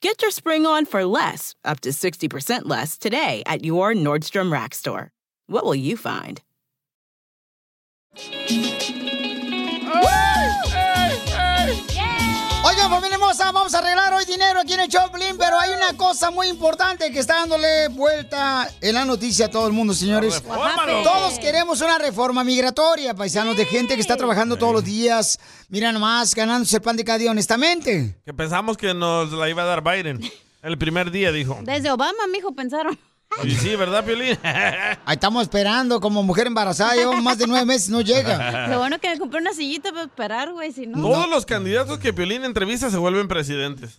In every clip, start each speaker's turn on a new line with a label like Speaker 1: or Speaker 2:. Speaker 1: Get your spring on for less, up to 60% less, today at your Nordstrom Rack store. What will you find?
Speaker 2: Oigan, familia hermosa, vamos a arreglar hoy dinero aquí en el Choplin, pero hay una cosa muy importante que está dándole vuelta en la noticia a todo el mundo, señores.
Speaker 3: Reformalo.
Speaker 2: Todos queremos una reforma migratoria, paisanos, de gente que está trabajando todos los días, mira nomás, ganándose el pan de cada día honestamente.
Speaker 4: Que pensamos que nos la iba a dar Biden. El primer día dijo.
Speaker 5: Desde Obama, mijo, pensaron.
Speaker 4: Y sí, ¿verdad, Piolín?
Speaker 2: Ahí estamos esperando como mujer embarazada, llevamos más de nueve meses, no llega.
Speaker 4: Ah.
Speaker 5: Lo bueno que me compré una sillita para esperar, güey, si no.
Speaker 4: Todos los candidatos que Piolín entrevista se vuelven presidentes.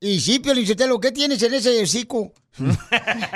Speaker 2: Y sí, Pio Linsotelo, ¿qué tienes en ese hocico?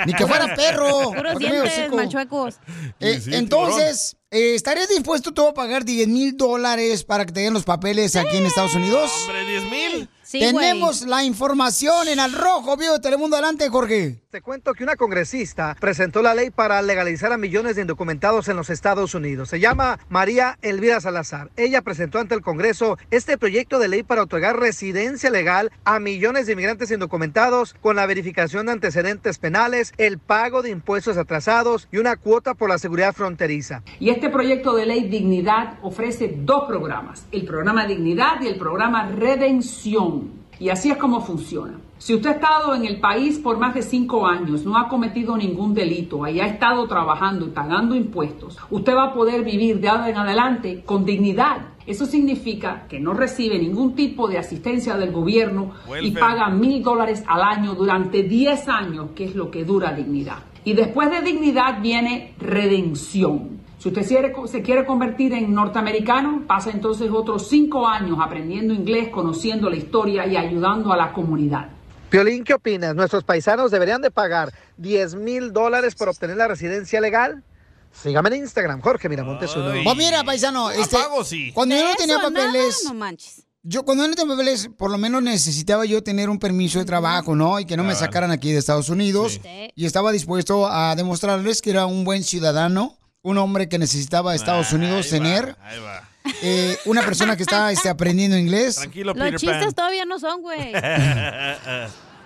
Speaker 2: Ni que fuera perro.
Speaker 5: Puros
Speaker 2: ¿por qué me
Speaker 5: dientes,
Speaker 2: hocico?
Speaker 5: machuecos.
Speaker 2: Eh,
Speaker 4: sí,
Speaker 2: entonces, eh, ¿estarías dispuesto tú a pagar 10 mil dólares para que te den los papeles aquí en Estados Unidos?
Speaker 4: Hombre, 10 mil.
Speaker 5: Sí, güey.
Speaker 2: Tenemos la información en Al Rojo, vivo de Telemundo. Adelante, Jorge.
Speaker 6: Te cuento que una congresista presentó la ley para legalizar a millones de indocumentados en los Estados Unidos. Se llama María Elvira Salazar. Ella presentó ante el Congreso este proyecto de ley para otorgar residencia legal a millones de inmigrantes indocumentados con la verificación de antecedentes penales, el pago de impuestos atrasados y una cuota por la seguridad fronteriza.
Speaker 7: Y este proyecto de ley Dignidad ofrece dos programas, el programa Dignidad y el programa Redención. Y así es como funciona. Si usted ha estado en el país por más de cinco años, no ha cometido ningún delito, ahí ha estado trabajando y pagando impuestos, usted va a poder vivir de ahora en adelante con dignidad. Eso significa que no recibe ningún tipo de asistencia del gobierno y
Speaker 4: Welfare.
Speaker 7: paga mil dólares al año durante 10 años, que es lo que dura dignidad. Y después de dignidad viene redención. Si usted quiere- se quiere convertir en norteamericano, pasa entonces otros cinco años aprendiendo inglés, conociendo la historia y ayudando a la comunidad.
Speaker 6: Piolín, ¿qué opinas? ¿Nuestros paisanos deberían de pagar 10 mil dólares por obtener la residencia legal? Sígame en Instagram, Jorge Miramontes uno.
Speaker 4: Ay.
Speaker 2: Pues mira, paisano,
Speaker 4: Ah,
Speaker 2: este,
Speaker 4: pago, sí.
Speaker 2: cuando yo
Speaker 5: De
Speaker 2: no tenía
Speaker 5: eso nada,
Speaker 2: papeles,
Speaker 5: no manches.
Speaker 2: yo cuando yo no tenía papeles, por lo menos necesitaba yo tener un permiso de trabajo, ¿no? Y que no me
Speaker 4: Claro.
Speaker 2: sacaran aquí de Estados Unidos.
Speaker 5: Sí.
Speaker 2: Y estaba dispuesto a demostrarles que era un buen ciudadano, un hombre que necesitaba Estados Unidos
Speaker 4: Ahí va,
Speaker 2: tener,
Speaker 4: ahí va.
Speaker 2: eh, una persona que está este, aprendiendo inglés.
Speaker 4: Tranquilo,
Speaker 5: Los
Speaker 4: Peter
Speaker 5: chistes
Speaker 4: Pan.
Speaker 5: todavía no son, güey.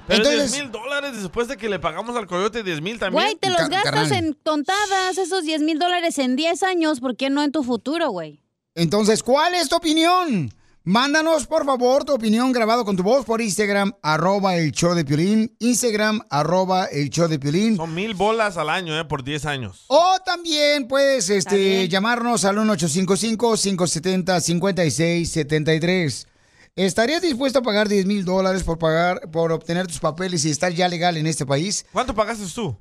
Speaker 4: Pero
Speaker 2: Entonces-
Speaker 4: 10 mil dólares después de que le pagamos al coyote 10 mil también.
Speaker 5: Güey, te los
Speaker 2: Car-
Speaker 5: gastas
Speaker 2: carnal.
Speaker 5: en tontadas, esos 10 mil dólares en 10 años, ¿por qué no en tu futuro, güey?
Speaker 2: Entonces, ¿cuál es tu opinión? Mándanos, por favor, tu opinión grabado con tu voz por Instagram, arroba el show de Piolín, Instagram, arroba el show de Piolín.
Speaker 4: Son mil bolas al año, ¿eh? Por 10 años.
Speaker 2: O también puedes este,
Speaker 5: bien.
Speaker 2: llamarnos al 1855-570-5673. ¿Estarías dispuesto a pagar 10 mil dólares por, pagar, por obtener tus papeles y estar ya legal en este país?
Speaker 4: ¿Cuánto pagaste tú?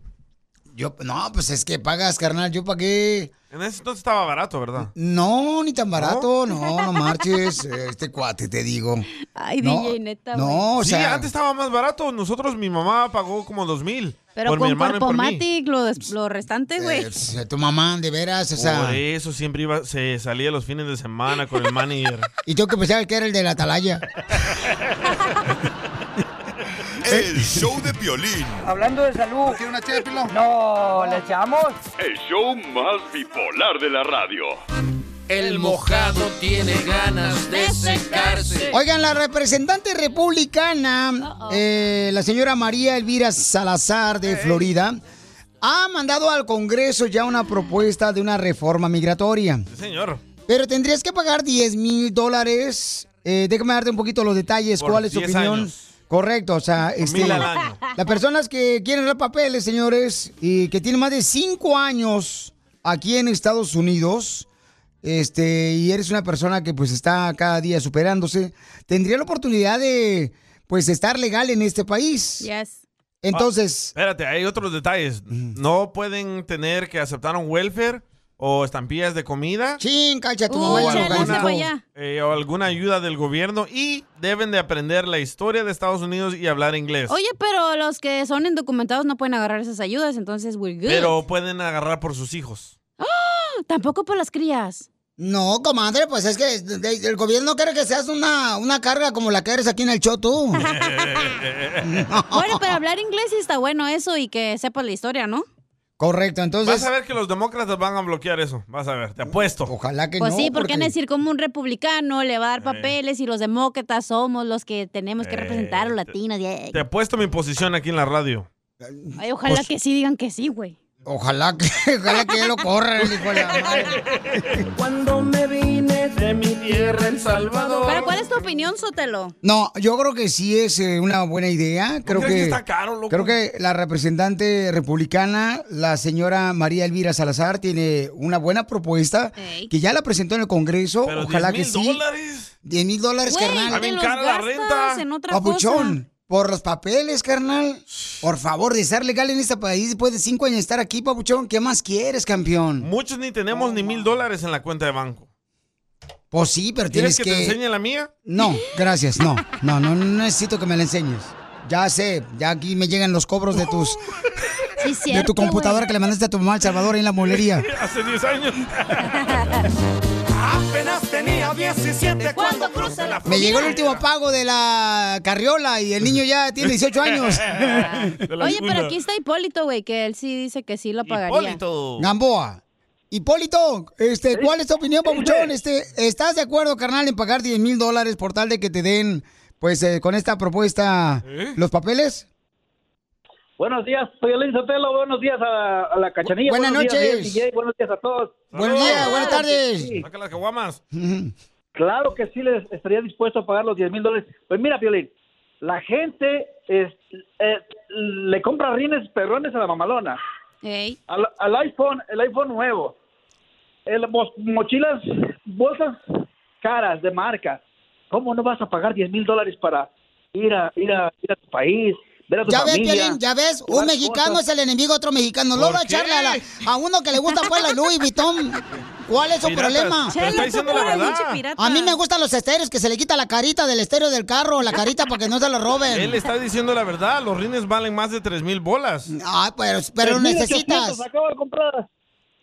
Speaker 2: Yo, no, pues es que pagas, carnal. Yo pagué...
Speaker 4: En ese entonces estaba barato, ¿verdad?
Speaker 2: No, ni tan barato. No, no marches. Este cuate, te digo.
Speaker 5: Ay,
Speaker 2: No,
Speaker 5: DJ, neta, güey.
Speaker 2: no, o sea...
Speaker 4: sí, antes estaba más barato. Nosotros, mi mamá pagó como dos mil.
Speaker 5: Pero
Speaker 4: por mi
Speaker 5: con
Speaker 4: hermano y por mí.
Speaker 5: Corpomatic, lo, des- lo restante, güey.
Speaker 2: Eh, pues, tu mamá, de veras, o sea.
Speaker 4: Por eso siempre iba, se salía los fines de semana con el manager.
Speaker 2: Y tengo que pensar que era el de la atalaya.
Speaker 8: El show de violín.
Speaker 9: Hablando de salud. ¿Tiene una No, ¿le echamos?
Speaker 8: El show más bipolar de la radio.
Speaker 10: El mojado tiene ganas de secarse.
Speaker 2: Oigan, la representante republicana, eh, la señora María Elvira Salazar de Florida, ha mandado al Congreso ya una propuesta de una reforma migratoria.
Speaker 4: Sí, señor.
Speaker 2: Pero tendrías que pagar 10 mil dólares. Eh, déjame darte un poquito los detalles,
Speaker 4: Por
Speaker 2: cuál es tu
Speaker 4: 10
Speaker 2: opinión.
Speaker 4: años.
Speaker 2: Correcto, o sea, este,
Speaker 4: mil al año.
Speaker 2: las personas que quieren dar papeles, señores, y que tienen más de 5 años aquí en Estados Unidos, este, y eres una persona que pues está cada día superándose, tendría la oportunidad de pues estar legal en este país.
Speaker 5: Yes.
Speaker 2: Entonces,
Speaker 4: Ah, espérate, hay otros detalles. No pueden tener que aceptar un welfare o estampillas de comida.
Speaker 2: Chin, cacha
Speaker 5: tu Uh, mamá, chela, localiza. hazla pa' allá.
Speaker 4: eh, o alguna ayuda del gobierno y deben de aprender la historia de Estados Unidos y hablar inglés.
Speaker 5: Oye, pero los que son indocumentados no pueden agarrar esas ayudas, entonces we're good.
Speaker 4: Pero pueden agarrar por sus hijos.
Speaker 5: ¡Ah! Tampoco por las crías.
Speaker 2: no, comadre, pues es que de- el gobierno quiere que seas una, una carga como la que eres aquí en el show tú. Ah,
Speaker 5: Bueno, pero hablar inglés sí está bueno eso y que sepas la historia, ¿no?
Speaker 2: Correcto, entonces...
Speaker 4: Vas a ver que los demócratas van a bloquear eso. Vas a ver, te apuesto.
Speaker 2: Ojalá que
Speaker 5: Pues sí, porque han de decir como un republicano le va a dar papeles y los demócratas somos los que tenemos que
Speaker 4: Eh,
Speaker 5: representar a los latinos. yay.
Speaker 4: Te apuesto mi posición aquí en la radio.
Speaker 5: Ay, ojalá
Speaker 4: pues-
Speaker 5: que sí digan que sí, güey.
Speaker 2: Ojalá que, ojalá que lo corran, hijo de la madre.
Speaker 3: Cuando me vine de mi tierra, El Salvador.
Speaker 5: Pero ¿cuál es tu opinión, Sotelo?
Speaker 2: No, yo creo que sí es eh, una buena idea. Creo
Speaker 5: crees
Speaker 2: que,
Speaker 5: que está caro, loco?
Speaker 2: Creo que la representante republicana, la señora María Elvira Salazar, tiene una buena propuesta
Speaker 4: Ey.
Speaker 2: que ya la presentó en el Congreso.
Speaker 4: Pero 10,000
Speaker 2: Ojalá que sí.
Speaker 4: dólares.
Speaker 2: 10 mil dólares,
Speaker 4: Güey,
Speaker 2: carnal.
Speaker 4: Está bien te los cara la gastas renta. en otra
Speaker 2: Papuchón,
Speaker 4: cosa.
Speaker 2: por los papeles, carnal. Por favor, de ser legal en este país después de cinco años de estar aquí, papuchón. ¿Qué más quieres, campeón?
Speaker 4: Muchos ni tenemos ni mil dólares en la cuenta de banco.
Speaker 2: Pues sí, pero
Speaker 4: ¿Quieres
Speaker 2: tienes
Speaker 4: que, te enseñe la mía?
Speaker 2: No, gracias, no. No, no, no necesito que me la enseñes. Ya sé, ya aquí me llegan los cobros de tus.
Speaker 5: Sí,
Speaker 2: de tu
Speaker 5: cierto,
Speaker 2: computadora
Speaker 5: güey.
Speaker 2: que le mandaste a tu mamá al Salvador ahí en la molería.
Speaker 4: Hace 10 años.
Speaker 3: Apenas tenía 17 cuando crucé la
Speaker 2: Me llegó el último pago de la carriola y el niño ya tiene 18 años.
Speaker 5: Oye, pero aquí está Hipólito, güey, que él sí dice que sí lo pagaría.
Speaker 2: Gamboa. Hipólito, este, ¿cuál es tu opinión, papuchón? Este, ¿Estás de acuerdo, carnal, en pagar 10 mil dólares por tal de que te den, pues, eh, con esta propuesta, los papeles?
Speaker 11: Buenos días, soy Elín Sotelo. Buenos días a, a la cachanilla.
Speaker 2: Buenas
Speaker 11: buenos días,
Speaker 2: noches.
Speaker 11: DJ, buenos días a todos.
Speaker 2: Buenos días, buenas tardes.
Speaker 4: Saca las caguamas.
Speaker 11: Claro que sí, les estaría dispuesto a pagar los 10 mil dólares. Pues mira, Piolín, la gente es- eh, le compra rines perrones a la mamalona.
Speaker 5: Ey.
Speaker 11: Al, al iPhone, el iPhone nuevo. El, mos- mochilas, bolsas caras de marca. ¿Cómo no vas a pagar 10 mil dólares para ir a, ir, a, ir a tu país, ver a tu
Speaker 2: Ya ves,
Speaker 11: familia?
Speaker 2: Piolín, ya ves, un
Speaker 11: llevar
Speaker 2: mexicano
Speaker 11: cosas?
Speaker 2: es el enemigo de otro mexicano. Luego
Speaker 11: ¿Por
Speaker 2: a echarle a, la-
Speaker 11: qué?
Speaker 2: a uno que le gusta pues la Louis Vuitton. ¿Cuál es su
Speaker 3: Pirata,
Speaker 2: problema?
Speaker 3: te está diciendo la verdad. Pinche pirata.
Speaker 2: A mí me gustan los estéreos, que se le quita la carita del estéreo del carro, la carita para que no se lo roben.
Speaker 4: Él está diciendo la verdad, los rines valen más de 3 mil bolas.
Speaker 2: Ah, pero, pero
Speaker 11: 3,800,
Speaker 2: necesitas.
Speaker 11: Acabo de comprar.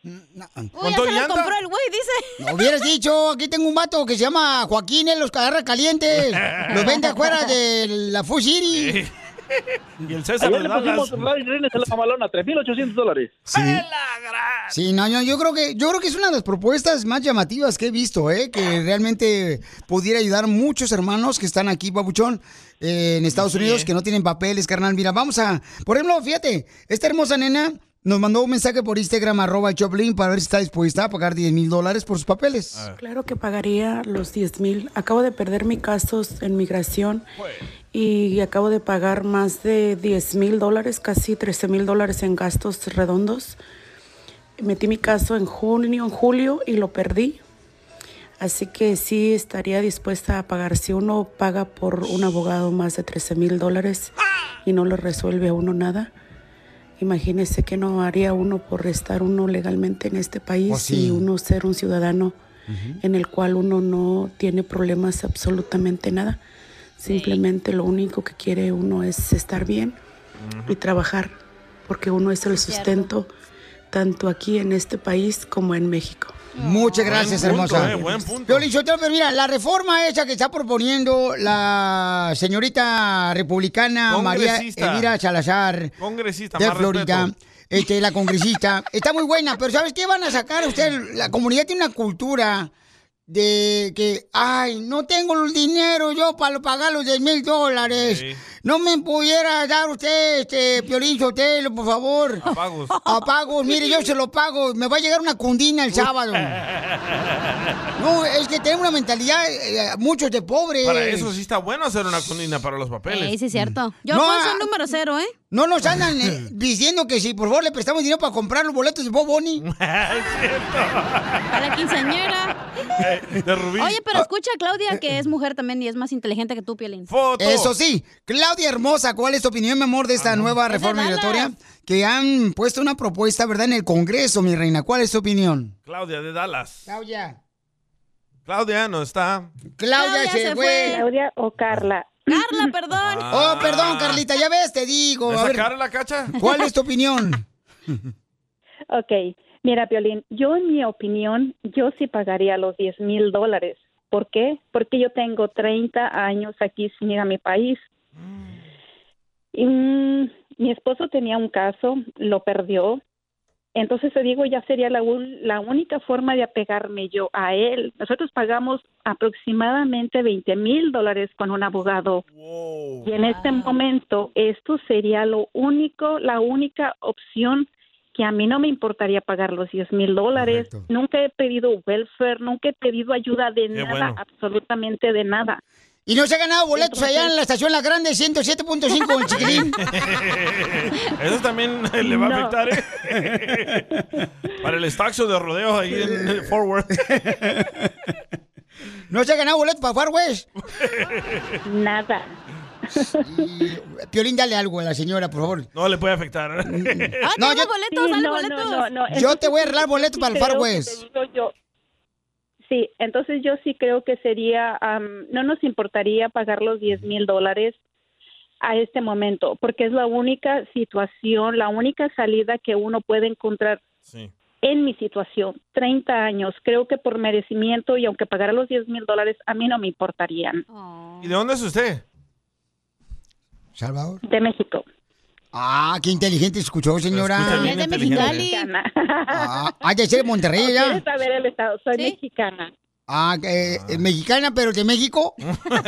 Speaker 4: Uy, ya se la compró
Speaker 5: el güey, dice.
Speaker 2: No hubieras dicho, aquí tengo un vato que se llama Joaquín, él los agarra calientes, los vende afuera de la Fusiri.
Speaker 4: Y el César
Speaker 11: Ayer
Speaker 4: de
Speaker 11: le
Speaker 4: Dallas.
Speaker 11: pusimos Rally Rines a la mamalona, 3.800 dólares.
Speaker 2: Sí. Sí, no, yo, yo creo que yo creo que es una de las propuestas más llamativas que he visto, ¿eh? que realmente pudiera ayudar a muchos hermanos que están aquí, babuchón, eh, en Estados Unidos, que no tienen papeles, carnal. Mira, vamos a, por ejemplo, fíjate, esta hermosa nena nos mandó un mensaje por Instagram, arroba el Choplin, para ver si está dispuesta a pagar 10 mil dólares por sus papeles.
Speaker 12: Claro que pagaría los 10 mil. Acabo de perder mi caso en migración y acabo de pagar más de 10 mil dólares, casi 13 mil dólares en gastos redondos. Metí mi caso en junio, en julio y lo perdí. Así que sí estaría dispuesta a pagar. Si uno paga por un abogado más de 13 mil dólares y no lo resuelve a uno nada, imagínese que no haría uno por estar uno legalmente en este país
Speaker 13: Pues sí.
Speaker 12: y uno ser un ciudadano en el cual uno no tiene problemas absolutamente nada. Simplemente lo único que quiere uno es estar bien y trabajar, porque uno es el sustento tanto aquí en este país como en México.
Speaker 2: Muchas gracias,
Speaker 12: Buen punto,
Speaker 2: hermosa.
Speaker 12: eh, buen
Speaker 2: Piolín Sotelo, pero mira, la reforma esa que está proponiendo la señorita republicana María
Speaker 4: Congresista.
Speaker 2: Elvira Salazar
Speaker 4: Congresista,
Speaker 2: de
Speaker 4: más
Speaker 2: Florida,
Speaker 4: respeto.
Speaker 2: este, la congresista, está muy buena, pero ¿sabes qué van a sacar ustedes? La comunidad tiene una cultura de que, ay, no tengo el dinero yo para pagar los 10 mil dólares.
Speaker 3: Sí.
Speaker 2: No me pudiera dar usted, este, Piolín Sotelo, por favor.
Speaker 4: Apagos.
Speaker 2: Apagos, mire, yo se lo pago. Me va a llegar una cundina el sábado. No, es que tenemos una mentalidad, eh, muchos de pobres.
Speaker 4: Para eso sí está bueno hacer una cunina para los papeles.
Speaker 5: Ey, sí, es cierto. Yo
Speaker 2: No,
Speaker 5: no, soy
Speaker 2: ah.
Speaker 5: número cero, ¿eh?
Speaker 2: No nos andan eh, diciendo que si por favor le prestamos dinero para comprar los boletos de Bob Bunny.
Speaker 4: Para
Speaker 5: la quinceañera.
Speaker 4: De Rubí. Ah,
Speaker 5: Oye,
Speaker 2: Ah,
Speaker 5: pero escucha a Claudia,
Speaker 2: eh,
Speaker 5: que es mujer también y es más inteligente que tú, Pielín.
Speaker 2: Eso sí, Claudia Hermosa, ¿cuál es tu opinión, mi amor, de esta
Speaker 4: Ah,
Speaker 2: nueva reforma migratoria? Que han puesto una propuesta, ¿verdad?, en el Congreso, mi reina. ¿Cuál es tu opinión?
Speaker 4: Claudia de Dallas.
Speaker 2: Claudia.
Speaker 4: Claudia no está.
Speaker 2: Claudia, se, fue.
Speaker 14: Claudia o Carla.
Speaker 5: Carla, perdón.
Speaker 2: Oh, perdón, Carlita, ya ves, te digo.
Speaker 4: ¿Le
Speaker 2: A ver,
Speaker 4: sacaron la Ah. cacha?
Speaker 2: ¿Cuál es tu opinión?
Speaker 14: Ok, mira, Violín, yo en mi opinión, yo sí pagaría los 10 mil dólares. ¿Por qué? Porque yo tengo 30 años aquí sin ir a mi país. Y, mm, mi esposo tenía un caso, lo perdió. Entonces te digo, ya sería la, ul- la única forma de apegarme yo a él. Nosotros pagamos aproximadamente 20 mil dólares con un abogado. Y en este momento esto sería lo único, la única opción que a mí no me importaría pagar los 10 mil dólares. Nunca he pedido welfare, nunca he pedido ayuda de nada,
Speaker 2: bueno.
Speaker 14: absolutamente de nada.
Speaker 2: Y no se ha ganado boletos allá en la estación La Grande 107.5 en Chiquilín.
Speaker 4: Eso también le va a afectar, ¿eh? Para el estaxo de rodeos ahí en el Forward.
Speaker 2: No se ha ganado boleto para Far West.
Speaker 14: Nada.
Speaker 2: Piolín, dale algo a la señora, por favor. Ah,
Speaker 4: No le puede afectar.
Speaker 2: yo-
Speaker 14: Sí, no, no, no, no.
Speaker 2: Yo te
Speaker 14: Entonces,
Speaker 2: voy a arreglar boletos
Speaker 14: sí
Speaker 2: para el Far
Speaker 14: creo que
Speaker 2: West.
Speaker 14: te digo yo. Sí, entonces yo sí creo que sería, am, no nos importaría pagar los 10 mil dólares a este momento, porque es la única situación, la única salida que uno puede encontrar
Speaker 4: Sí.
Speaker 14: en mi situación. 30 años, creo que por merecimiento y aunque pagara los 10 mil dólares, a mí no me importarían.
Speaker 4: ¿Y de dónde es usted?
Speaker 2: Salvador.
Speaker 14: De México.
Speaker 2: Ah, qué inteligente escuchó, señora.
Speaker 14: Escucha bien Es de inteligente. Mexicali.
Speaker 2: Ah, hay de ser de Monterrey
Speaker 14: ¿O
Speaker 2: ya.
Speaker 14: quieres saber el estado? Soy mexicana.
Speaker 2: Ah, eh, eh, mexicana, pero de México.
Speaker 5: ¿Pero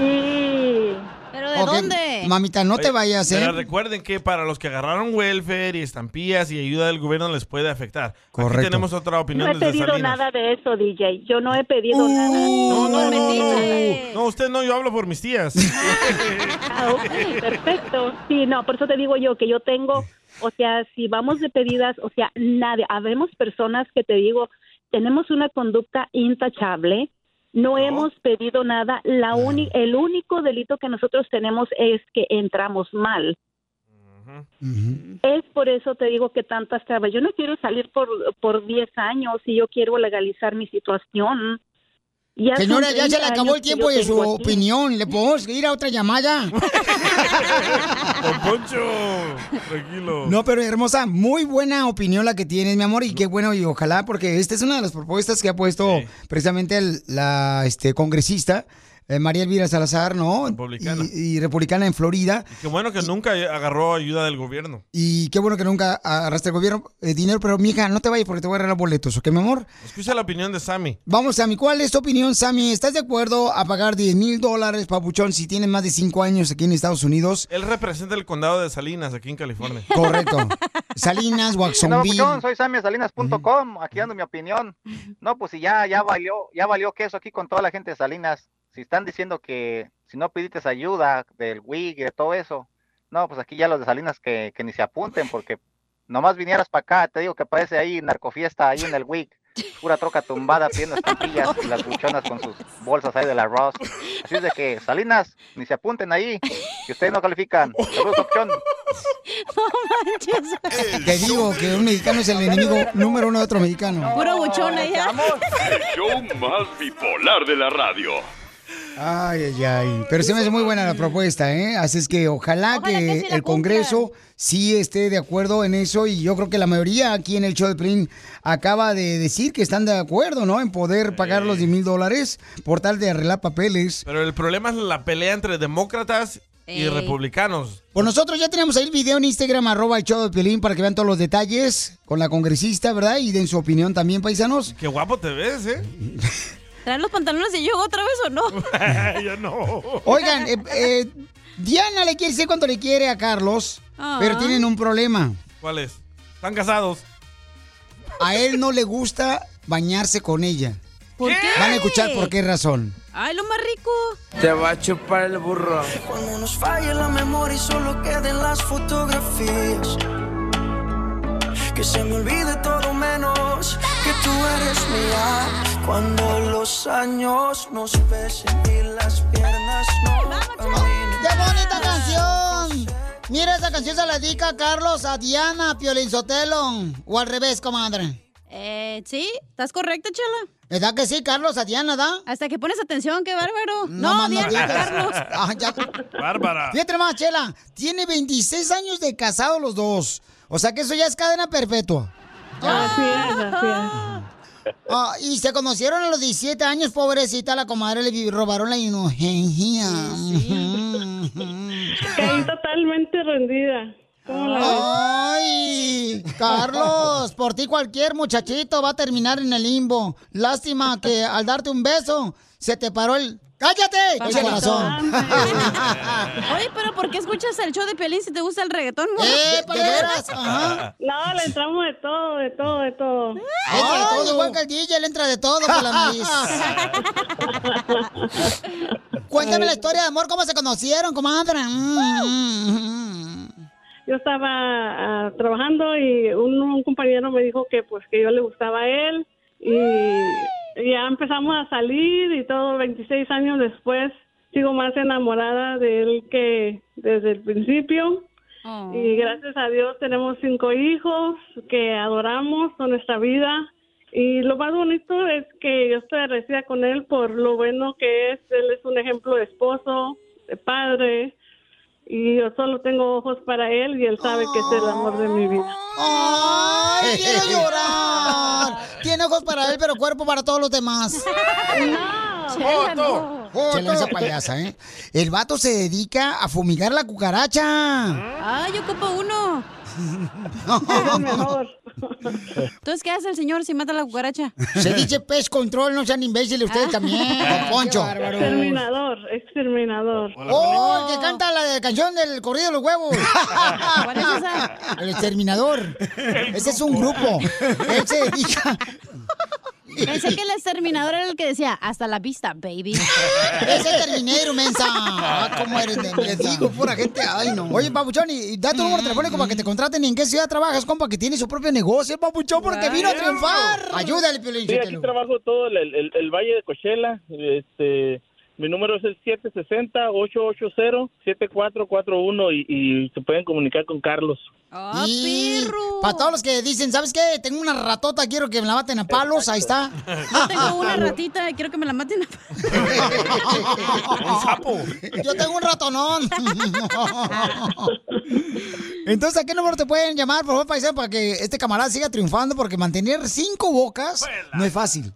Speaker 2: de Ok, dónde? mamita, no te vayas, ¿eh?
Speaker 4: Pero recuerden que para los que agarraron welfare y estampillas y ayuda del gobierno les puede afectar. Aquí tenemos otra opinión
Speaker 14: No he
Speaker 4: desde
Speaker 14: pedido
Speaker 4: Salinas.
Speaker 14: nada de eso, DJ. Yo no he pedido nada. No,
Speaker 4: Uh, no, No, usted no, yo hablo por mis tías.
Speaker 14: Ah, Perfecto. Sí, no, por eso te digo yo que yo tengo, o sea, si vamos de pedidas, o sea, nadie, habemos personas que te digo, tenemos una conducta intachable. No hemos pedido nada. La uni- el único delito que nosotros tenemos es que entramos mal. Es por eso te digo que tantas trabas. Yo no quiero salir por, por 10 años y yo quiero legalizar mi situación. Ya son
Speaker 2: Señora, ya se le
Speaker 14: 30
Speaker 2: acabó el
Speaker 14: años que
Speaker 2: tiempo
Speaker 14: yo
Speaker 2: de su
Speaker 14: tengo aquí.
Speaker 2: opinión. ¿Le podemos ir a otra llamada?
Speaker 4: Don Poncho, tranquilo.
Speaker 2: No, pero hermosa, muy buena opinión la que tienes, mi amor, y qué bueno, y ojalá, porque esta es una de las propuestas que ha puesto precisamente el- la este, congresista eh, María Elvira Salazar, ¿no?
Speaker 4: Republicana.
Speaker 2: Y, y republicana en Florida.
Speaker 4: Qué bueno que nunca agarró ayuda del gobierno.
Speaker 2: Y qué bueno que nunca arrastra el gobierno eh, dinero, pero mija, no te vayas porque te voy a arreglar boletos, ¿ok, mi amor?
Speaker 4: Escucha la opinión de Sammy.
Speaker 2: Vamos, Sammy, ¿cuál es tu opinión, Sammy? ¿Estás de acuerdo a pagar 10 mil dólares, papuchón, si tienes más de 5 años aquí en Estados Unidos?
Speaker 4: Él representa el condado de Salinas aquí en California.
Speaker 2: Correcto. Salinas,
Speaker 10: No,
Speaker 2: Waxonville.
Speaker 10: yo soy samiasalinas.com, aquí dando mi opinión. No, pues si ya, ya valió, ya valió queso aquí con toda la gente de Salinas. Si están diciendo que si no pidiste ayuda del WIG, de todo eso, no, pues aquí ya los de Salinas que, que ni se apunten, porque nomás vinieras para acá, te digo que aparece ahí narcofiesta ahí en el WIG. Pura troca tumbada pidiendo estampillas y las buchonas con sus bolsas ahí del arroz. Así es de que, Salinas, ni se apunten ahí, que ustedes no califican. Saludos, opción.
Speaker 2: Te digo que un mexicano es el enemigo número uno de otro mexicano.
Speaker 5: Puro buchona ya.
Speaker 8: El show más bipolar de la radio.
Speaker 2: Ay, ay, ay. Pero se me hace muy buena la propuesta, ¿eh? Así es que ojalá, que, el Congreso sí esté de acuerdo en eso y yo creo que la mayoría aquí en el show de Plin acaba de decir que están de acuerdo, ¿no? En poder pagar los 10 mil dólares por tal de arreglar papeles.
Speaker 4: Pero el problema es la pelea entre demócratas y
Speaker 2: Ey.
Speaker 4: republicanos.
Speaker 2: Pues nosotros ya tenemos ahí el video en Instagram, arroba el show de Piolín, para que vean todos los detalles con la congresista, ¿verdad? Y den su opinión también, paisanos.
Speaker 4: Qué guapo te ves, ¿eh?
Speaker 5: ¿Traen los pantalones de yoga otra vez o no?
Speaker 4: ya no.
Speaker 2: Oigan, eh, eh, Diana le quiere decir cuánto le quiere a Carlos, pero
Speaker 4: Ah.
Speaker 2: tienen un problema.
Speaker 4: ¿Cuál es? Están casados.
Speaker 2: A él no le gusta bañarse con ella.
Speaker 5: ¿Por qué?
Speaker 2: Van a escuchar por qué razón.
Speaker 5: Ay, lo más rico.
Speaker 15: Te va a chupar el burro.
Speaker 16: Cuando nos falle la memoria y solo queden las fotografías. Que se me olvide todo menos que tú eres mía. Cuando los años nos pesen y las piernas no caminen.
Speaker 2: ¡Qué bonita canción! Mira, esa canción se la dedica Carlos a Diana Piolín Sotelo. O al revés, comadre.
Speaker 5: Eh, sí, estás correcta, Chela.
Speaker 2: ¿Verdad que sí, Carlos? A Diana, ¿da?
Speaker 5: Hasta que pones atención, qué bárbaro.
Speaker 2: No,
Speaker 5: No,
Speaker 2: más no
Speaker 5: Diana,
Speaker 2: digas.
Speaker 5: Carlos.
Speaker 2: Ah, ya.
Speaker 3: Ah.
Speaker 4: Bárbara.
Speaker 2: Fíjate más, Chela. Tiene 26 años de casado los dos. O sea que eso ya es cadena perpetua.
Speaker 3: Así es, así
Speaker 2: Ah, y se conocieron a los 17 años, pobrecita, la comadre le vi- robaron la inocencia. Ah.
Speaker 17: Caí totalmente rendida. ¿Cómo la ves?
Speaker 2: Ay, Carlos, por ti cualquier muchachito va a terminar en el limbo. Lástima que al darte un beso se te paró el... ¡Cállate!
Speaker 5: Pajarito.
Speaker 2: El
Speaker 17: Ah.
Speaker 2: corazón.
Speaker 5: Oye, pero ¿por qué escuchas el show de Piolín si te gusta el reggaetón?
Speaker 2: ¡Eh,
Speaker 5: ¿De-
Speaker 2: de
Speaker 5: veras?
Speaker 2: Ajá.
Speaker 17: No, le entramos de todo, de todo, de todo.
Speaker 2: Entra de todo, igual que Ah, el DJ, le entra de todo por la nariz. Cuéntame la historia de amor, cómo se conocieron, comadre. Mm.
Speaker 17: Yo estaba ah, trabajando y un, un compañero me dijo que pues que yo le gustaba a él y ya empezamos a salir y todo 26 años después sigo más enamorada de él que desde el principio. Y gracias a Dios tenemos cinco hijos que adoramos con nuestra vida. Y lo más bonito es que yo estoy agradecida con él por lo bueno que es. Él es un ejemplo de esposo, de padre. Y yo solo tengo ojos para él y él sabe que es el amor de mi vida.
Speaker 2: ¡Ay, quiero llorar! Tiene ojos para él, pero cuerpo pues, para todos los demás.
Speaker 5: Chela, no.
Speaker 2: Chela, esa payasa, ¿eh? El vato se dedica a fumigar la
Speaker 17: Ah.
Speaker 2: cucaracha.
Speaker 5: Ay, yo ocupo uno. Entonces, ¿qué hace el señor si mata la cucaracha? Ah.
Speaker 2: Se dice pez control, no sean imbéciles ustedes también, don Poncho.
Speaker 17: Exterminador, exterminador.
Speaker 2: ¡Oh, el que canta la de- canción del corrido de los huevos! ¿Cuál es esa? El exterminador. Ese es un grupo. Él se dedica...
Speaker 5: Pensé que el exterminador era el que decía, hasta la vista, baby.
Speaker 2: Ese Terminator, mensa. Ah, ¿Cómo eres? de- Les digo, pura gente. Ay, no. Mm. Oye, Papuchón, y, y da tu número telefónico para que te contraten. ¿Y en qué ciudad trabajas, compa? Que tiene su propio negocio, el Papuchón, porque vino a triunfar. Ayúdale, Piolín.
Speaker 11: Sí, aquí trabajo todo el, el- el- el Valle de Cochela. Este, mi número es el 760-880-7441 y, y se pueden comunicar con Carlos.
Speaker 5: Ah,
Speaker 2: Y para todos los que dicen, ¿sabes qué? Tengo una ratota, quiero que me la maten a palos. Ahí está.
Speaker 5: Yo tengo una ratita y quiero que me la maten.
Speaker 2: Un sapo. Yo tengo un ratonón. Entonces, ¿a qué número te pueden llamar, por favor, paisano, para que este camarada siga triunfando? Porque mantener cinco bocas no es fácil.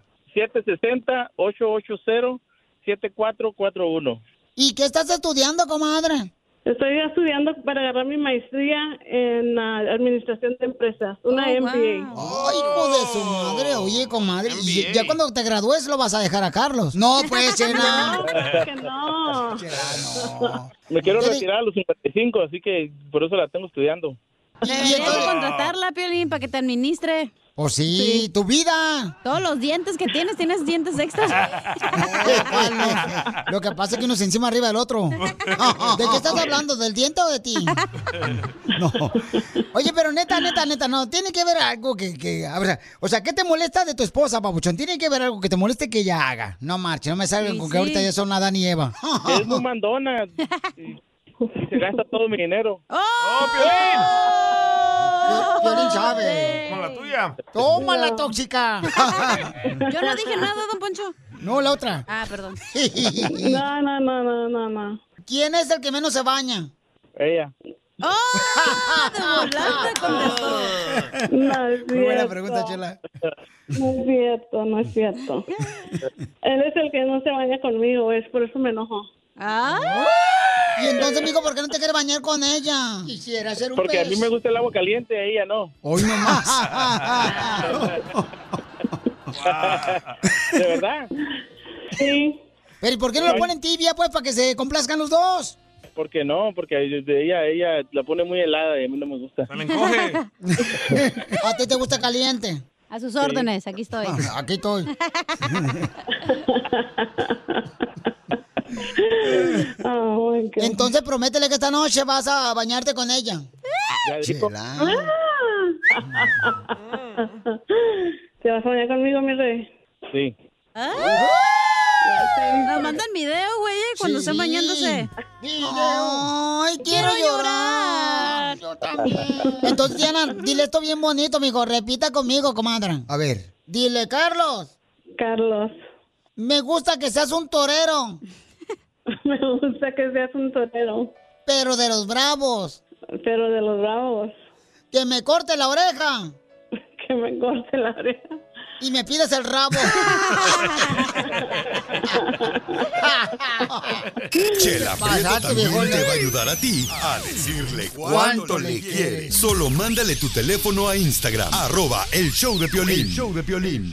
Speaker 11: 760-880-7441.
Speaker 2: ¿Y qué estás estudiando, comadre?
Speaker 17: Estoy estudiando para agarrar mi maestría en ah, administración de empresas, una
Speaker 2: Oh,
Speaker 17: MBA.
Speaker 2: ¡Ay, hijo de su madre! Oye, comadre, y ya cuando te gradúes lo vas a dejar a Carlos. No, pues, Chela.
Speaker 17: No, claro que no.
Speaker 11: Me quiero
Speaker 2: Yo di-
Speaker 11: retirar a los 55, así que por eso la tengo estudiando.
Speaker 5: Deberías de contratarla, Piolín, para que te administre.
Speaker 2: O Pues sí, tu vida.
Speaker 5: Todos los dientes que tienes, tienes dientes extras.
Speaker 2: Lo que pasa es que uno se encima arriba del otro. ¿De qué estás hablando? ¿Del diente o de ti? No. Oye, pero neta, neta, neta, no. Tiene que ver algo que. que a ver, o sea, ¿qué te molesta de tu esposa, papuchón? Tiene que ver algo que te moleste que ella haga. No marche, no me salgan
Speaker 11: Sí,
Speaker 2: con
Speaker 11: sí.
Speaker 2: que ahorita ya son Adán y Eva.
Speaker 11: Es muy mandona. y- y se gasta todo mi dinero.
Speaker 5: ¡Oh,
Speaker 2: Piolín! Piolín sabe.
Speaker 4: Con la tuya.
Speaker 2: Toma la tóxica.
Speaker 5: Yo no dije nada, don Poncho.
Speaker 2: No, la otra.
Speaker 5: Ah, perdón.
Speaker 17: No, no, no, no, no, no.
Speaker 2: ¿Quién es el que menos se baña?
Speaker 11: Ella.
Speaker 17: No es
Speaker 2: Muy buena
Speaker 17: cierto.
Speaker 2: pregunta, Chela.
Speaker 17: No es cierto, no es cierto. Él es el que no se baña conmigo, es por eso me enojo.
Speaker 5: Ah.
Speaker 2: Y entonces, amigo, ¿por qué no te quieres bañar con ella? Quisiera hacer un
Speaker 11: Porque a mí
Speaker 2: pez.
Speaker 11: me gusta el agua caliente, a ella no.
Speaker 2: Hoy nomás.
Speaker 11: ¿De verdad?
Speaker 17: Sí.
Speaker 2: Pero ¿y por qué no lo ponen tibia, pues, para que se complazcan los dos?
Speaker 11: Porque no, porque de ella ella la pone muy helada y a mí no me gusta.
Speaker 2: ¿A ti te gusta caliente?
Speaker 5: A sus
Speaker 2: Sí.
Speaker 5: órdenes, aquí estoy.
Speaker 2: Ah, Aquí estoy. Entonces prométele que esta noche vas a bañarte con ella.
Speaker 11: Ya dijo.
Speaker 2: ah.
Speaker 17: ¿Te vas a bañar conmigo, mi rey?
Speaker 11: Sí.
Speaker 5: Ah. Nos mandan video, güey, eh, cuando
Speaker 2: Sí.
Speaker 5: están bañándose.
Speaker 2: Ay, quiero, llorar. Yo también. Entonces, Diana, dile esto bien bonito, mijo. Repita conmigo, comadre.
Speaker 18: A ver.
Speaker 2: Dile, Carlos.
Speaker 17: Carlos.
Speaker 2: Me gusta que seas un torero.
Speaker 17: Me gusta que seas un torero.
Speaker 2: Pero de los bravos.
Speaker 17: Pero de los bravos.
Speaker 2: Que me corte la oreja.
Speaker 17: Que me corte la oreja.
Speaker 2: Y me pides el rabo.
Speaker 19: Chela Prieto
Speaker 2: Pasaste,
Speaker 19: también
Speaker 2: viejona.
Speaker 19: te va a ayudar a ti a decirle cuánto le quieres. Solo mándale tu teléfono a Instagram, arroba el show de Piolín. show de Piolín.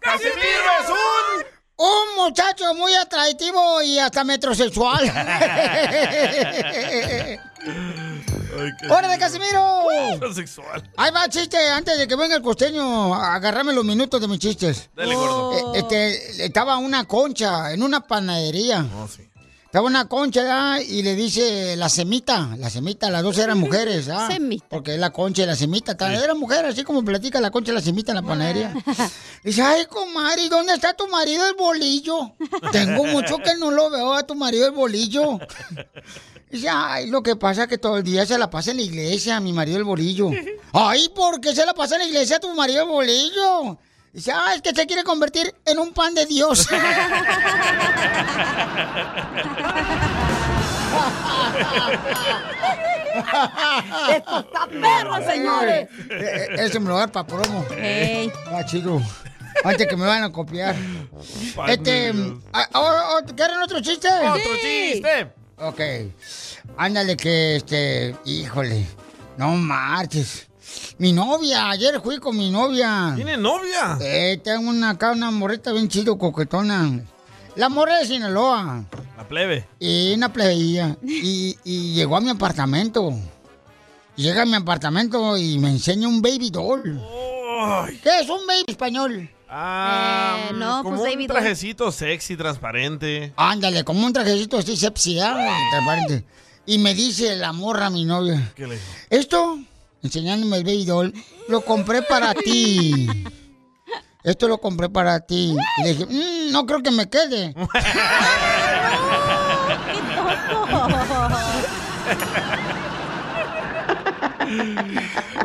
Speaker 2: ¡Casimiro es un... Un muchacho muy atractivo y hasta metrosexual. ¡Hora de Casimiro!
Speaker 4: sexual.
Speaker 2: Ahí va el chiste, antes de que venga el costeño, agarrame los minutos de mis chistes.
Speaker 4: Dale, gordo.
Speaker 2: Eh, este, estaba una concha en una panadería.
Speaker 4: Oh,
Speaker 2: Estaba una concha ¿verdad? y le dice la semita, la semita, las dos eran mujeres. ¿ah? Porque la concha y la semita, tal, eran mujeres, así como platica la concha y la semita en la panadería. Dice, ay, comadre, ¿y ¿dónde está tu marido el bolillo? Tengo mucho que no lo veo a tu marido el bolillo. Dice, ay, lo que pasa es que todo el día se la pasa en la iglesia, mi marido el bolillo. Ay, ¿por qué se la pasa en la iglesia a tu marido el bolillo? Dice, ah, es que se quiere convertir en un pan de Dios.
Speaker 3: ¡Esto está perro, señores!
Speaker 2: Eh, Ese me lo va a dar para promo.
Speaker 3: Ey.
Speaker 2: Ah, chico. Antes que me van a copiar.
Speaker 3: Pan
Speaker 2: Este.
Speaker 3: de Dios.
Speaker 2: ah, ah, ah, ¿Quieren otro chiste?
Speaker 3: Otro Sí. chiste.
Speaker 2: Ok. Ándale, que este. Híjole. No marches. Mi novia, ayer fui con mi novia.
Speaker 4: ¿Tiene novia?
Speaker 2: Eh, tengo una acá, una morrita bien chido, coquetona. La morra de Sinaloa.
Speaker 4: La plebe.
Speaker 2: Y una plebeya. Y, y llegó a mi apartamento. Llega a mi apartamento y me enseña un baby doll. ¿Qué es un baby español?
Speaker 4: Ah,
Speaker 2: Eh, no,
Speaker 4: como
Speaker 2: pues,
Speaker 4: un
Speaker 2: David Bowie.
Speaker 4: trajecito sexy, transparente.
Speaker 2: Ándale, como un trajecito así sepsi, ah, transparente. Y me dice la morra, mi novia.
Speaker 4: ¿Qué le dijo?
Speaker 2: Esto, enseñándome el baby doll, lo compré para ti. Esto lo compré para ti. Y le dije, "Mm, no creo que me quede.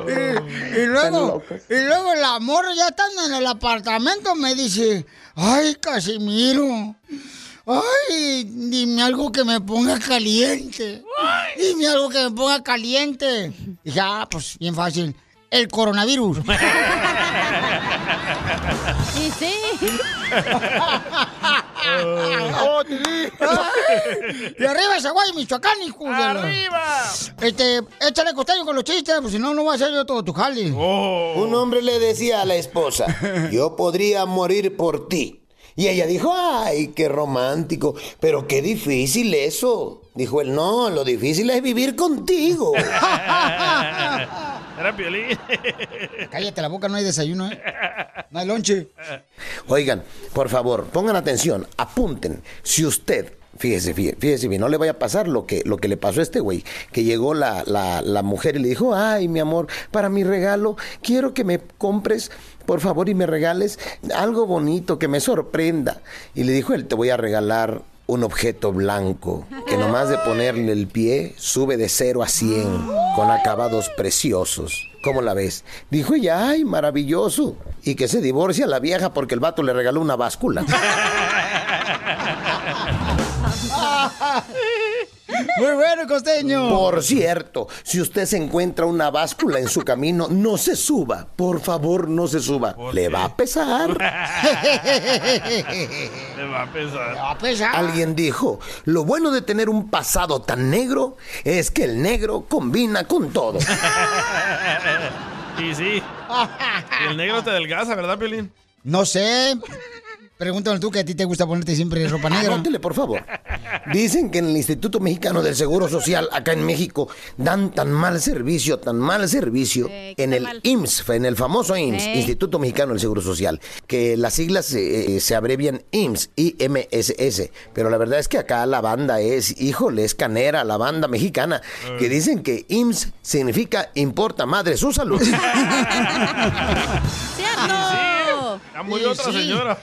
Speaker 2: y, y luego, y luego el amor ya estando en el apartamento me dice, ay Casimiro, ay, dime algo que me ponga caliente. Dime algo que me ponga caliente. Y ya, pues bien fácil. El coronavirus.
Speaker 3: ¡Y sí!
Speaker 2: Y arriba ese guay, Michoacán, hijo. ¡Arriba! Este, échale costeño con los chistes, pues si no, no va a ser yo todo tu jale.
Speaker 20: Un hombre le decía a la esposa, yo podría morir por ti. Y ella dijo, ay, qué romántico, pero qué difícil eso. Dijo él, no, lo difícil es vivir contigo.
Speaker 4: Era Piolín.
Speaker 2: Cállate la boca, no hay desayuno, ¿eh? No hay lonche.
Speaker 20: Oigan, por favor, pongan atención, apunten. Si usted, fíjese, fíjese, fíjese bien, no le vaya a pasar lo que, lo que le pasó a este güey, que llegó la, la- la mujer y le dijo, ay, mi amor, para mi regalo, quiero que me compres, por favor, y me regales algo bonito, que me sorprenda. Y le dijo, él, te voy a regalar un objeto blanco, que nomás de ponerle el pie, sube de 0 a 100, con acabados preciosos. ¿Cómo la ves? Dijo ella, ay, maravilloso. Y que se divorcia la vieja porque el vato le regaló una báscula.
Speaker 2: Muy bueno, costeño.
Speaker 20: Por cierto, si usted se encuentra una báscula en su camino, no se suba. Por favor, no se suba. Le va a pesar.
Speaker 4: Le va a pesar.
Speaker 20: Alguien dijo, lo bueno de tener un pasado tan negro es que el negro combina con todo.
Speaker 4: y sí. Y el negro te adelgaza, ¿verdad, Piolín?
Speaker 2: No sé. Pregúntale tú que a ti te gusta ponerte siempre ropa negra.
Speaker 20: Anótele, por favor. Dicen que en el Instituto Mexicano del Seguro Social, acá en México, dan tan mal servicio, tan mal servicio, en el IMSS, en el famoso IMSS,
Speaker 21: Ey.
Speaker 20: Instituto Mexicano del Seguro Social, que las siglas eh, eh, se abrevian IMSS, IMSS. Pero la verdad es que acá la banda es, híjole, es canera, la banda mexicana, que dicen que IMSS significa importa madre su salud.
Speaker 5: ¡Cierto!
Speaker 4: Ya murió otra señora.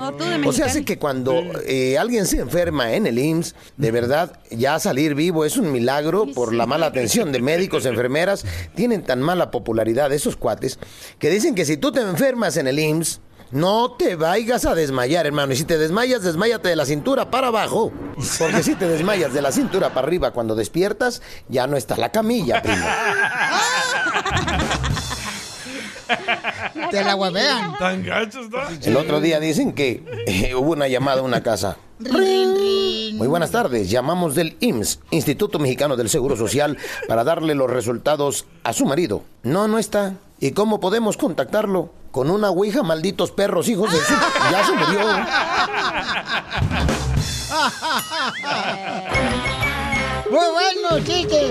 Speaker 5: O
Speaker 20: O
Speaker 5: tú de
Speaker 20: sea,
Speaker 5: Mexicali.
Speaker 20: así que cuando eh, alguien se enferma en el IMSS, de verdad, ya salir vivo es un milagro por la mala atención de médicos, enfermeras. Tienen tan mala popularidad esos cuates que dicen que si tú te enfermas en el IMSS, no te vayas a desmayar, hermano. Y si te desmayas, desmayate de la cintura para abajo. Porque si te desmayas de la cintura para arriba cuando despiertas, ya no está la camilla, primo.
Speaker 2: Te la huevean.
Speaker 4: Tan gacho está.
Speaker 20: El otro día dicen que eh, hubo una llamada a una casa. Muy
Speaker 2: Mm.
Speaker 20: buenas tardes, llamamos del IMSS, Instituto Mexicano del Seguro Social, para darle los resultados a su marido. No, no está. ¿Y cómo podemos contactarlo? Con una ouija, malditos perros, hijos de su... Ya se murió.
Speaker 2: Muy bueno, chiste.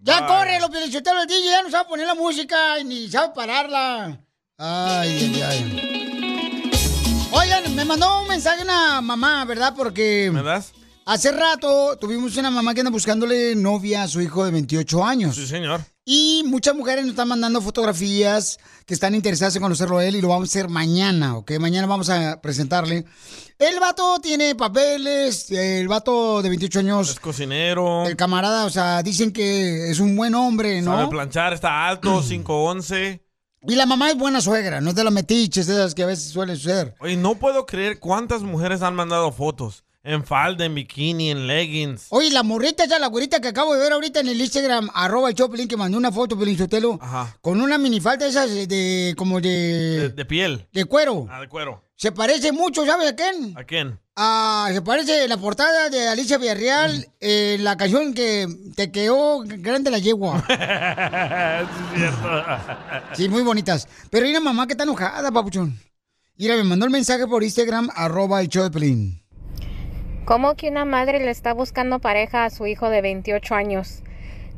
Speaker 2: Ya
Speaker 21: Ay.
Speaker 2: corre, los pielichoteros, el DJ ya no sabe poner la música y ni sabe pararla. Ay, ay, ay. Oigan, me mandó un mensaje una mamá, ¿verdad? Porque. ¿Me
Speaker 4: das?
Speaker 2: Hace rato tuvimos una mamá que anda buscándole novia a su hijo de 28 años.
Speaker 4: Sí, señor.
Speaker 2: Y muchas mujeres nos están mandando fotografías que están interesadas en conocerlo a él y lo vamos a hacer mañana, ¿ok? Mañana vamos a presentarle. El vato tiene papeles, el vato de 28 años,
Speaker 4: Cocinero.
Speaker 2: el camarada, o sea, dicen que es un buen hombre,
Speaker 4: Sabe
Speaker 2: ¿no?
Speaker 4: planchar, está alto, 5'11".
Speaker 2: Y la mamá es buena suegra, no es de las metiches, de esas que a veces suelen ser.
Speaker 4: Oye, no puedo creer cuántas mujeres han mandado fotos. En falda, en bikini, en leggings.
Speaker 2: Oye, la morrita esa, la güerita que acabo de ver ahorita en el Instagram, arroba el Choplin, que mandó una foto, Pelín Sotelo, con una minifalda esas de, como
Speaker 4: De,
Speaker 2: de,
Speaker 4: de piel.
Speaker 2: de cuero.
Speaker 4: Ah, de cuero.
Speaker 2: Se parece mucho, ¿sabes a quién?
Speaker 4: ¿A quién?
Speaker 2: Ah, se parece la portada de Alicia Villarreal, eh, la canción que te quedó grande la yegua.
Speaker 4: es cierto.
Speaker 2: Sí, muy bonitas. Pero hay una mamá que está enojada, papuchón. Mira, me mandó el mensaje por Instagram, arroba el show de Pelín.
Speaker 22: ¿Cómo que una madre le está buscando pareja a su hijo de 28 años?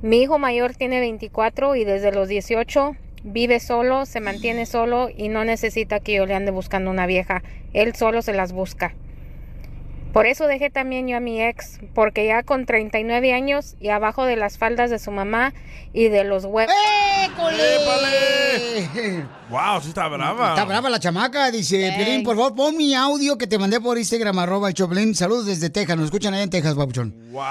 Speaker 22: Mi hijo mayor tiene 24 y desde los 18 vive solo, se mantiene solo y no necesita que yo le ande buscando una vieja. Él solo se las busca. Por eso dejé también yo a mi ex, porque ya con 39 años y abajo de las faldas de su mamá y de los huevos.
Speaker 4: Wow, sí está brava.
Speaker 2: Eh, Está brava la chamaca, dice Pelín, por favor, pon mi audio que te mandé por Instagram, arroba el show de Pelín. Saludos desde Texas, nos escuchan allá en Texas, papuchón.
Speaker 4: Wow.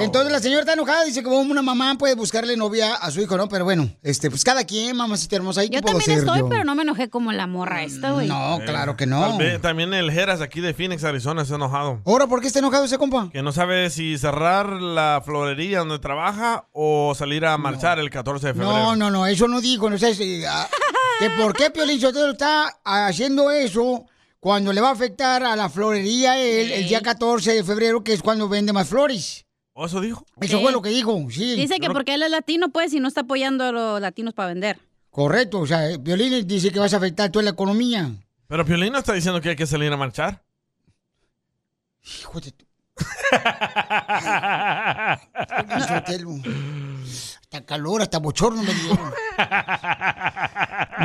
Speaker 2: Entonces la señora está enojada, dice que como una mamá puede buscarle novia a su hijo, ¿no? Pero bueno, este, pues cada quien, mamacita hermosa, ahí
Speaker 5: Yo también estoy, pero no me enojé como la morra esta, güey.
Speaker 2: No, Oh, claro que no.
Speaker 4: Eh, Tal vez también el Jeras aquí de Phoenix, Arizona, está enojado.
Speaker 2: Ahora, ¿por qué está enojado ese compa?
Speaker 4: Que no sabe si cerrar la florería donde trabaja o salir a marchar el 14 de febrero.
Speaker 2: No, no, no, eso no dijo. No sé si- ah, que por qué Piolín Sotelo está haciendo eso cuando le va a afectar a la florería él el día 14 de febrero, que es cuando vende más flores.
Speaker 4: ¿O Oh, eso dijo?
Speaker 2: Eso
Speaker 5: Sí.
Speaker 2: fue lo que dijo, sí.
Speaker 5: Dice que porque él es latino, pues, y no está apoyando a los latinos para vender.
Speaker 2: Correcto, o sea, Piolín dice que vas a afectar toda la economía.
Speaker 4: Pero Piolín no está diciendo que hay que salir a marchar.
Speaker 2: Hijo de tu... Piolín
Speaker 4: Ay,
Speaker 2: Sotelo. Hasta calor, hasta bochorno me dieron.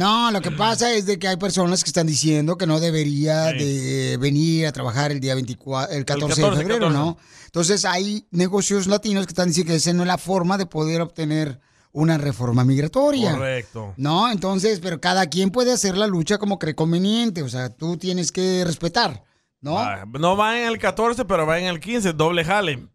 Speaker 2: No, lo que pasa es de que hay personas que están diciendo que no debería de venir a trabajar el día 24, el 14, de
Speaker 4: 14,
Speaker 2: febrero, ¿no? Entonces hay negocios latinos que están diciendo que esa no es la forma de poder obtener una reforma migratoria.
Speaker 4: Correcto.
Speaker 2: No, entonces, pero cada quien puede hacer la lucha como cree conveniente, o sea, tú tienes que respetar, ¿no?
Speaker 4: Ah, No va en el 14, pero va en el 15, doble jale.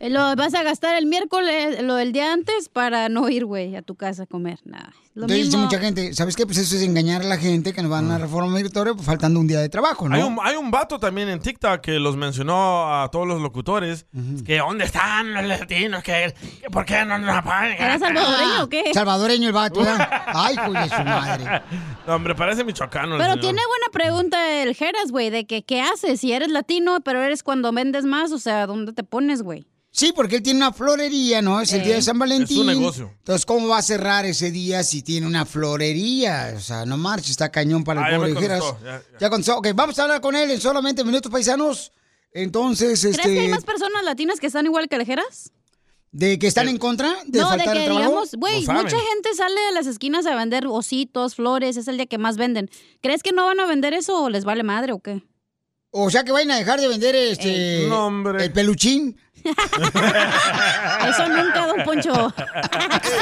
Speaker 5: Eh, Lo vas a gastar el miércoles, lo del día antes, para no ir, güey, a tu casa a comer. Nada. Lo
Speaker 2: Entonces dice
Speaker 5: mismo.
Speaker 2: mucha gente, ¿sabes qué? Pues eso es engañar a la gente que nos
Speaker 3: Ah.
Speaker 2: van a reforma migratoria pues, faltando un día de trabajo, ¿no?
Speaker 4: Hay un, hay un vato también en TikTok que los mencionó a todos los locutores. Que dónde están los latinos, que, que por qué no nos apagan.
Speaker 5: salvadoreño o qué?
Speaker 2: Salvadoreño el vato. ¿eh? Ay, hijo de su madre.
Speaker 4: No, hombre, parece michoacano. el
Speaker 5: Pero
Speaker 4: señor.
Speaker 5: tiene buena pregunta el Jeras, güey, de que qué haces si eres latino, pero eres cuando vendes más, o sea, ¿dónde te pones, güey?
Speaker 2: Sí, porque él tiene una florería, ¿no? Es el
Speaker 5: Eh.
Speaker 2: día de San Valentín.
Speaker 5: Es su negocio.
Speaker 2: Entonces, ¿cómo va a cerrar ese día si tiene una florería? O sea, no marches, está cañón para el
Speaker 3: Ah, ya me
Speaker 2: pobre Jeras.
Speaker 3: contestó, ya,
Speaker 2: Ya contestó. Ok, vamos a hablar con él en solamente minutos paisanos. Entonces,
Speaker 5: ¿Crees que hay
Speaker 2: este.
Speaker 5: más personas latinas que están igual que el Jeras?
Speaker 2: ¿De que están en contra? ¿De
Speaker 5: no, de
Speaker 2: faltar
Speaker 5: que
Speaker 2: al trabajo?
Speaker 5: digamos, güey, mucha gente sale de las esquinas a vender ositos, flores, es el día que más venden. ¿Crees que no van a vender eso o les vale madre o qué?
Speaker 2: O sea que vayan a dejar de vender este. El peluchín.
Speaker 5: Eso nunca, don Poncho.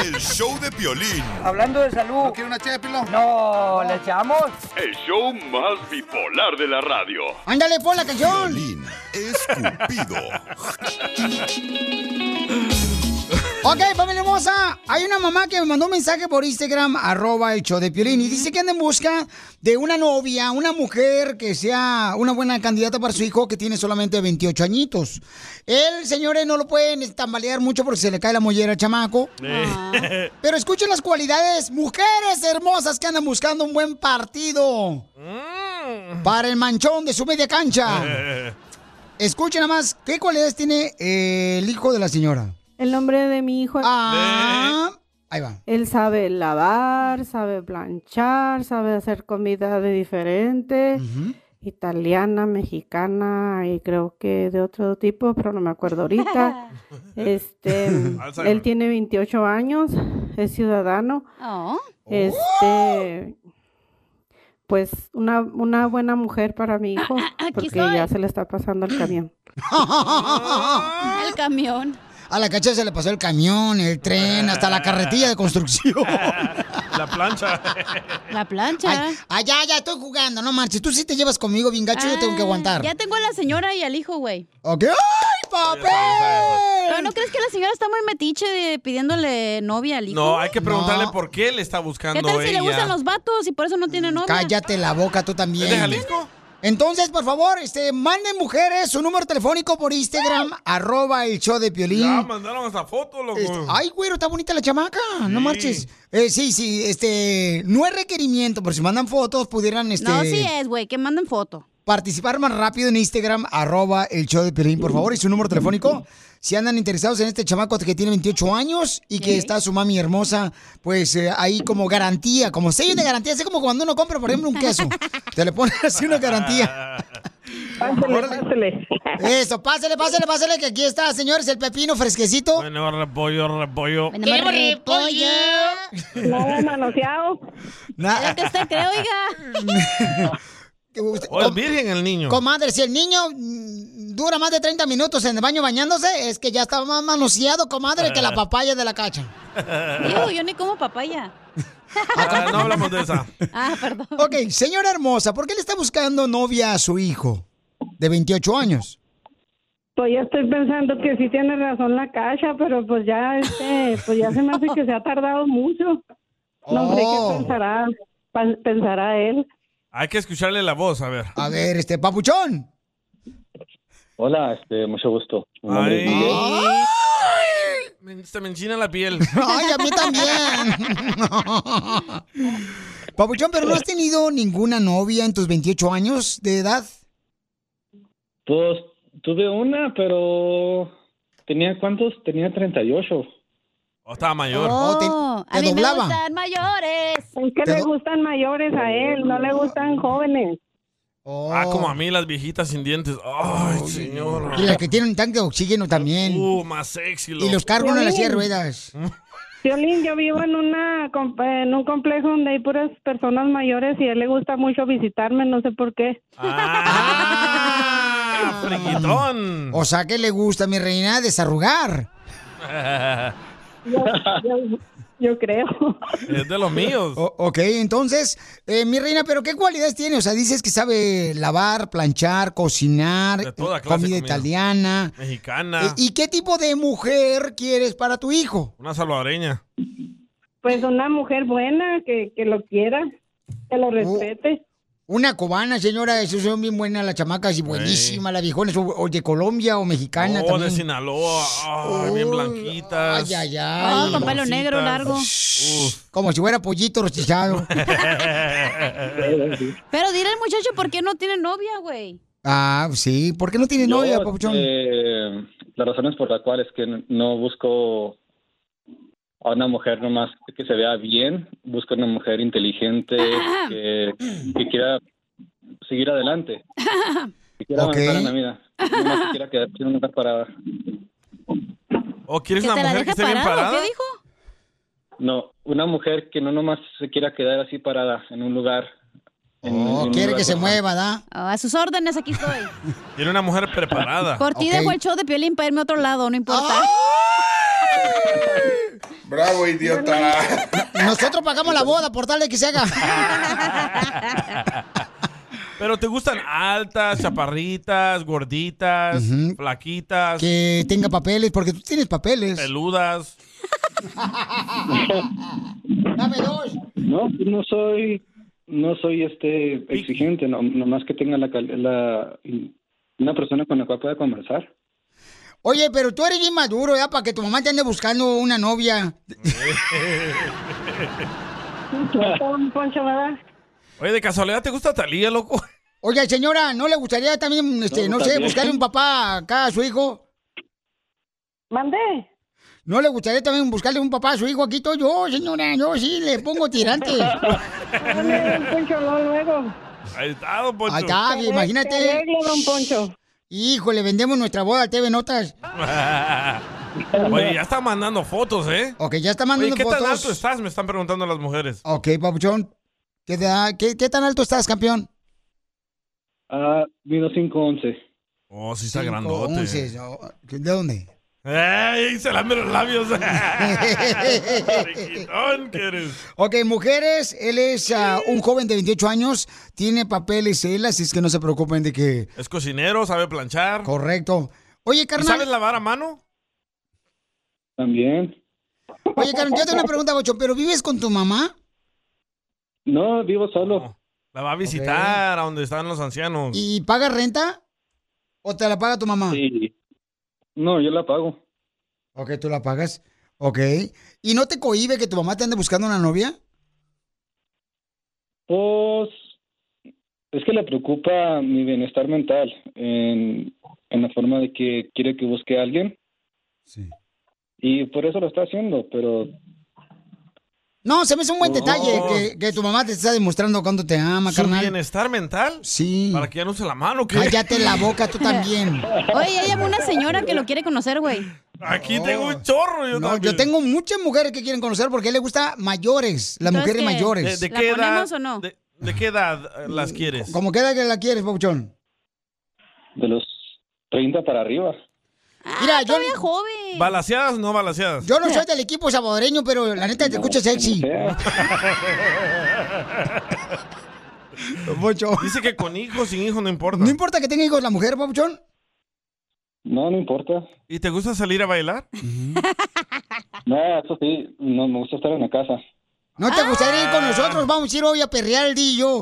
Speaker 19: El show de Piolín.
Speaker 23: Hablando de salud. ¿No quiere una ché de pilón? No, ¿le echamos?
Speaker 8: El show más bipolar de la radio.
Speaker 2: Ándale, pon la canción.
Speaker 19: Escupido.
Speaker 2: Ok, familia hermosa, hay una mamá que me mandó un mensaje por Instagram, arroba el show de Piolín, y dice que anda en busca de una novia, una mujer que sea una buena candidata para su hijo que tiene solamente 28 añitos. Él, señores, no lo pueden tambalear mucho porque se le cae la mollera al chamaco.
Speaker 4: Eh.
Speaker 2: Pero escuchen las cualidades, mujeres hermosas que andan buscando un buen partido para el manchón de su media cancha.
Speaker 4: Eh.
Speaker 2: Escuchen nada más, ¿qué cualidades tiene eh, el hijo de la señora?
Speaker 24: El nombre de mi hijo.
Speaker 2: Ah, ahí va.
Speaker 24: Él sabe lavar, sabe planchar, sabe hacer comida de diferente, italiana, mexicana y creo que de otro tipo, pero no me acuerdo ahorita. Este,
Speaker 25: Alzheimer.
Speaker 24: él tiene 28 años, es ciudadano. Este, pues una, una buena mujer para mi hijo, porque ya se le está pasando el camión.
Speaker 5: el camión.
Speaker 2: A la cacha se le pasó el camión, el tren, hasta la carretilla de construcción.
Speaker 4: La plancha.
Speaker 5: La plancha.
Speaker 2: Ay, ay, ya, ya, estoy jugando, no marches. Tú sí te llevas conmigo, bien gacho, yo Ah, tengo que aguantar.
Speaker 5: Ah, Ya tengo a la señora y al hijo, güey.
Speaker 2: Ok. ¡ah! ¡Ay, papel!
Speaker 5: Pero no crees que la señora está muy metiche de pidiéndole novia al hijo.
Speaker 4: No, hay que preguntarle por qué le está buscando
Speaker 5: ¿Qué tal si
Speaker 4: ella.
Speaker 5: le gustan los vatos y por eso no tiene novia?
Speaker 2: Cállate la boca tú también.
Speaker 4: ¿Es de Jalisco?
Speaker 2: Entonces, por favor, este, manden mujeres su número telefónico por Instagram, arroba el show de Piolín.
Speaker 4: Ya, mandaron hasta foto, loco.
Speaker 2: Este, ay, güero, está bonita la chamaca, no marches. Eh, sí, sí, este, no es requerimiento, por si mandan fotos, pudieran, este...
Speaker 5: No, sí es, güey, que manden foto.
Speaker 2: Participar más rápido en Instagram, arroba el show de Piolín, por favor, y su número telefónico. Si andan interesados en este chamaco que tiene 28 años y que está su mami hermosa, pues eh, ahí como garantía, como sello de garantía. Es como cuando uno compra, por ejemplo, un queso. Te le ponen así una garantía.
Speaker 24: Pásale,
Speaker 2: Eso, pásale, pásale, pásale, que aquí está, señores, el pepino fresquecito.
Speaker 4: Bueno, repollo, repollo.
Speaker 2: ¡Quiero repollo!
Speaker 24: No, manoseado.
Speaker 2: Nada.
Speaker 5: que usted cree, oiga.
Speaker 4: O es virgen el niño.
Speaker 2: Comadre, si el niño mm, dura más de 30 minutos en el baño bañándose, es que ya está más manoseado, comadre, que la papaya de la cacha.
Speaker 5: Yo, yo ni como papaya.
Speaker 4: Ah, no hablamos de esa.
Speaker 5: Ah, perdón.
Speaker 2: Ok, señora hermosa, ¿por qué le está buscando novia a su hijo de 28 años?
Speaker 24: Pues yo estoy pensando que sí tiene razón la cacha, pero pues ya este, pues ya se me hace que se ha tardado mucho. No sé
Speaker 4: Oh.
Speaker 24: qué pensará, pan- pensará él.
Speaker 4: Hay que escucharle la voz, a ver.
Speaker 2: A ver, este papuchón.
Speaker 11: Hola, este, mucho gusto. Mi nombre es
Speaker 4: Ay.
Speaker 11: Miguel.
Speaker 4: Me- Se me enchina la piel.
Speaker 2: Ay, a mí también. papuchón, ¿pero no has tenido ninguna novia en tus 28 años de edad?
Speaker 11: Pues tuve una, pero tenía cuántos? Tenía 38.
Speaker 4: O estaba mayor.
Speaker 5: Oh, a mí me gustan mayores.
Speaker 24: Es que le gustan mayores a él, no le gustan jóvenes.
Speaker 2: Oh.
Speaker 4: Ah, como a mí las viejitas sin dientes. Ay, señor.
Speaker 2: Y las que tienen un tanque de oxígeno también.
Speaker 4: Uh, más sexy.
Speaker 2: y los cargo uno en la silla de ruedas.
Speaker 24: Violín, yo vivo en una com- en un complejo donde hay puras personas mayores y a él le gusta mucho visitarme, no sé por qué.
Speaker 4: Ah. Friquitón.
Speaker 2: Ah, O sea, que le gusta, mi reina, desarrugar.
Speaker 24: Yo, yo- yo creo.
Speaker 4: Es de los míos.
Speaker 2: O- ok, entonces, eh, mi reina, ¿pero qué cualidades tiene? O sea, dices que sabe lavar, planchar, cocinar,
Speaker 4: De toda
Speaker 2: eh,
Speaker 4: clase de
Speaker 2: comida
Speaker 4: comida.
Speaker 2: italiana.
Speaker 4: Mexicana.
Speaker 2: Eh, ¿Y qué tipo de mujer quieres para tu hijo?
Speaker 4: Una salvadoreña.
Speaker 17: Pues una mujer buena que, que lo quiera, que lo respete.
Speaker 2: Oh. Una cubana, señora, eso son bien buenas las chamacas y buenísima la viejona, o, o de Colombia o mexicana
Speaker 4: Oh, de
Speaker 2: también.
Speaker 4: Sinaloa. Ay, bien blanquitas.
Speaker 2: Ay, ay, ay. Ah,
Speaker 5: oh,
Speaker 2: con pelo negro largo.
Speaker 4: Uf.
Speaker 2: Como si fuera pollito rostizado.
Speaker 5: Pero dirá el muchacho por qué no tiene novia, güey.
Speaker 2: ah, sí, ¿por qué no tiene
Speaker 11: Yo,
Speaker 2: novia, papuchón?
Speaker 11: eh, las razones por las cuales que n- no busco a una mujer nomás que se vea bien, busco una mujer inteligente que, que quiera seguir adelante, que quiera
Speaker 4: Ok.
Speaker 11: avanzar en la vida, no más que quiera quedarse en un lugar parada.
Speaker 4: ¿O quieres
Speaker 11: ¿Que
Speaker 4: una
Speaker 11: te la
Speaker 4: mujer que
Speaker 11: deje
Speaker 4: esté bien
Speaker 11: parado?
Speaker 4: parada?
Speaker 11: ¿Qué dijo? No, una mujer que no nomás se quiera quedar así parada en un lugar. en-
Speaker 4: Oh,
Speaker 11: en un
Speaker 2: Oh, Quiere
Speaker 11: lugar
Speaker 2: que se
Speaker 11: por-
Speaker 2: mueva, ¿da?
Speaker 5: Ah, a sus órdenes, aquí estoy.
Speaker 4: Tiene una mujer preparada.
Speaker 5: Por ti dejo el show de Piolín para irme a otro lado, no importa.
Speaker 2: Ah.
Speaker 3: Bravo, idiota.
Speaker 2: Nosotros pagamos la boda por tal de que se haga.
Speaker 4: Pero te gustan altas, chaparritas, gorditas, flaquitas,
Speaker 2: que tenga papeles, porque tú tienes papeles.
Speaker 4: peludas.
Speaker 2: Dame dos.
Speaker 11: No, no soy, no soy este exigente, no, nomás que tenga la, cal- la una persona con la cual pueda conversar.
Speaker 2: Oye, pero tú eres bien maduro, ya, para que tu mamá te ande buscando una novia.
Speaker 17: Poncho, ¿verdad?
Speaker 4: Oye, de casualidad, ¿te gusta Talía, loco?
Speaker 2: Oye, señora, ¿no le gustaría también, este,
Speaker 4: No, pues,
Speaker 2: no, sé,
Speaker 4: también.
Speaker 2: buscarle un papá acá a su hijo? ¿Mandé? ¿No le gustaría también buscarle un papá a su hijo? Aquí estoy yo, señora, yo sí le pongo tirante. luego.
Speaker 4: Ahí está, don Poncho.
Speaker 2: Ahí está, imagínate. Híjole, vendemos nuestra boda a TV Notas.
Speaker 4: Oye, ya está mandando fotos, ¿eh?
Speaker 2: Ok, ya está mandando
Speaker 4: Oye, ¿qué tan
Speaker 2: fotos.
Speaker 4: alto estás? Me están preguntando las mujeres.
Speaker 2: Ok, papuchón. ¿Qué, te da- qué- qué tan alto estás, campeón?
Speaker 11: Ah, mido 511.
Speaker 4: Oh, sí está
Speaker 11: Cinco
Speaker 4: grandote.
Speaker 2: onces, oh, ¿De dónde?
Speaker 4: ¡Ey! Se lambe los labios. Mariquitón que eres.
Speaker 2: Ok, mujeres, él es ah, un joven de 28 años, tiene papeles él, así es que no se preocupen de que...
Speaker 4: Es cocinero, sabe planchar.
Speaker 2: Correcto. Oye, carnal.
Speaker 4: ¿Sabes lavar a mano?
Speaker 11: También.
Speaker 2: Oye, Carmen, yo tengo una pregunta, Bocho, ¿pero vives con tu mamá?
Speaker 11: No, vivo solo.
Speaker 4: La va a visitar a donde están los ancianos.
Speaker 2: ¿Y pagas renta? ¿O te la paga tu mamá?
Speaker 11: Sí. No, yo la pago.
Speaker 2: Ok, tú la pagas. Ok. ¿Y no te cohibe que tu mamá te ande buscando una novia?
Speaker 11: Pues es que le preocupa mi bienestar mental en, en la forma de que quiere que busque a alguien.
Speaker 2: Sí.
Speaker 11: Y por eso lo está haciendo, pero
Speaker 2: No, se me hace un buen
Speaker 11: No.
Speaker 2: detalle que, que tu mamá te está demostrando cuánto te ama,
Speaker 4: ¿Su
Speaker 2: Ah, carnal.
Speaker 4: bienestar mental?
Speaker 2: Sí.
Speaker 4: ¿Para que ya no use la mano? o ¿qué?
Speaker 2: Cállate la boca, tú también.
Speaker 5: Oye, ya llamó una señora que lo quiere conocer, güey.
Speaker 4: Aquí tengo un chorro. Yo
Speaker 2: No, yo tengo muchas mujeres que quieren conocer porque a él le gusta mayores, las
Speaker 4: Entonces,
Speaker 2: mujeres
Speaker 4: ¿qué?
Speaker 2: mayores. Mm,
Speaker 4: ¿De- de ¿La qué edad? ponemos o no? ¿De qué edad eh, las quieres?
Speaker 2: ¿Cómo queda que la quieres, Pauchón?
Speaker 11: de los 30 para arriba.
Speaker 4: Ah,
Speaker 2: Mira, yo,
Speaker 4: ¿Balaseadas o no balaseadas?
Speaker 2: yo no soy del equipo saboreño, pero la neta te escucha sexy.
Speaker 4: Dice que con hijo, sin hijo, no importa.
Speaker 2: No importa que tenga hijos la mujer, Pauchón.
Speaker 11: No, no importa.
Speaker 4: ¿Y te gusta salir a bailar?
Speaker 11: No, eso sí, no me gusta estar en la casa.
Speaker 2: ¿No
Speaker 4: Ah.
Speaker 2: te gustaría ir con nosotros? Vamos a ir hoy a perrear el día y yo.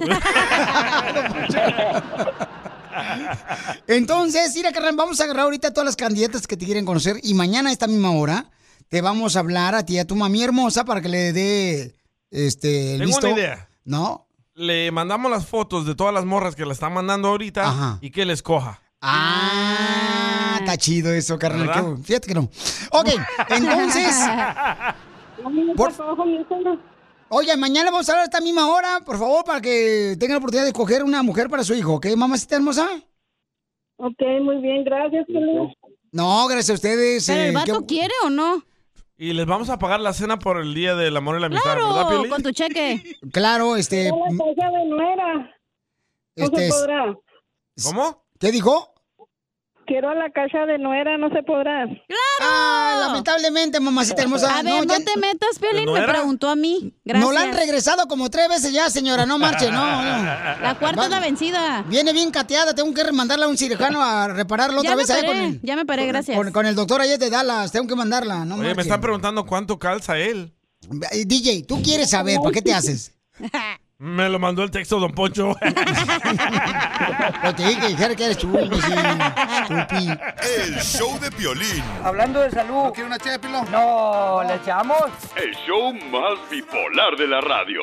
Speaker 2: Entonces, mira, carnal, vamos a agarrar ahorita a todas las candidatas que te quieren conocer y mañana a esta misma hora te vamos a hablar a ti y a tu mami hermosa para que le dé este el
Speaker 4: Tengo
Speaker 2: visto.
Speaker 4: una idea.
Speaker 2: ¿No?
Speaker 4: Le mandamos las fotos de todas las morras que la están mandando ahorita y que les coja.
Speaker 2: Ah, está chido eso, carnal.
Speaker 4: ¿Verdad?
Speaker 2: qué bueno. Fíjate que no. Ok, entonces. por- Oye, mañana vamos a hablar a esta misma hora, por favor, para que tengan la oportunidad de escoger una mujer para su hijo, ¿ok, mamacita hermosa?
Speaker 17: Ok, muy bien, gracias, Piolín.
Speaker 2: No, gracias a ustedes.
Speaker 5: ¿Pero el
Speaker 2: eh,
Speaker 5: vato
Speaker 2: qué-
Speaker 5: quiere o no?
Speaker 4: Y les vamos a pagar la cena por el día del amor y la amistad, ¿verdad,
Speaker 5: Claro,
Speaker 4: Piolín?
Speaker 5: con tu cheque.
Speaker 2: Claro, este.
Speaker 17: de nuera. No
Speaker 2: Este
Speaker 17: se
Speaker 2: es-
Speaker 17: podrá.
Speaker 4: ¿Cómo?
Speaker 2: ¿Qué dijo?
Speaker 17: Quiero a la casa de nuera, no se podrá.
Speaker 2: Ah, lamentablemente, mamacita hermosa.
Speaker 5: A ver, no te metas, Piolín, ¿No me era? preguntó a mí.
Speaker 2: No la
Speaker 5: Gracias.
Speaker 2: han regresado como tres veces ya, señora, no marche, no. no.
Speaker 5: La cuarta es la vencida.
Speaker 2: Viene bien cateada, tengo que mandarla a un cirujano a repararla otra
Speaker 5: Ya me
Speaker 2: vez ahí
Speaker 5: paré,
Speaker 2: con el,
Speaker 5: ya me paré,
Speaker 2: con-
Speaker 5: gracias.
Speaker 2: Con, con el doctor ayer de Dallas, tengo que mandarla, no
Speaker 4: Oye, me
Speaker 2: marchen.
Speaker 4: están preguntando cuánto calza él.
Speaker 2: Eh, DJ, tú quieres saber, ¿para qué te haces?
Speaker 4: Me lo mandó el texto Don Poncho.
Speaker 2: Lo te dije que dijera que eres tú, pues, imbécil. Tupi.
Speaker 19: El show de Piolín.
Speaker 23: Hablando de salud. ¿No quiere una ché No, ¿le echamos?
Speaker 8: El show más bipolar de la radio.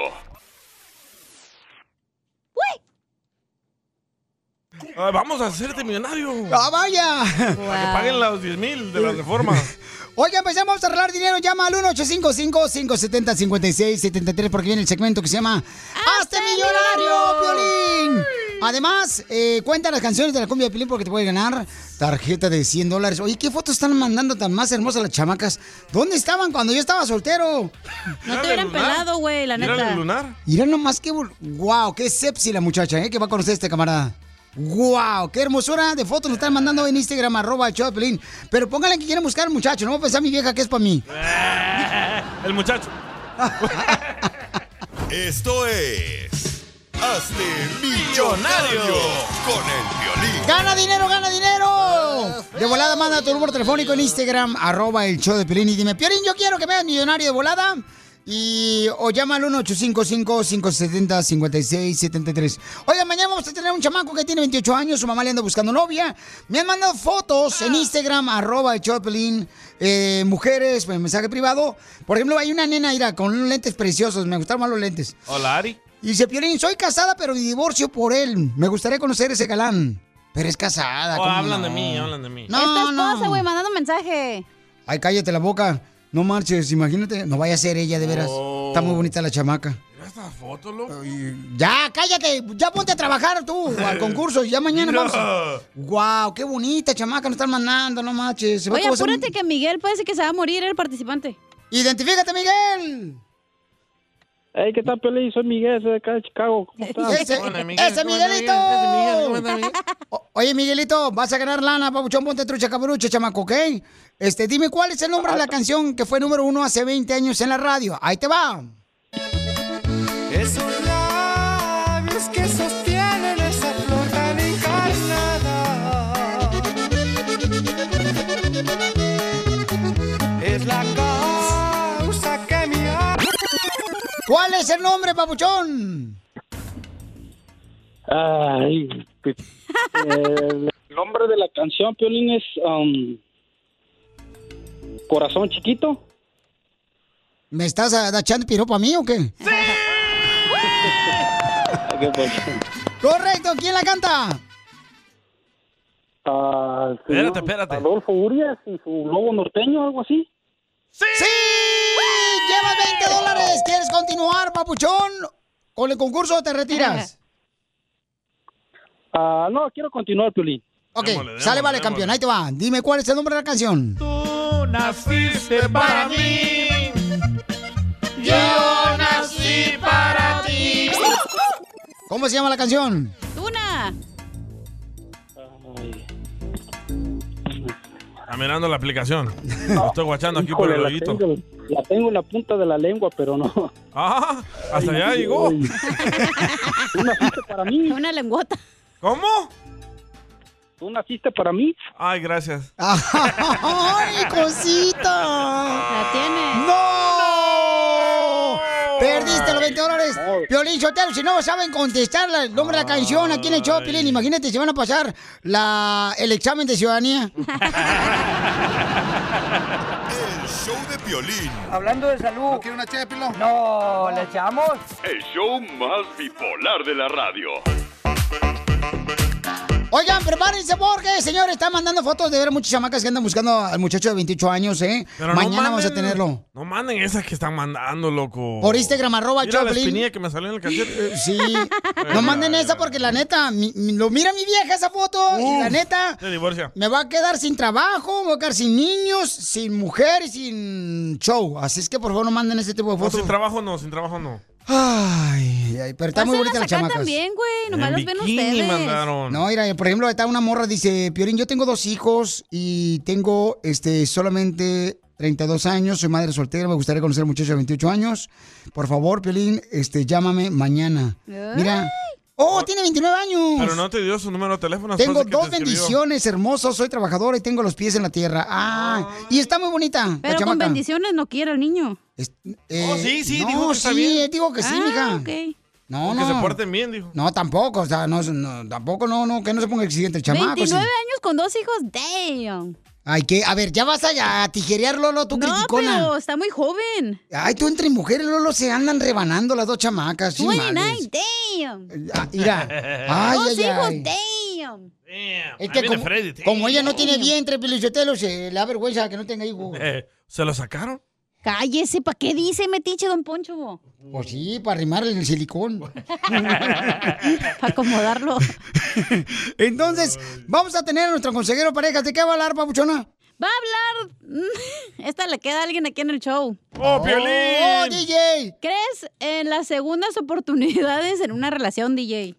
Speaker 4: Ah, vamos a hacerte millonario.
Speaker 2: ¡Ah, vaya!
Speaker 4: Para que paguen los 10 mil de la reforma.
Speaker 2: Oigan, pues ya vamos a arreglar dinero. Llama al 1-855-570-5673 porque viene el segmento que se llama
Speaker 5: Ah,
Speaker 2: ¡Hazte millonario, Piolín! Además, eh, cuenta las canciones de la cumbia de Piolín porque te puede ganar tarjeta de 100 dólares. Oye, ¿qué fotos están mandando tan más hermosas las chamacas? ¿Dónde estaban cuando yo estaba soltero?
Speaker 5: No te hubieran pelado, güey, la
Speaker 4: Mira
Speaker 5: neta.
Speaker 4: el lunar.
Speaker 2: Mira nomás qué... bul- ¡Guau! ¡Qué sepsi la muchacha, eh! Que va a conocer este camarada. ¡Guau! ¡Qué hermosura de fotos nos están mandando en Instagram, arroba el show de Piolín. Pero pónganle que quieren buscar, muchacho. No va a pensar mi vieja que es para mí.
Speaker 4: El muchacho.
Speaker 19: Esto es. Hazte millonario con el violín.
Speaker 2: ¡Gana dinero, gana dinero! De volada, manda tu número telefónico en Instagram, arroba el show de Piolín y dime, Piolín, yo quiero que me hagas millonario de volada. Y o llama al 1-855-570-5673. Oiga, mañana vamos a tener un chamaco que tiene 28 años, su mamá le anda buscando novia. Me han mandado fotos en Instagram, arroba el show de Piolín, eh, mujeres, pues, mensaje privado. Por ejemplo, hay una nena, mira, con unos lentes preciosos, me gustaron más los lentes.
Speaker 4: Hola, Ari.
Speaker 2: Y dice, Piolín, soy casada, pero mi divorcio por él. Me gustaría conocer ese galán. Pero es casada.
Speaker 4: Oh,
Speaker 2: ¿cómo
Speaker 4: hablan
Speaker 2: no?
Speaker 4: de mí, hablan de mí.
Speaker 2: No,
Speaker 26: Este
Speaker 5: es tu
Speaker 2: no.
Speaker 5: esposa, güey, mandando mensaje.
Speaker 2: Ay, cállate la boca. No marches, imagínate. No vaya a ser ella, de veras.
Speaker 4: Oh.
Speaker 2: Está muy bonita la chamaca.
Speaker 4: Esta foto, loco.
Speaker 2: Ya, cállate. Ya ponte a trabajar tú al concurso. Ya mañana
Speaker 4: Mira.
Speaker 2: vamos. a- Guau, qué bonita chamaca. Nos están mandando, no marches. Se va
Speaker 5: Oye,
Speaker 2: todo a hacer un-
Speaker 5: apúrate que Miguel parece que se va a morir el participante.
Speaker 2: ¡Identifícate, Miguel!
Speaker 26: Hey, ¿qué tal, Piolín? Soy Miguel, soy de acá de Chicago. ¿Cómo estás?
Speaker 2: ¡Ese, ese Miguelito! O- Oye, Miguelito, vas a ganar lana, papuchón, ponte trucha, caberucho, chamaco, ¿ok? Este, dime cuál es el nombre de la canción que fue número uno hace 20 años en la radio. Ahí te va.
Speaker 9: Esos labios que sostienen esa flor tan encarnada. Es la causa que mi
Speaker 2: ¿Cuál es el nombre, papuchón?
Speaker 26: Ay, pi- el nombre de la canción, Piolín, es um, Corazón Chiquito.
Speaker 2: ¿Me estás ah, echando piropo a mí o qué?
Speaker 26: Ok, pues,
Speaker 2: Correcto, ¿quién la canta?
Speaker 26: ah, sí,
Speaker 4: Espérate,
Speaker 26: ¿no?
Speaker 4: espérate.
Speaker 26: Adolfo Urias y su lobo norteño, algo así.
Speaker 2: ¡Sí! ¡Llevas 20 dólares! ¿Quieres continuar, papuchón? ¿Con el concurso o te retiras?
Speaker 26: Ah, no, quiero continuar, Piolín.
Speaker 2: Ok, sale, vale, campeón. Ahí te va. Dime cuál es el nombre de la canción.
Speaker 9: Tú naciste para mí. Yo nací para ti.
Speaker 2: ¿Cómo se llama la canción?
Speaker 5: ¡Tuna!
Speaker 4: Está mirando la aplicación. Lo estoy guachando aquí por
Speaker 26: Híjole,
Speaker 4: el
Speaker 26: la
Speaker 4: hoyito.
Speaker 26: tengo, la tengo en la punta de la lengua, pero no.
Speaker 4: Ah, hasta allá
Speaker 26: Ay,
Speaker 4: llegó.
Speaker 26: ay. Una fiesta para mí.
Speaker 5: Una lengüota.
Speaker 4: ¿Cómo?
Speaker 26: ¿Tú naciste para mí?
Speaker 4: Ay, gracias.
Speaker 2: ¡Ay, cosita! ¡La
Speaker 5: tiene!
Speaker 2: ¡No! Perdiste los 20 dólares. Piolín Sotelo, si no saben contestar la- el nombre de la
Speaker 4: Ah.
Speaker 2: canción aquí en el show, Piolín, imagínate, se van a pasar la, el examen de ciudadanía.
Speaker 19: El show de Piolín.
Speaker 23: Hablando de salud. ¿No quiere una ché No, ¿le echamos?
Speaker 8: El show más bipolar de la radio.
Speaker 2: Oigan, prepárense porque, señores, están mandando fotos de ver muchas chamacas que andan buscando al muchacho de 28 años, ¿eh?
Speaker 4: Pero no
Speaker 2: Mañana vamos a
Speaker 4: manden-
Speaker 2: tenerlo.
Speaker 4: No manden esas que están mandando, loco.
Speaker 2: Por Instagram, arroba
Speaker 4: Mira la
Speaker 2: Choplin. Eh,
Speaker 4: espinilla que me salió en el cachete.
Speaker 2: Sí. No manden esa porque la neta, mi- mi- lo mira mi vieja esa foto y la neta...
Speaker 4: Se divorcia.
Speaker 2: Me va a quedar sin trabajo, me voy a quedar sin niños, sin mujer y sin show. Así es que por favor no manden ese tipo de
Speaker 4: No,
Speaker 2: fotos.
Speaker 4: sin trabajo no, sin trabajo no.
Speaker 2: Ay, ay, pero está muy
Speaker 5: Pásenlas
Speaker 2: bonita la
Speaker 5: acá
Speaker 2: chamacas.
Speaker 5: también, güey. Nomás
Speaker 4: En
Speaker 5: las ven
Speaker 4: bikini
Speaker 5: ustedes.
Speaker 4: mandaron.
Speaker 2: No, mira, por ejemplo, está una morra, dice, Piorín, yo tengo dos hijos y tengo este solamente 32 años, soy madre soltera, me gustaría conocer a un muchacho de 28 años. Por favor, Piolín, este, llámame mañana. Mira, Oh, tiene 29 años.
Speaker 4: Pero no te dio su número de teléfono.
Speaker 2: Tengo
Speaker 4: después de que
Speaker 2: dos
Speaker 4: te escribió.
Speaker 2: bendiciones, hermoso. Soy trabajadora y tengo los pies en la tierra. Ah, y está muy bonita. la
Speaker 5: Pero con
Speaker 2: chamaca.
Speaker 5: bendiciones no quiere el niño.
Speaker 2: Eh,
Speaker 5: Oh, sí, sí,
Speaker 2: no,
Speaker 5: dijo que está
Speaker 2: sí,
Speaker 5: bien.
Speaker 2: él dijo que sí,
Speaker 5: Ah,
Speaker 2: mija.
Speaker 5: ok.
Speaker 2: No,
Speaker 4: Que
Speaker 2: no.
Speaker 4: se porten bien, dijo.
Speaker 2: No, tampoco, o sea, no, no, tampoco, no, no, que no se ponga exigente el chamaco.
Speaker 5: 29
Speaker 2: sí.
Speaker 5: años con dos hijos, damn.
Speaker 2: Ay, que, a ver, ya vas allá a tijerear, Lolo, tú
Speaker 5: No,
Speaker 2: criticona.
Speaker 5: pero está muy joven.
Speaker 2: Ay, tú entre mujeres, Lolo, se andan rebanando las dos chamacas. sí,
Speaker 5: 29,
Speaker 2: males.
Speaker 5: damn.
Speaker 2: Ah, Mira, ay,
Speaker 5: dos
Speaker 2: ay,
Speaker 5: hijos,
Speaker 2: ay.
Speaker 5: damn.
Speaker 2: Es
Speaker 4: Ahí
Speaker 2: que
Speaker 4: viene
Speaker 2: como,
Speaker 4: Freddy, damn.
Speaker 2: como ella no tiene vientre, Pilichotelo, se le da vergüenza que no tenga hijos.
Speaker 4: Eh, ¿Se lo sacaron?
Speaker 5: Cállese, ¿para qué dice metiche, don Poncho?
Speaker 2: Pues sí, para arrimarle el silicón.
Speaker 5: para acomodarlo.
Speaker 2: Entonces, vamos a tener a nuestro consejero parejas. ¿De qué va a hablar, papuchona?
Speaker 5: Va a hablar. mm, Esta le queda a alguien aquí en el show.
Speaker 4: ¡Oh, Piolín!
Speaker 2: ¡Oh, DJ!
Speaker 5: ¿Crees en las segundas oportunidades en una relación, DJ?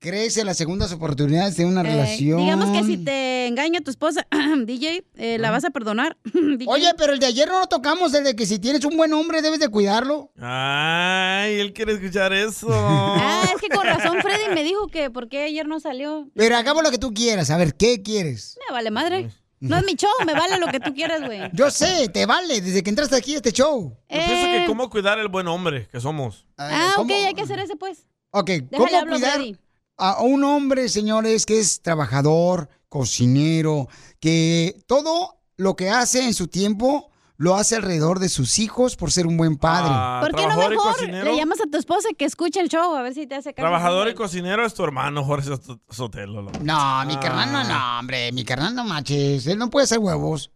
Speaker 2: ¿Crees en las segundas oportunidades de una
Speaker 5: Eh,
Speaker 2: relación?
Speaker 5: Digamos que si te engaña tu esposa, DJ, eh, ¿la vas a perdonar?
Speaker 2: Oye, pero el de ayer no lo tocamos, el de que si tienes un buen hombre debes de cuidarlo.
Speaker 4: Ay, él quiere escuchar eso.
Speaker 5: Ah, es que con razón Freddy me dijo que por qué ayer no salió.
Speaker 2: Pero hagamos lo que tú quieras, a ver, ¿qué quieres?
Speaker 5: Me vale madre. No es mi show, me vale lo que tú quieras, güey.
Speaker 2: Yo sé, te vale, desde que entraste aquí a este show.
Speaker 4: Yo pienso
Speaker 5: Eh.
Speaker 4: que cómo cuidar el buen hombre que somos.
Speaker 5: Ah, ok, hay que hacer ese pues.
Speaker 2: Ok,
Speaker 5: Déjale
Speaker 2: ¿cómo
Speaker 5: hablo a
Speaker 2: cuidar
Speaker 5: Freddy.
Speaker 2: a un hombre, señores, que es trabajador, cocinero, que todo lo que hace en su tiempo lo hace alrededor de sus hijos por ser un buen padre?
Speaker 5: ¿Por qué no
Speaker 4: Ah, Trabajador y
Speaker 5: mejor
Speaker 4: cocinero.
Speaker 5: le llamas a tu esposa que escuche el show? A ver si te hace caso.
Speaker 4: Trabajador y cocinero es tu hermano, Jorge Sot- Sotelo. la-
Speaker 2: No, mi
Speaker 4: Ah.
Speaker 2: carnal no, no, hombre, mi carnal no manches, él no puede hacer huevos.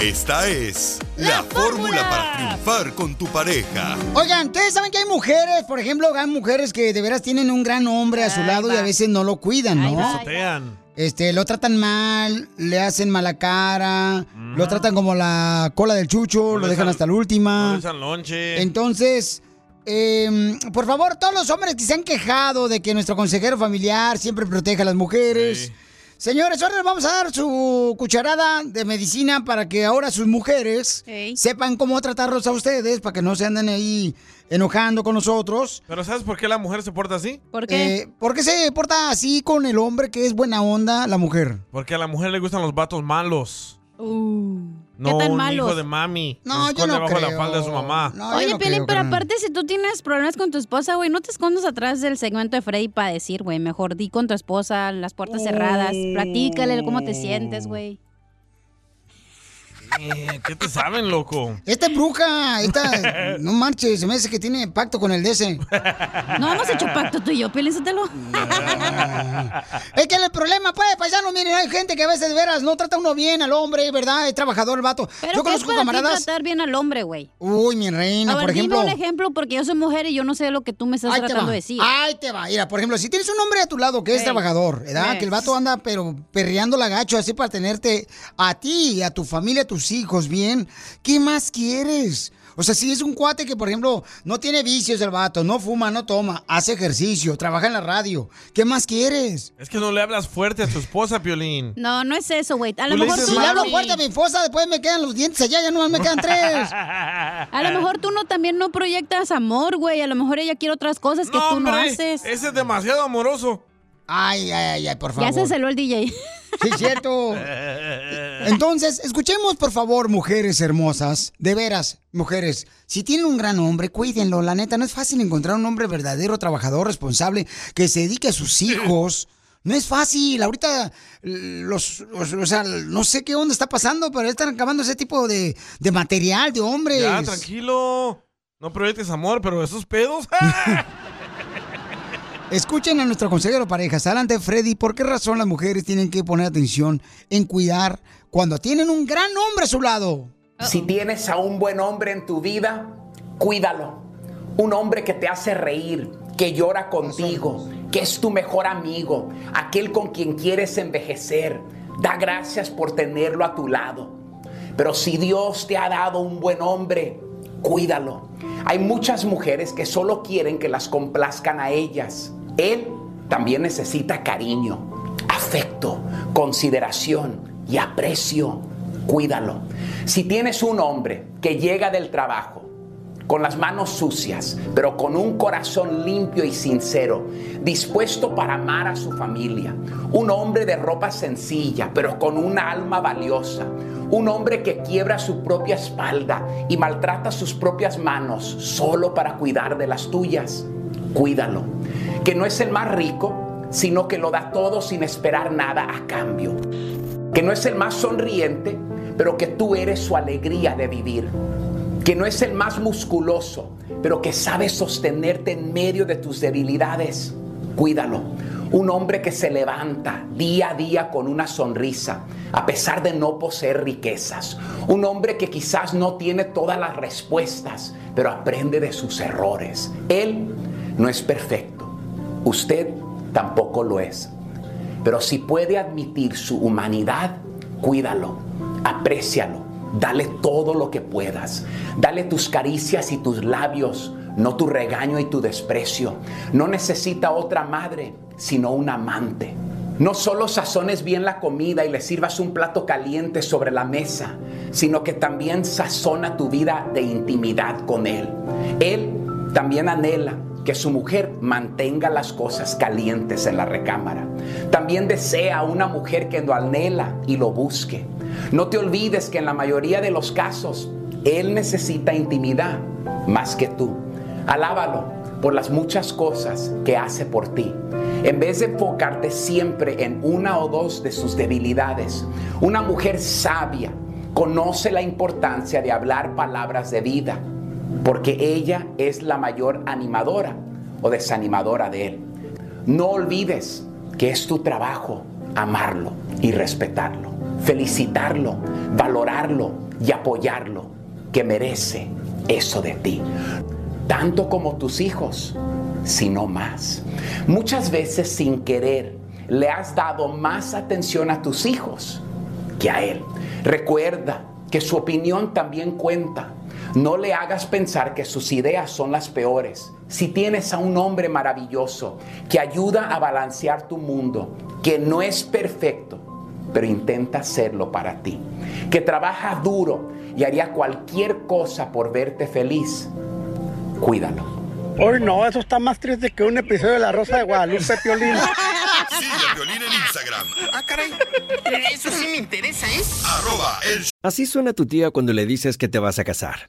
Speaker 19: Esta es la, fórmula para triunfar con tu pareja.
Speaker 2: Oigan, ustedes saben que hay mujeres, por ejemplo, hay mujeres que de veras tienen un gran hombre a su lado y a veces no lo cuidan, ¿no?
Speaker 4: Sotean.
Speaker 2: Este, lo tratan mal, le hacen mala cara, lo tratan como la cola del chucho, lo dejan hasta la última.
Speaker 4: Usan lonche.
Speaker 2: Entonces, eh, por favor, todos los hombres que se han quejado de que nuestro consejero familiar siempre protege a las mujeres. Señores, ahora les vamos a dar su cucharada de medicina para que ahora sus mujeres
Speaker 4: Ey.
Speaker 2: sepan cómo tratarlos a ustedes, para que no se anden ahí enojando con nosotros.
Speaker 4: Pero ¿sabes por qué la mujer se porta así?
Speaker 2: Eh, ¿Por qué se porta así con el hombre que es buena onda la mujer?
Speaker 4: Porque a la mujer le gustan los vatos malos.
Speaker 5: Uh.
Speaker 4: No
Speaker 5: tan
Speaker 4: un hijo
Speaker 5: malos?
Speaker 4: de mami.
Speaker 5: No,
Speaker 4: Se
Speaker 5: yo no
Speaker 4: esconde bajo la
Speaker 5: creo.
Speaker 4: falda de su mamá.
Speaker 5: Oye, Piolín, pero aparte, si tú tienes problemas con tu esposa, güey, no te escondas atrás del segmento de Freddy para decir, güey, mejor di con tu esposa, las puertas cerradas, platícale cómo te sientes, güey.
Speaker 4: Eh, ¿Qué te saben, loco?
Speaker 2: Esta es bruja, esta, no marches, se me dice que tiene pacto con el DC.
Speaker 5: No hemos hecho pacto tú y yo, Piolín, sótelo.
Speaker 2: Es que el problema, pues, paisano, miren, hay gente que a veces de veras no trata uno bien al hombre, ¿verdad? Es trabajador el vato.
Speaker 5: Pero
Speaker 2: yo
Speaker 5: ¿qué es
Speaker 2: conozco
Speaker 5: para ti
Speaker 2: camaradas.
Speaker 5: tratar bien al hombre, güey.
Speaker 2: Uy, mi reina,
Speaker 5: A ver,
Speaker 2: por ejemplo.
Speaker 5: dime un ejemplo, porque yo soy mujer y yo no sé lo que tú me estás
Speaker 2: Ahí te
Speaker 5: tratando
Speaker 2: va.
Speaker 5: de decir.
Speaker 2: Ahí te va, mira, por ejemplo, si tienes un hombre a tu lado que es
Speaker 5: Ey.
Speaker 2: trabajador, ¿verdad?
Speaker 5: Ey.
Speaker 2: Que el vato anda pero perreando la gacho así para tenerte a ti, a tu familia, a tus hijos bien, ¿qué más quieres? O sea, si es un cuate que, por ejemplo, no tiene vicios el vato, no fuma, no toma, hace ejercicio, trabaja en la radio, ¿qué más quieres?
Speaker 4: Es que no le hablas fuerte a tu esposa, Piolín.
Speaker 5: No, no es eso, güey. A
Speaker 4: Tú
Speaker 5: lo
Speaker 4: le
Speaker 5: mejor
Speaker 4: dices,
Speaker 5: tú
Speaker 2: Si le hablo
Speaker 5: Sí.
Speaker 2: fuerte a mi esposa, después me quedan los dientes allá, ya no me quedan tres.
Speaker 5: A lo mejor tú no también no proyectas amor, güey. A lo mejor ella quiere otras cosas que tú no
Speaker 4: Hombre,
Speaker 5: haces.
Speaker 4: Ese es demasiado amoroso.
Speaker 2: Ay, ay, ay, ay, por
Speaker 5: Ya
Speaker 2: favor.
Speaker 5: se celó el DJ.
Speaker 2: Sí, es cierto. Entonces, escuchemos por favor, mujeres hermosas, de veras, mujeres, si tienen un gran hombre, cuídenlo, la neta, no es fácil encontrar un hombre verdadero, trabajador, responsable, que se dedique a sus hijos. No es fácil, ahorita los, los- o sea, no sé qué onda está pasando, pero están acabando ese tipo de, de material de hombres.
Speaker 4: Ya, tranquilo. No proyectes amor, pero esos pedos. ¡ah!
Speaker 2: Escuchen a nuestro consejero parejas. Adelante, Freddy. ¿Por qué razón las mujeres tienen que poner atención en cuidar cuando tienen un gran hombre a su lado?
Speaker 23: Si tienes a un buen hombre en tu vida, cuídalo. Un hombre que te hace reír, que llora contigo, que es tu mejor amigo, aquel con quien quieres envejecer. Da gracias por tenerlo a tu lado. Pero si Dios te ha dado un buen hombre, cuídalo. Hay muchas mujeres que solo quieren que las complazcan a ellas. Él también necesita cariño, afecto, consideración y aprecio. Cuídalo. Si tienes un hombre que llega del trabajo, con las manos sucias, pero con un corazón limpio y sincero, dispuesto para amar a su familia. Un hombre de ropa sencilla, pero con una alma valiosa. Un hombre que quiebra su propia espalda y maltrata sus propias manos solo para cuidar de las tuyas. Cuídalo. Que no es el más rico, sino que lo da todo sin esperar nada a cambio. Que no es el más sonriente, pero que tú eres su alegría de vivir. Que no es el más musculoso, pero que sabe sostenerte en medio de tus debilidades. Cuídalo. Un hombre que se levanta día a día con una sonrisa, a pesar de no poseer riquezas. Un hombre que quizás no tiene todas las respuestas, pero aprende de sus errores. Él no es perfecto. Usted tampoco lo es. Pero si puede admitir su humanidad, cuídalo, aprécialo, dale todo lo que puedas. Dale tus caricias y tus labios, no tu regaño y tu desprecio. No necesita otra madre, sino un amante. No solo sazones bien la comida y le sirvas un plato caliente sobre la mesa, sino que también sazona tu vida de intimidad con él. Él también anhela que su mujer mantenga las cosas calientes en la recámara. También desea una mujer que lo anhela y lo busque. No te olvides que en la mayoría de los casos, él necesita intimidad más que tú. Alábalo por las muchas cosas que hace por ti. En vez de enfocarte siempre en una o dos de sus debilidades, una mujer sabia conoce la importancia de hablar palabras de vida porque ella es la mayor animadora o desanimadora de él. No olvides que es tu trabajo amarlo y respetarlo, felicitarlo, valorarlo y apoyarlo, que merece eso de ti, tanto como tus hijos, sino más. Muchas veces sin querer le has dado más atención a tus hijos que a él. Recuerda que su opinión también cuenta. No le hagas pensar que sus ideas son las peores. Si tienes a un hombre maravilloso que ayuda a balancear tu mundo, que no es perfecto, pero intenta hacerlo para ti, que trabaja duro y haría cualquier cosa por verte feliz, cuídalo.
Speaker 6: Hoy no, eso está más triste que un episodio de La Rosa de Guadalupe Piolín.
Speaker 19: Sigue a Piolín en Instagram.
Speaker 7: Ah, caray. Eso sí me interesa, ¿eh?
Speaker 19: Arroba el
Speaker 25: Así suena tu tía cuando le dices que te vas a casar.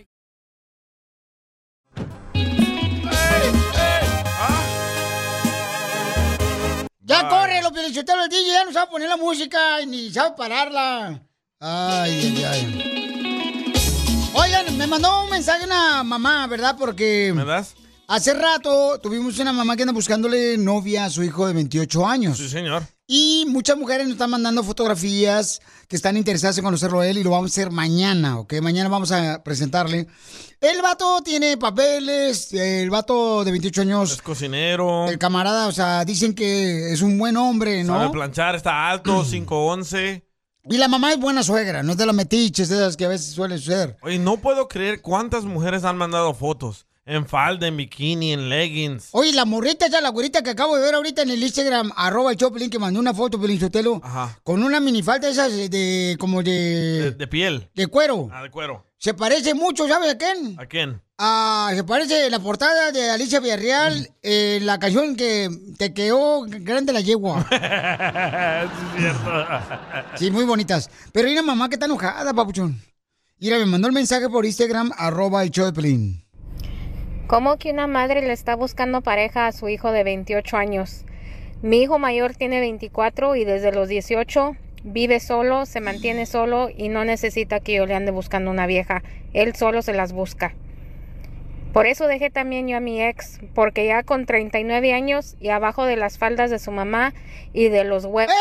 Speaker 3: Ya corre, los piolichoteros, el DJ ya no sabe poner la música y ni sabe pararla. Ay, ay, ay. Oigan, me mandó un mensaje una mamá, ¿verdad? Porque...
Speaker 4: ¿Me das?
Speaker 3: Hace rato tuvimos una mamá que anda buscándole novia a su hijo de 28 años.
Speaker 4: Sí, señor.
Speaker 3: Y muchas mujeres nos están mandando fotografías que están interesadas en conocerlo a él y lo vamos a hacer mañana, ¿ok? Mañana vamos a presentarle. El vato tiene papeles, el vato de 28 años,
Speaker 4: Es cocinero.
Speaker 3: el camarada, o sea, dicen que es un buen hombre, ¿no?
Speaker 4: Sabe planchar, está alto, 5'11.
Speaker 2: Y la mamá es buena suegra, no es de las metiches de esas que a veces suele suceder.
Speaker 4: Oye, no puedo creer cuántas mujeres han mandado fotos. En falda, en bikini, en leggings.
Speaker 2: Oye, la morrita ya, la güerita que acabo de ver ahorita en el Instagram, arroba el Choplin, que mandó una foto, Pelín Sotelo, con una minifalda esas de, de- como
Speaker 4: De,
Speaker 2: de,
Speaker 4: de piel.
Speaker 2: de cuero.
Speaker 4: Ah, de cuero.
Speaker 2: Se parece mucho, ¿sabes a quién?
Speaker 4: ¿A quién?
Speaker 2: Ah, se parece la portada de Alicia Villarreal, eh, la canción que te quedó grande la yegua.
Speaker 4: es cierto.
Speaker 2: Sí, muy bonitas. Pero hay una mamá que está enojada, papuchón. Mira, me mandó el mensaje por Instagram, arroba el Choplin.
Speaker 27: ¿Cómo que una madre le está buscando pareja a su hijo de 28 años? Mi hijo mayor tiene 24 y desde los 18 vive solo, se mantiene solo y no necesita que yo le ande buscando una vieja. Él solo se las busca. Por eso dejé también yo a mi ex, porque ya con 39 años y abajo de las faldas de su mamá y de los huevos.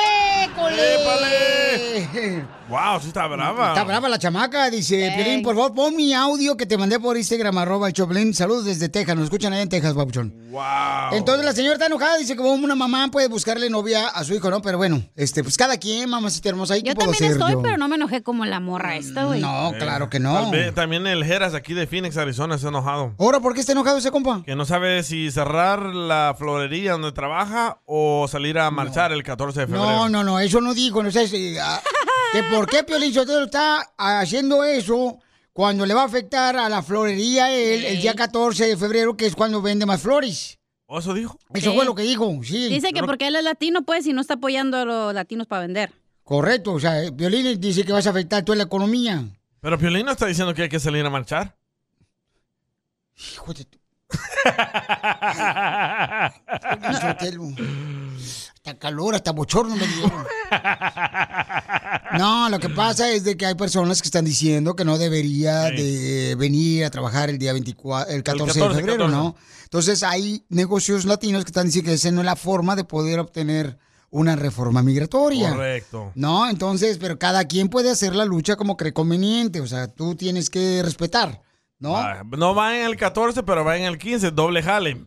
Speaker 4: Wow, sí está brava.
Speaker 2: Está brava la chamaca, dice, Piolín, por favor, pon mi audio que te mandé por Instagram, arroba el Choplin. Saludos desde Texas, nos escuchan allá en Texas, papuchón.
Speaker 4: Wow.
Speaker 2: Entonces la señora está enojada, dice que una mamá puede buscarle novia a su hijo, ¿no? Pero bueno, este, pues cada quien, mamacita hermosa, ¿y qué
Speaker 5: Yo
Speaker 2: puedo
Speaker 5: también
Speaker 2: hacer
Speaker 5: estoy,
Speaker 2: yo? Mm,
Speaker 5: pero no me enojé como la morra esta, güey.
Speaker 2: No, claro que no.
Speaker 4: Tal vez también el Geras aquí de Phoenix, Arizona, está enojado.
Speaker 2: Ahora, ¿por qué está enojado ese compa?
Speaker 4: Que no sabe si cerrar la florería donde trabaja o salir a marchar el 14 de febrero.
Speaker 2: No, no, no, eso no dijo, no sé si- ah, que por qué Piolín Sotelo está haciendo eso cuando le va a afectar a la florería el, el día 14 de febrero, que es cuando vende más flores.
Speaker 4: ¿O eso dijo?
Speaker 2: Eso
Speaker 5: Sí.
Speaker 2: fue lo que dijo, sí.
Speaker 5: Dice que porque él es latino, pues, y no está apoyando a los latinos para vender.
Speaker 2: Correcto, o sea, eh, Violín dice que vas a afectar toda la economía.
Speaker 4: Pero Piolín no está diciendo que hay que salir a marchar.
Speaker 2: Hijo de tu...
Speaker 4: Piolín
Speaker 2: Sotelo. Hasta calor, hasta bochorno me dieron. No, lo que pasa es de que hay personas que están diciendo que no debería de venir a trabajar el día 24, el 14, de
Speaker 4: 14,
Speaker 2: febrero, ¿no? Entonces hay negocios latinos que están diciendo que esa no es la forma de poder obtener una reforma migratoria.
Speaker 4: Correcto.
Speaker 2: No, entonces, pero cada quien puede hacer la lucha como cree conveniente, o sea, tú tienes que respetar, ¿no?
Speaker 4: Ah, no va en el 14, pero va en el 15, doble jale.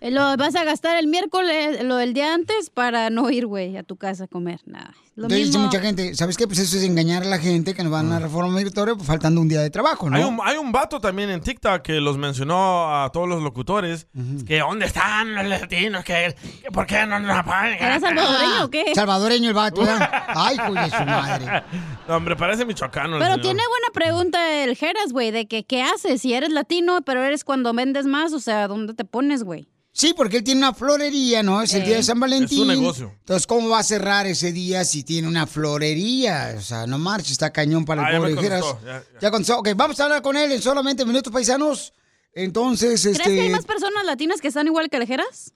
Speaker 5: Eh, Lo vas a gastar el miércoles, lo del día antes, para no ir, güey, a tu casa a comer. Nada. Lo
Speaker 2: Entonces dice
Speaker 5: mismo.
Speaker 2: mucha gente, ¿sabes qué? Pues eso es engañar a la gente que nos van a una reforma migratoria pues, faltando un día de trabajo, ¿no?
Speaker 4: Mm. Hay un, hay un vato también en TikTok que los mencionó a todos los locutores. Que dónde están los latinos, que, que por qué no nos apagan.
Speaker 5: ¿Era salvadoreño o qué?
Speaker 2: Salvadoreño el vato, ¿verdad? Ay, hijo de su madre.
Speaker 4: No, hombre, parece michoacano. el
Speaker 5: Pero
Speaker 4: señor.
Speaker 5: tiene buena pregunta el Geras, güey, de que qué haces si eres latino, pero eres cuando vendes más, o sea, ¿dónde te pones, güey?
Speaker 2: Sí, porque él tiene una florería, ¿no? Es el
Speaker 5: Eh.
Speaker 2: día de San Valentín.
Speaker 5: Es un negocio.
Speaker 2: Entonces, ¿cómo va a cerrar ese día si tiene una florería? O sea, no marcha, está cañón para
Speaker 4: Ah,
Speaker 2: el
Speaker 4: ya me
Speaker 2: pobre Geras.
Speaker 4: contestó, ya,
Speaker 2: Ya contestó. Ok, vamos a hablar con él en solamente minutos paisanos. Entonces,
Speaker 5: ¿Crees Pues que hay
Speaker 2: este.
Speaker 5: más personas latinas que están igual que el Geras?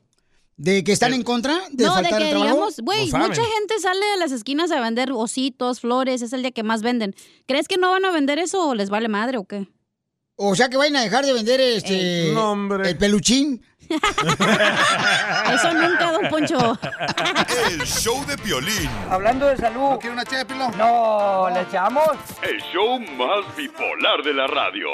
Speaker 2: ¿De que
Speaker 4: Eh,
Speaker 2: están en contra? ¿De
Speaker 5: no, de
Speaker 2: faltar
Speaker 5: que
Speaker 2: el trabajo?
Speaker 5: digamos, güey, mucha gente sale de las esquinas a vender ositos, flores, es el día que más venden. ¿Crees que no van a vender eso o les vale madre o qué?
Speaker 2: O sea, que vayan a dejar de vender
Speaker 4: Eh,
Speaker 2: este.
Speaker 5: No,
Speaker 2: el peluchín.
Speaker 5: Eso nunca, don Poncho.
Speaker 19: El show de Piolín.
Speaker 6: Hablando de salud. ¿No quiere una ché, Pilón? No, ¿le echamos?
Speaker 8: El show más bipolar de la radio.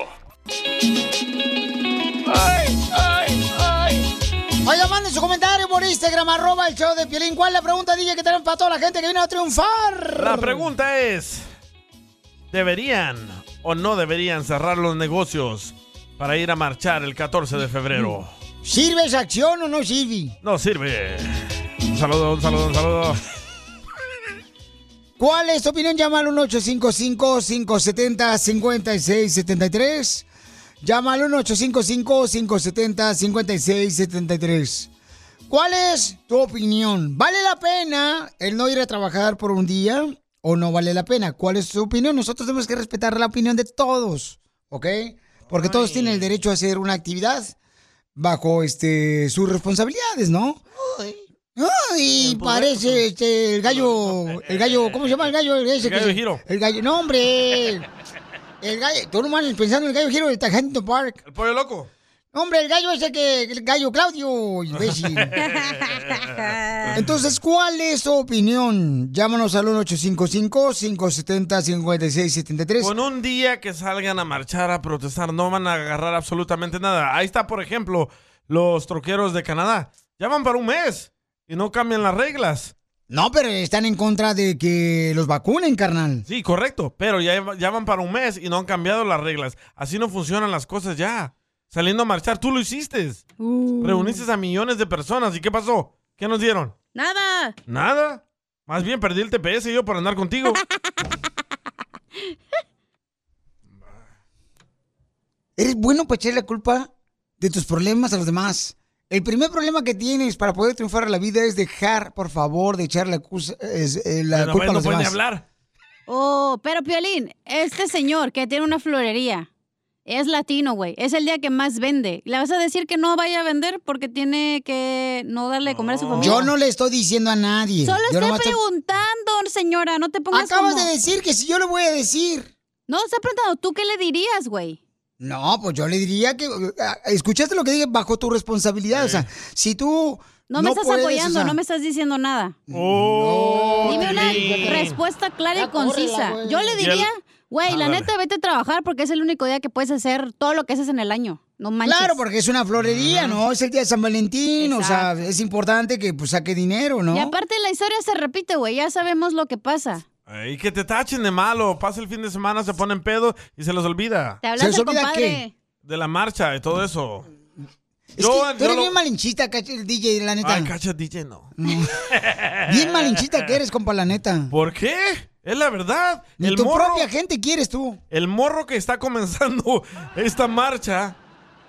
Speaker 6: ¡Ay, ay, ay!
Speaker 2: Oiga, manden su comentario por Instagram, arroba el show de Piolín. ¿Cuál es la pregunta, DJ, que tenemos para toda la gente que viene a triunfar?
Speaker 4: La pregunta es: ¿deberían o no deberían cerrar los negocios para ir a marchar el 14 de febrero?
Speaker 5: Mm.
Speaker 2: ¿Sirve esa acción o no sirve?
Speaker 4: No sirve. Un saludo, un saludo, un saludo.
Speaker 2: ¿Cuál es tu opinión? Llama al 1-855-570-5673. Llama al 1-855-570-5673. ¿Cuál es tu opinión? ¿Vale la pena el no ir a trabajar por un día o no vale la pena? ¿Cuál es tu opinión? Nosotros tenemos que respetar la opinión de todos, ¿ok? Porque todos tienen el derecho a hacer una actividad bajo este sus responsabilidades, ¿no? Ay, parece este, el gallo, el gallo, ¿cómo se llama el gallo? Ese
Speaker 4: El
Speaker 2: que
Speaker 4: gallo
Speaker 2: se-
Speaker 4: Giro.
Speaker 2: El gallo, no hombre. El gallo, tú nomás pensando en el gallo giro de Tajanto Park.
Speaker 4: ¿El pollo loco?
Speaker 2: Hombre, el gallo ese que, el gallo Claudio, imbécil. Entonces, ¿cuál es tu opinión? Llámanos al 1-855-570-5673.
Speaker 4: Con un día que salgan a marchar, a protestar, no van a agarrar absolutamente nada. Ahí está, por ejemplo, los troqueros de Canadá. Ya van para un mes y no cambian las reglas.
Speaker 2: No, pero este- están en contra de que los vacunen, carnal.
Speaker 4: Sí, correcto, pero ya, ya van para un mes y no han cambiado las reglas. Así no funcionan las cosas ya. Saliendo a marchar, tú lo hiciste. Reuniste a millones de personas. ¿Y qué pasó? ¿Qué nos dieron?
Speaker 5: Nada.
Speaker 4: Nada. Más bien perdí el TPS yo por andar contigo.
Speaker 2: Eres bueno para echarle la culpa de tus problemas a los demás. El primer problema que tienes para poder triunfar en la vida es dejar, por favor, de echar la, cus- es- eh, la
Speaker 4: Pero,
Speaker 2: culpa
Speaker 4: pues, no
Speaker 2: a los
Speaker 4: pueden
Speaker 2: demás.
Speaker 4: ni hablar.
Speaker 5: Oh, pero Piolín, este señor que tiene una florería es latino, güey. Es el día que más vende. ¿Le vas a decir que no vaya a vender porque tiene que no darle de comer a su familia?
Speaker 2: Yo no le estoy diciendo a nadie.
Speaker 5: Solo
Speaker 2: Yo
Speaker 5: estoy
Speaker 2: nomás estoy-
Speaker 5: preguntando, señora. No te pongas
Speaker 2: Acabas
Speaker 5: como-
Speaker 2: de decir que si yo le voy a decir.
Speaker 5: No, está preguntando. ¿Tú qué le dirías, güey?
Speaker 2: No, pues yo le diría que. ah, Escuchaste lo que dije, bajo tu responsabilidad. O sea, si tú.
Speaker 5: No me estás
Speaker 2: puedes,
Speaker 5: apoyando,
Speaker 2: o sea-
Speaker 5: no me estás diciendo nada.
Speaker 4: Mm.
Speaker 2: Oh,
Speaker 5: Dime una
Speaker 2: Piolín.
Speaker 5: respuesta clara y
Speaker 2: Ya córrela,
Speaker 5: concisa.
Speaker 2: güey.
Speaker 5: Yo le
Speaker 2: Y
Speaker 5: diría,
Speaker 2: el-
Speaker 5: güey,
Speaker 2: Ah,
Speaker 5: la
Speaker 2: dale.
Speaker 5: neta, vete a trabajar porque es el único día que puedes hacer todo lo que haces en el año. No manches.
Speaker 2: Claro, porque es una florería, ¿no? Es el día de San Valentín, o sea, es importante que pues, saque dinero, ¿no?
Speaker 5: Y aparte la historia se repite, güey. Ya sabemos lo que pasa.
Speaker 4: Eh, Y que te tachen de malo. Pasa el fin de semana, se ponen pedo y se los olvida.
Speaker 5: Te hablas ¿Se les del olvida compadre. qué?
Speaker 4: De la marcha y todo eso.
Speaker 2: Es que tú eres bien malinchita, cacha, el DJ, la neta.
Speaker 4: Ay, cacha, DJ, no.
Speaker 2: Bien malinchita que eres, compa, la neta.
Speaker 4: ¿Por qué? Es la verdad.
Speaker 2: Ni
Speaker 4: el
Speaker 2: tu
Speaker 4: morro,
Speaker 2: propia gente quieres tú.
Speaker 4: el morro que está comenzando esta marcha,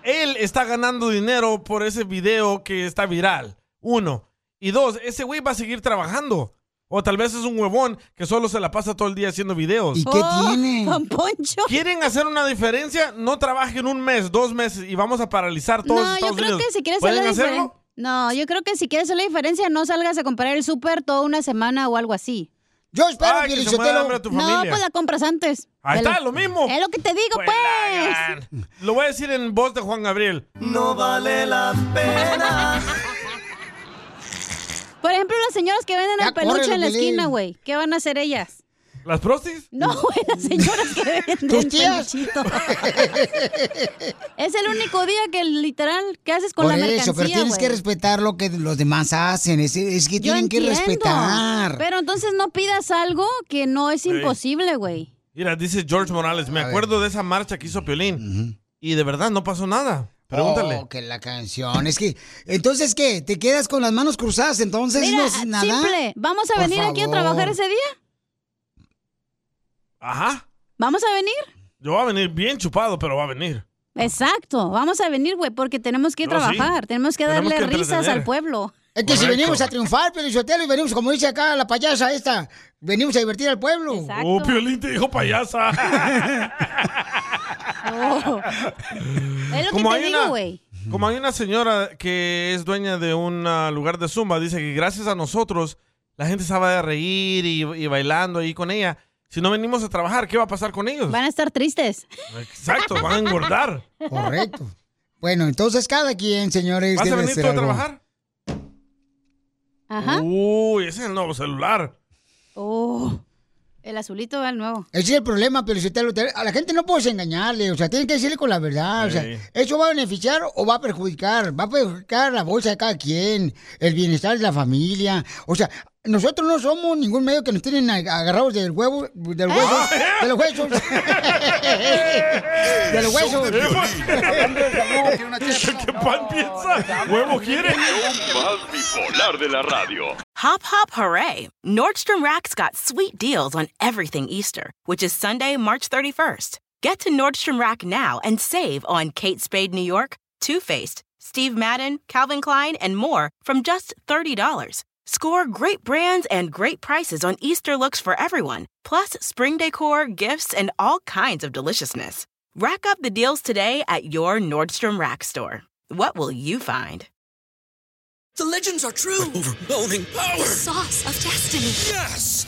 Speaker 4: él está ganando dinero por ese video que está viral. Uno. Y dos, ese güey va a seguir trabajando. O tal vez es un huevón que solo se la pasa todo el día haciendo videos.
Speaker 2: ¿Y qué tiene?
Speaker 5: Oh, Poncho.
Speaker 4: ¿Quieren hacer una diferencia? No trabajen un mes, dos meses y vamos a paralizar todos
Speaker 5: no, yo
Speaker 4: Estados
Speaker 5: creo
Speaker 4: Unidos.
Speaker 5: que si quieres hacer
Speaker 4: ¿Pueden
Speaker 5: la
Speaker 4: hacerlo?
Speaker 5: diferencia. No, yo creo que si quieres hacer la diferencia, no salgas a comprar el súper toda una semana o algo así.
Speaker 2: Yo espero,
Speaker 4: Ay, que Piolín se muera Sotelo. hambre a tu
Speaker 5: No,
Speaker 4: familia.
Speaker 5: pues la compras antes.
Speaker 4: Ahí
Speaker 5: Te
Speaker 4: está, lo mismo.
Speaker 5: Es lo que te digo,
Speaker 4: Pues,
Speaker 5: pues.
Speaker 4: Lo voy a decir en voz de Juan Gabriel.
Speaker 16: No vale la pena.
Speaker 5: Por ejemplo, las señoras que venden
Speaker 4: Ya
Speaker 5: el peluche
Speaker 4: córrele,
Speaker 5: en la
Speaker 4: Piolín.
Speaker 5: esquina, güey. ¿Qué van a hacer ellas?
Speaker 4: ¿Las prostis?
Speaker 5: No, güey, las señoras que venden
Speaker 4: ¿Tus
Speaker 5: el
Speaker 4: tías?
Speaker 5: peluchito. es el único día que literal, ¿qué haces con
Speaker 2: Por
Speaker 5: la mercancía,
Speaker 2: eso, pero tienes
Speaker 5: güey?
Speaker 2: que respetar lo que los demás hacen. Es, es que
Speaker 5: Yo
Speaker 2: tienen que
Speaker 5: entiendo,
Speaker 2: respetar.
Speaker 5: Pero entonces no pidas algo que no es
Speaker 4: Sí.
Speaker 5: imposible, güey.
Speaker 4: Mira, dice George Morales, me acuerdo de esa marcha que hizo Piolín. Y de verdad no pasó nada. Pregúntale.
Speaker 2: Oh, que la canción. Es que, entonces, ¿qué? ¿Te quedas con las manos cruzadas? Entonces,
Speaker 5: Mira,
Speaker 2: no es nada.
Speaker 5: simple. ¿Vamos a
Speaker 2: Por
Speaker 5: venir aquí a
Speaker 2: favor.
Speaker 5: trabajar ese día?
Speaker 4: Ajá.
Speaker 5: ¿Vamos a venir?
Speaker 4: Yo voy a venir bien chupado, pero va a venir.
Speaker 5: Exacto, vamos a venir, güey, porque tenemos que
Speaker 4: No,
Speaker 5: trabajar,
Speaker 4: sí.
Speaker 5: tenemos que
Speaker 4: Tenemos
Speaker 5: darle
Speaker 4: que
Speaker 5: risas
Speaker 4: entretener.
Speaker 5: al pueblo.
Speaker 2: Es que si
Speaker 4: Correcto.
Speaker 2: venimos a triunfar, Pelichotelo, y venimos, como dice acá la payasa esta, venimos a divertir al pueblo.
Speaker 4: Oh, Piolín te dijo payasa.
Speaker 5: Es lo
Speaker 4: Como
Speaker 5: que
Speaker 4: hay
Speaker 5: te
Speaker 4: una-
Speaker 5: digo, güey.
Speaker 4: Como hay una señora que es dueña de un ah, lugar de zumba, dice que gracias a nosotros la gente se va a reír y, y bailando ahí con ella. Si no venimos a trabajar, ¿qué va a pasar con ellos?
Speaker 5: Van a estar tristes.
Speaker 4: Exacto, van a engordar.
Speaker 2: Correcto. Bueno, entonces cada quien, señores,
Speaker 4: ¿Vas a
Speaker 2: debe
Speaker 4: venir
Speaker 2: hacer
Speaker 4: tú a
Speaker 2: algo.
Speaker 4: trabajar?
Speaker 5: Ajá.
Speaker 4: Uh. Uy, ese es el nuevo celular.
Speaker 5: Oh, el azulito va al nuevo.
Speaker 2: Ese es el problema, pero si te lo- te- a la gente no puedes engañarle, o sea, tienes que decirle con la verdad, o
Speaker 4: Sí.
Speaker 2: sea, ¿eso va a beneficiar o va a perjudicar? Va a perjudicar la bolsa de cada quien, el bienestar de la familia, o sea, nosotros no somos ningún medio que nos tienen ag- agarrados del huevo, del hueso, de los huesos, de los huesos.
Speaker 4: ¿Qué pan piensa? ¿Huevo quiere?
Speaker 8: Más bipolar de la radio.
Speaker 1: Hop, hop, hooray! Nordstrom Rack's got sweet deals on everything Easter, which is Sunday, March 31st. Get to Nordstrom Rack now and save on Kate Spade New York, Too Faced, Steve Madden, Calvin Klein, and more from just $30. Score great brands and great prices on Easter looks for everyone, plus spring decor, gifts, and all kinds of deliciousness. Rack up the deals today at your Nordstrom Rack store. What will you find?
Speaker 28: The legends are true. overwhelming power! The sauce of destiny. Yes!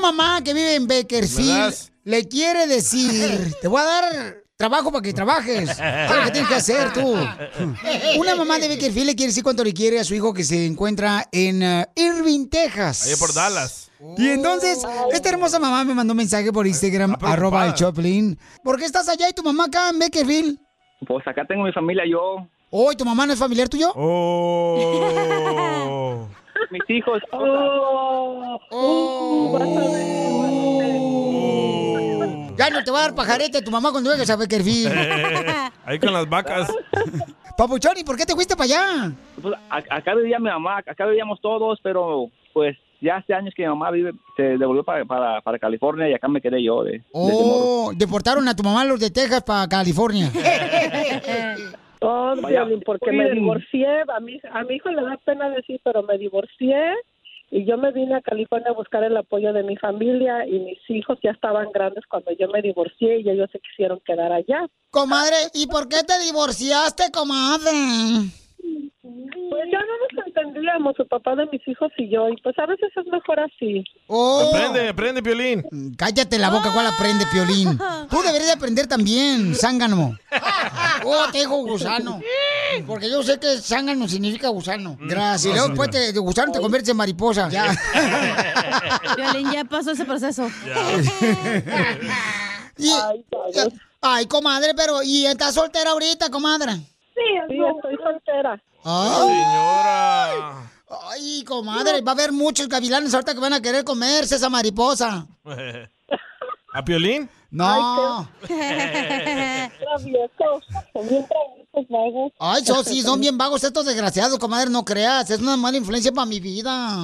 Speaker 3: mamá que vive en Bakersfield
Speaker 2: le quiere decir, te voy a dar trabajo para que trabajes. Es lo que tienes que hacer tú. Una mamá de Bakersfield le quiere decir cuánto le quiere a su hijo que se encuentra en eh, Irving, Texas.
Speaker 4: Ahí por Dallas.
Speaker 2: Y entonces, esta hermosa mamá me mandó un mensaje por
Speaker 4: Ah,
Speaker 2: Instagram, arroba el Choplin. ¿Por qué estás allá y tu mamá acá en Bakersfield?
Speaker 29: Pues acá tengo mi familia, yo,
Speaker 2: Oh, ¿y tu mamá no es familiar tuyo?
Speaker 4: Oh.
Speaker 29: mis hijos. Oh.
Speaker 2: Oh.
Speaker 29: Oh.
Speaker 2: Ya no te va a dar pajarete tu mamá cuando llegues a Bakersfield.
Speaker 4: Eh, ahí con las vacas.
Speaker 2: Papuchón, ¿y por qué te fuiste para allá?
Speaker 29: Pues, a- acá vivía mi mamá, acá vivíamos todos, pero pues ya hace años que mi mamá vive, se devolvió para, para, para California y acá me quedé yo. De, desde morro.
Speaker 2: Oh, deportaron a tu mamá los de Texas para California.
Speaker 30: Oh,
Speaker 29: Vaya.
Speaker 30: Piolín, porque me divorcié. A mi, a mi hijo le da pena decir, pero me divorcié. Y yo me vine a California a buscar el apoyo de mi familia y mis hijos ya estaban grandes cuando yo me divorcié y ellos se quisieron quedar allá.
Speaker 3: Comadre, ¿y por qué te divorciaste, comadre?
Speaker 30: Pues ya no nos entendíamos, su papá de mis hijos y yo, y pues a veces es mejor así.
Speaker 4: Aprende, aprende, Piolín.
Speaker 2: Oh. Mm, Cállate la boca, ¿cuál aprende, Piolín? Tú deberías de aprender también, zángano. Oh, te digo gusano. Porque yo sé que zángano significa gusano.
Speaker 5: Mm.
Speaker 2: Gracias. Y luego, pues, te- de gusano te conviertes en mariposa. Ya.
Speaker 5: Piolín ya pasó ese proceso.
Speaker 3: Y- ay, comadre, pero ¿y estás soltera ahorita, comadre? Sí,
Speaker 30: estoy soltera.
Speaker 4: Señora.
Speaker 3: Ay, comadre, va a haber muchos gavilanes ahorita que van a querer comerse esa mariposa.
Speaker 4: ¿A Piolín?
Speaker 3: No. Ay, so, sí, son bien vagos estos desgraciados, comadre, no creas. Es una mala influencia para mi vida.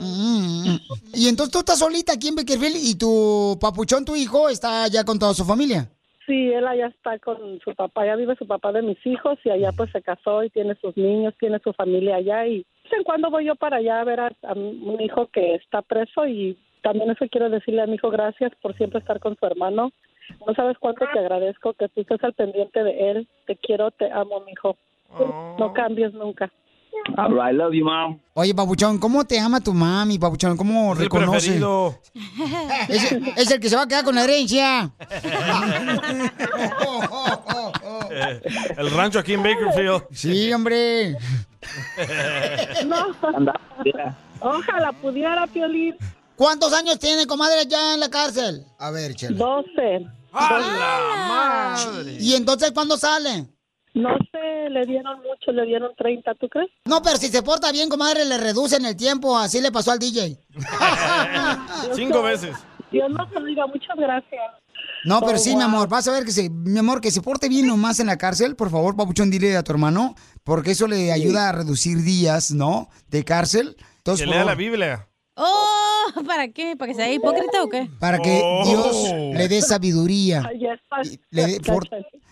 Speaker 3: Mm.
Speaker 2: Y entonces tú estás solita aquí en Bakersfield y tu papuchón, tu hijo, está allá con toda su familia.
Speaker 30: Sí, él allá está con su papá, ya vive su papá de mis hijos y allá pues se casó y tiene sus niños, tiene su familia allá y de vez en cuando voy yo para allá a ver a, a un hijo que está preso y también eso quiero decirle a mi hijo gracias por siempre estar con su hermano. No sabes cuánto te agradezco que tú estés al pendiente de él. Te quiero, te amo, mi hijo.
Speaker 4: Oh.
Speaker 30: No cambies nunca. Ah.
Speaker 29: All right, love you, mom.
Speaker 2: Oye, papuchón, ¿cómo te ama tu mami, papuchón? ¿Cómo
Speaker 29: el
Speaker 2: reconoce?
Speaker 29: preferido.
Speaker 2: Es, es el que se va a quedar con la herencia.
Speaker 4: Eh, El rancho aquí en Bakerfield.
Speaker 2: Sí, hombre.
Speaker 30: No.
Speaker 3: Ojalá pudiera, Piolín. ¿Cuántos años tiene, comadre, ya en la cárcel?
Speaker 2: A ver, chela.
Speaker 30: Doce.
Speaker 4: ¡A
Speaker 3: la madre! ¿Y entonces cuándo sale?
Speaker 30: No sé, le dieron mucho, le dieron 30, ¿tú crees?
Speaker 3: No, pero si se porta bien, comadre, le reducen el tiempo. Así le pasó al DJ.
Speaker 4: Cinco veces.
Speaker 30: Dios nos oiga, muchas gracias.
Speaker 2: No, pero
Speaker 30: Oh,
Speaker 2: sí, mi
Speaker 30: wow.
Speaker 2: amor, vas a ver que se, mi amor, que se porte bien nomás en la cárcel, por favor, papuchón, dile a tu hermano, porque eso le ayuda a reducir días, ¿no? De cárcel.
Speaker 4: Que
Speaker 2: Entonces, por
Speaker 4: lea la
Speaker 2: favor,
Speaker 4: Biblia.
Speaker 5: Oh, ¿para qué? ¿Para que sea hipócrita o qué?
Speaker 2: para que
Speaker 4: Oh.
Speaker 2: Dios le dé sabiduría.
Speaker 30: Y
Speaker 2: le dé- por,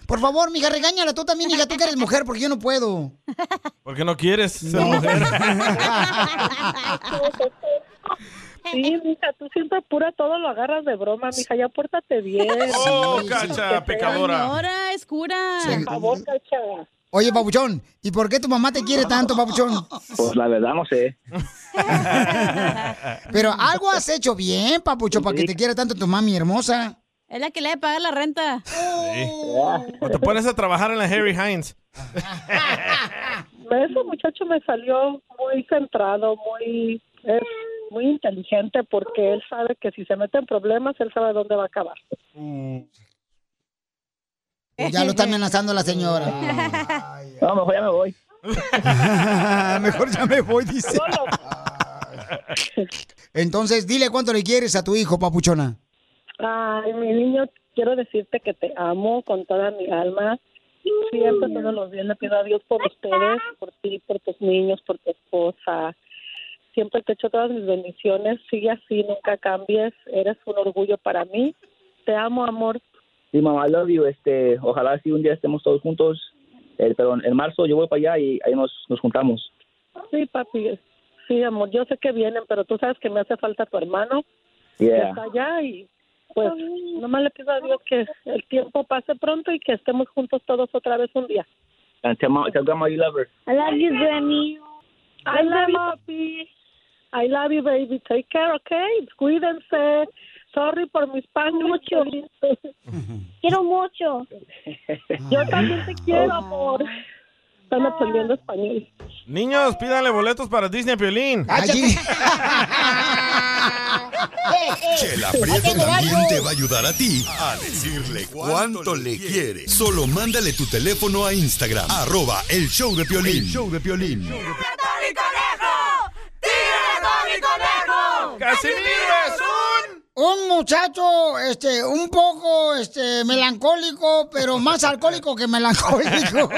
Speaker 2: por favor, mija, regáñala tú también, hija, tú que eres mujer, porque yo no puedo.
Speaker 4: ¿Por qué no quieres ser mujer?
Speaker 30: Sí, mija, tú siempre pura todo lo agarras de broma, mija, ya pórtate bien.
Speaker 4: Oh, cacha, pecadora.
Speaker 30: Ahora es cura.
Speaker 2: Sí.
Speaker 30: Por favor, cacha.
Speaker 2: Oye, papuchón, ¿y por qué tu mamá te quiere tanto, papuchón?
Speaker 29: Pues la verdad no sé.
Speaker 2: Pero algo has hecho bien, papucho, para que te quiera tanto tu mami hermosa.
Speaker 5: Es la que le debe pagar la renta.
Speaker 4: Sí. O te pones a trabajar en la Harry Hines.
Speaker 30: Ese muchacho me salió muy centrado, muy, es muy inteligente porque él sabe que si se mete en problemas, él sabe dónde va a acabar.
Speaker 2: Pues
Speaker 3: Ya lo está amenazando la señora.
Speaker 29: No, mejor ya me voy.
Speaker 2: Mejor ya me voy, dice. Entonces, dile cuánto le quieres a tu hijo, papuchona.
Speaker 30: Ay, mi niño, quiero decirte que te amo con toda mi alma. Siempre todos los días le pido a Dios por ustedes, por ti, por tus niños, por tu esposa. Siempre te echo todas mis bendiciones. Sigue así, nunca cambies. Eres un orgullo para mí. Te amo, amor.
Speaker 29: Sí, mamá, I love you. Este, ojalá si un día estemos todos juntos. Eh, pero en marzo yo voy para allá y ahí nos, nos juntamos.
Speaker 30: Sí, papi. Sí, amor. Yo sé que vienen, pero tú sabes que me hace falta tu hermano. que
Speaker 29: Yeah.
Speaker 30: está allá y pues nomás le pido a Dios que el tiempo pase pronto y que estemos juntos todos otra vez un día.
Speaker 29: And tell, mom, tell grandma you love her.
Speaker 30: I love you, Granny. I love you, papi. I love you, baby. Take care, okay? Cuídense. Sorry por mis mucho.
Speaker 31: Quiero mucho.
Speaker 30: Yo también te quiero, amor. Están aprendiendo español.
Speaker 4: Niños, pídanle boletos para Disney Piolín.
Speaker 19: Chela Prieto también te va a ayudar a ti a decirle cuánto le quiere. Solo mándale tu teléfono a Instagram, arroba el show de Piolín. show de Piolín.
Speaker 4: ¡Casimiro es un!
Speaker 2: Un muchacho, este, un poco, este, melancólico, pero más alcohólico que melancólico.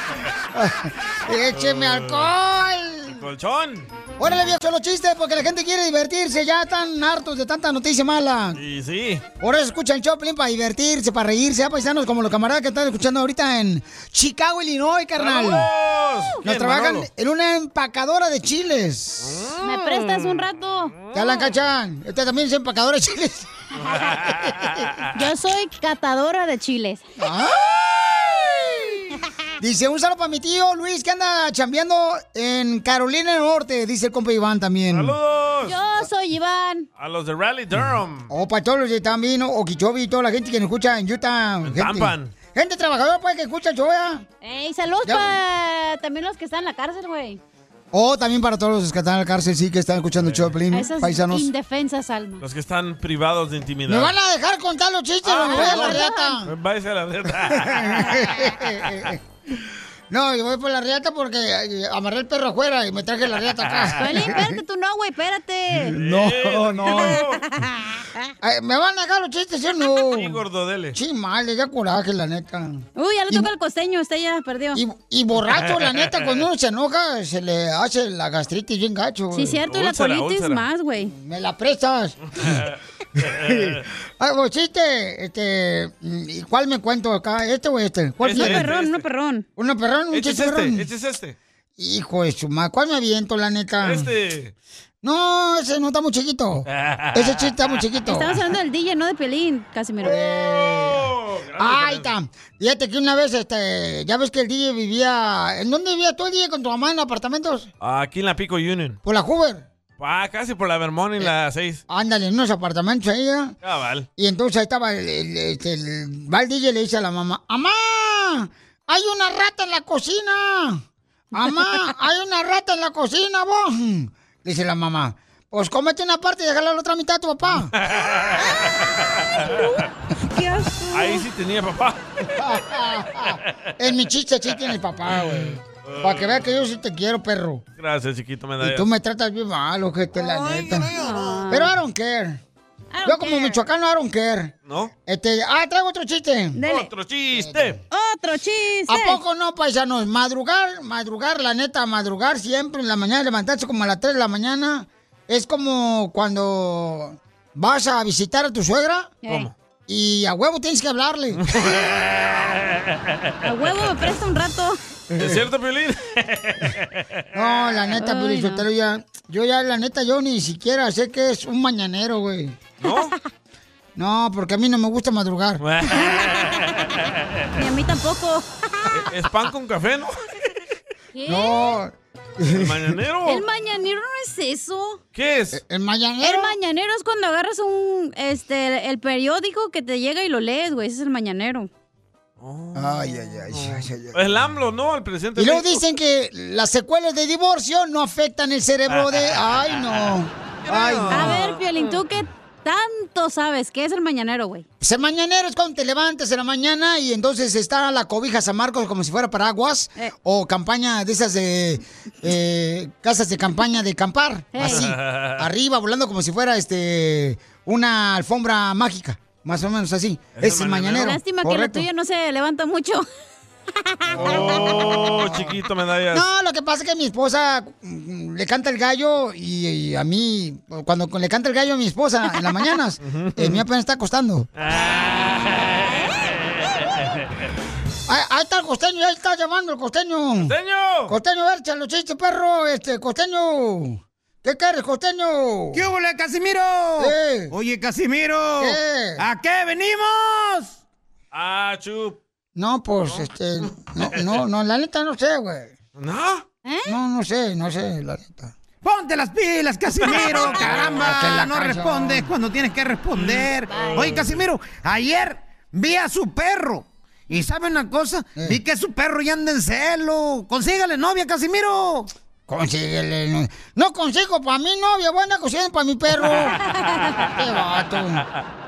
Speaker 2: Écheme alcohol.
Speaker 4: ¡Colchón!
Speaker 2: Órale, viejo, los chistes, porque la gente quiere divertirse, ya están hartos de tanta noticia mala.
Speaker 4: Y sí.
Speaker 2: Ahora se escucha el Choplin para divertirse, para reírse, a paisanos como los camaradas que están escuchando ahorita en Chicago, Illinois, carnal.
Speaker 4: ¡Vamos!
Speaker 2: Nos
Speaker 4: Bien,
Speaker 2: trabajan
Speaker 4: Manolo.
Speaker 2: en una empacadora de chiles.
Speaker 5: ¿Me prestas un rato?
Speaker 2: Ya la cachan. Usted también es empacadora de chiles.
Speaker 5: Yo soy catadora de chiles.
Speaker 2: Dice, un saludo para mi tío Luis, que anda chambeando en Carolina del Norte, dice el compa Iván también.
Speaker 4: ¡Saludos!
Speaker 5: Yo soy Iván.
Speaker 4: A los de Rally Durham.
Speaker 2: O Oh, para todos los de Tambino, o Kichobi, y toda la gente que nos escucha en Utah. Gente,
Speaker 4: Tampan.
Speaker 2: gente trabajadora, pues, que escucha el show, ¿verdad?
Speaker 5: Ey, saludos
Speaker 2: Ya.
Speaker 5: para también los que están en la cárcel, güey.
Speaker 2: O Oh, también para todos los que están en la cárcel, sí, que están escuchando el show, Pelín,
Speaker 5: A esas
Speaker 2: Mm, paisanos.
Speaker 5: indefensas almas.
Speaker 4: Los que están privados de intimidad.
Speaker 2: Me van a dejar contar los chistes,
Speaker 4: Ah,
Speaker 2: los voy a
Speaker 4: perdón.
Speaker 2: la riata.
Speaker 4: Váyase a la neta.
Speaker 2: No, yo voy por la riata porque eh, amarré el perro afuera y me traje la riata acá.
Speaker 5: Piolín, espérate, tú no, güey, espérate.
Speaker 4: Eh,
Speaker 2: No, no. Ay, ¿Me van a dejar los chistes, sí o no?
Speaker 4: Sí, gordo, dele.
Speaker 2: Sí, mal, ya coraje, la neta.
Speaker 5: Uy, ya le toca al costeño, usted ya perdió.
Speaker 2: Y, y borracho, la neta, cuando uno se enoja, se le hace la gastritis bien gacho.
Speaker 5: Sí, cierto, y la colitis más, güey.
Speaker 2: Me la prestas.
Speaker 4: Eh.
Speaker 2: Ay, vos, chiste, este, ¿y cuál me cuento acá? ¿Este o este? ¿Cuál
Speaker 4: Este,
Speaker 2: quieres?
Speaker 4: este, Uno perrón, este. uno
Speaker 5: Pues, perrón.
Speaker 2: ¿Uno perrón? ¿Un
Speaker 4: Este es
Speaker 2: chiste perrón?
Speaker 4: este, este es este.
Speaker 2: Hijo de su madre, ¿cuál me aviento, la neta?
Speaker 4: Este.
Speaker 2: No, ese no está muy chiquito. Ese chiste está muy chiquito.
Speaker 5: Estamos hablando del DJ, no de Pelín, Casimiro.
Speaker 2: Oh, Ahí está. Fíjate que una vez, este, ya ves que el DJ vivía. ¿En dónde vivía tú el DJ con tu mamá en apartamentos?
Speaker 4: Aquí en la Pico Union.
Speaker 2: Por la Eh. Hoover.
Speaker 4: Ah, casi por la Vermont y la 6.
Speaker 2: Ándale, en unos apartamentos ahí, ¿eh?
Speaker 4: Cabal.
Speaker 2: Y entonces ahí estaba el, el- este, el- va el DJ y le dice a la mamá, ¡Amá! ¡Hay una rata en la cocina! ¡Amá! ¡Hay una rata en la cocina, vos! Le dice la mamá, pues cómete una parte y déjala la otra mitad a tu papá.
Speaker 4: ¿Qué Ahí sí tenía papá.
Speaker 2: en mi chiste sí tiene papá, güey. Para que vea que yo sí te quiero, perro.
Speaker 4: Gracias, chiquito
Speaker 2: Y
Speaker 4: medalla.
Speaker 2: tú me tratas bien mal, ojete, la neta. Pero I don't care. Yo como michoacano, I don't care.
Speaker 4: ¿No?
Speaker 2: Este, ah, traigo otro chiste.
Speaker 4: Otro chiste.
Speaker 5: Otro chiste.
Speaker 2: ¿A poco no, paisanos? Madrugar, madrugar, la neta, madrugar siempre en la mañana, levantarse como a las 3 de la mañana, es como cuando vas a visitar a tu suegra.
Speaker 4: ¿Cómo?
Speaker 2: Y a huevo tienes que hablarle.
Speaker 5: A huevo, me presta un rato.
Speaker 4: ¿Es cierto, Piolín?
Speaker 2: No, la neta,
Speaker 5: Ay,
Speaker 2: Piolín
Speaker 5: no.
Speaker 2: Sotelo, ya. Yo ya, la neta, yo ni siquiera sé que es un mañanero, güey.
Speaker 4: ¿No?
Speaker 2: No, porque a mí no me gusta madrugar.
Speaker 5: Ni a mí tampoco.
Speaker 4: ¿Es pan con café, no?
Speaker 5: ¿Qué?
Speaker 2: No.
Speaker 4: ¿El mañanero?
Speaker 5: ¿Eh? El mañanero no es eso.
Speaker 4: ¿Qué es?
Speaker 2: El
Speaker 5: El
Speaker 2: mañanero.
Speaker 5: mañanero es cuando agarras un, este, el periódico que te llega y lo lees, güey. Ese es el mañanero.
Speaker 2: eh, Ay, ay, ay, ay, ay, ay.
Speaker 4: El AMLO, ¿no? El presidente.
Speaker 2: Y luego
Speaker 4: de México.
Speaker 2: dicen que las secuelas de divorcio no afectan el cerebro de. Ay, no. Ay, no.
Speaker 5: A ver, Piolín, ¿tú qué tanto sabes? ¿Qué es el mañanero, güey?
Speaker 2: Se mañanero es cuando te levantas en la mañana y entonces está la cobija San Marcos como si fuera paraguas
Speaker 5: Eh.
Speaker 2: o campaña de esas de eh, casas de campaña de campar,
Speaker 3: Eh.
Speaker 2: así, arriba volando como si fuera este una alfombra mágica, más o menos así. Ese es el mañanero.
Speaker 5: Lástima
Speaker 2: Correcto.
Speaker 5: que la tuya no se levanta mucho.
Speaker 4: Oh, chiquito medallas.
Speaker 2: No, lo que pasa es que mi esposa mm, le canta el gallo y, y a mí, cuando le canta el gallo a mi esposa en las mañanas, eh, a mí apenas está acostando. Ahí, ahí está el costeño, ahí está llamando el costeño.
Speaker 4: ¡Costeño!
Speaker 2: Costeño, a ver, chalo, chiste, perro, este, costeño. ¿Qué quieres, costeño?
Speaker 21: ¿Qué hubo, Casimiro? Oye, Casimiro.
Speaker 2: ¿Qué?
Speaker 21: ¿A qué venimos?
Speaker 4: Ah, chup.
Speaker 2: No, pues, este, no, no, no, la neta no sé, güey.
Speaker 4: ¿No?
Speaker 2: No, no sé, no sé, la neta.
Speaker 21: Ponte las pilas, Casimiro,
Speaker 2: Esta es
Speaker 21: caramba.
Speaker 2: la
Speaker 21: No
Speaker 2: canción. Mm,
Speaker 21: respondes cuando tienes que responder. Oye, Casimiro, ayer vi a su perro. Y sabe una cosa,
Speaker 2: Eh.
Speaker 21: vi que su perro ya anda en celo. Consígale novia, Casimiro.
Speaker 2: Consíguele. No, no consigo para mi novia, buena consiguen para mi perro. Qué vato.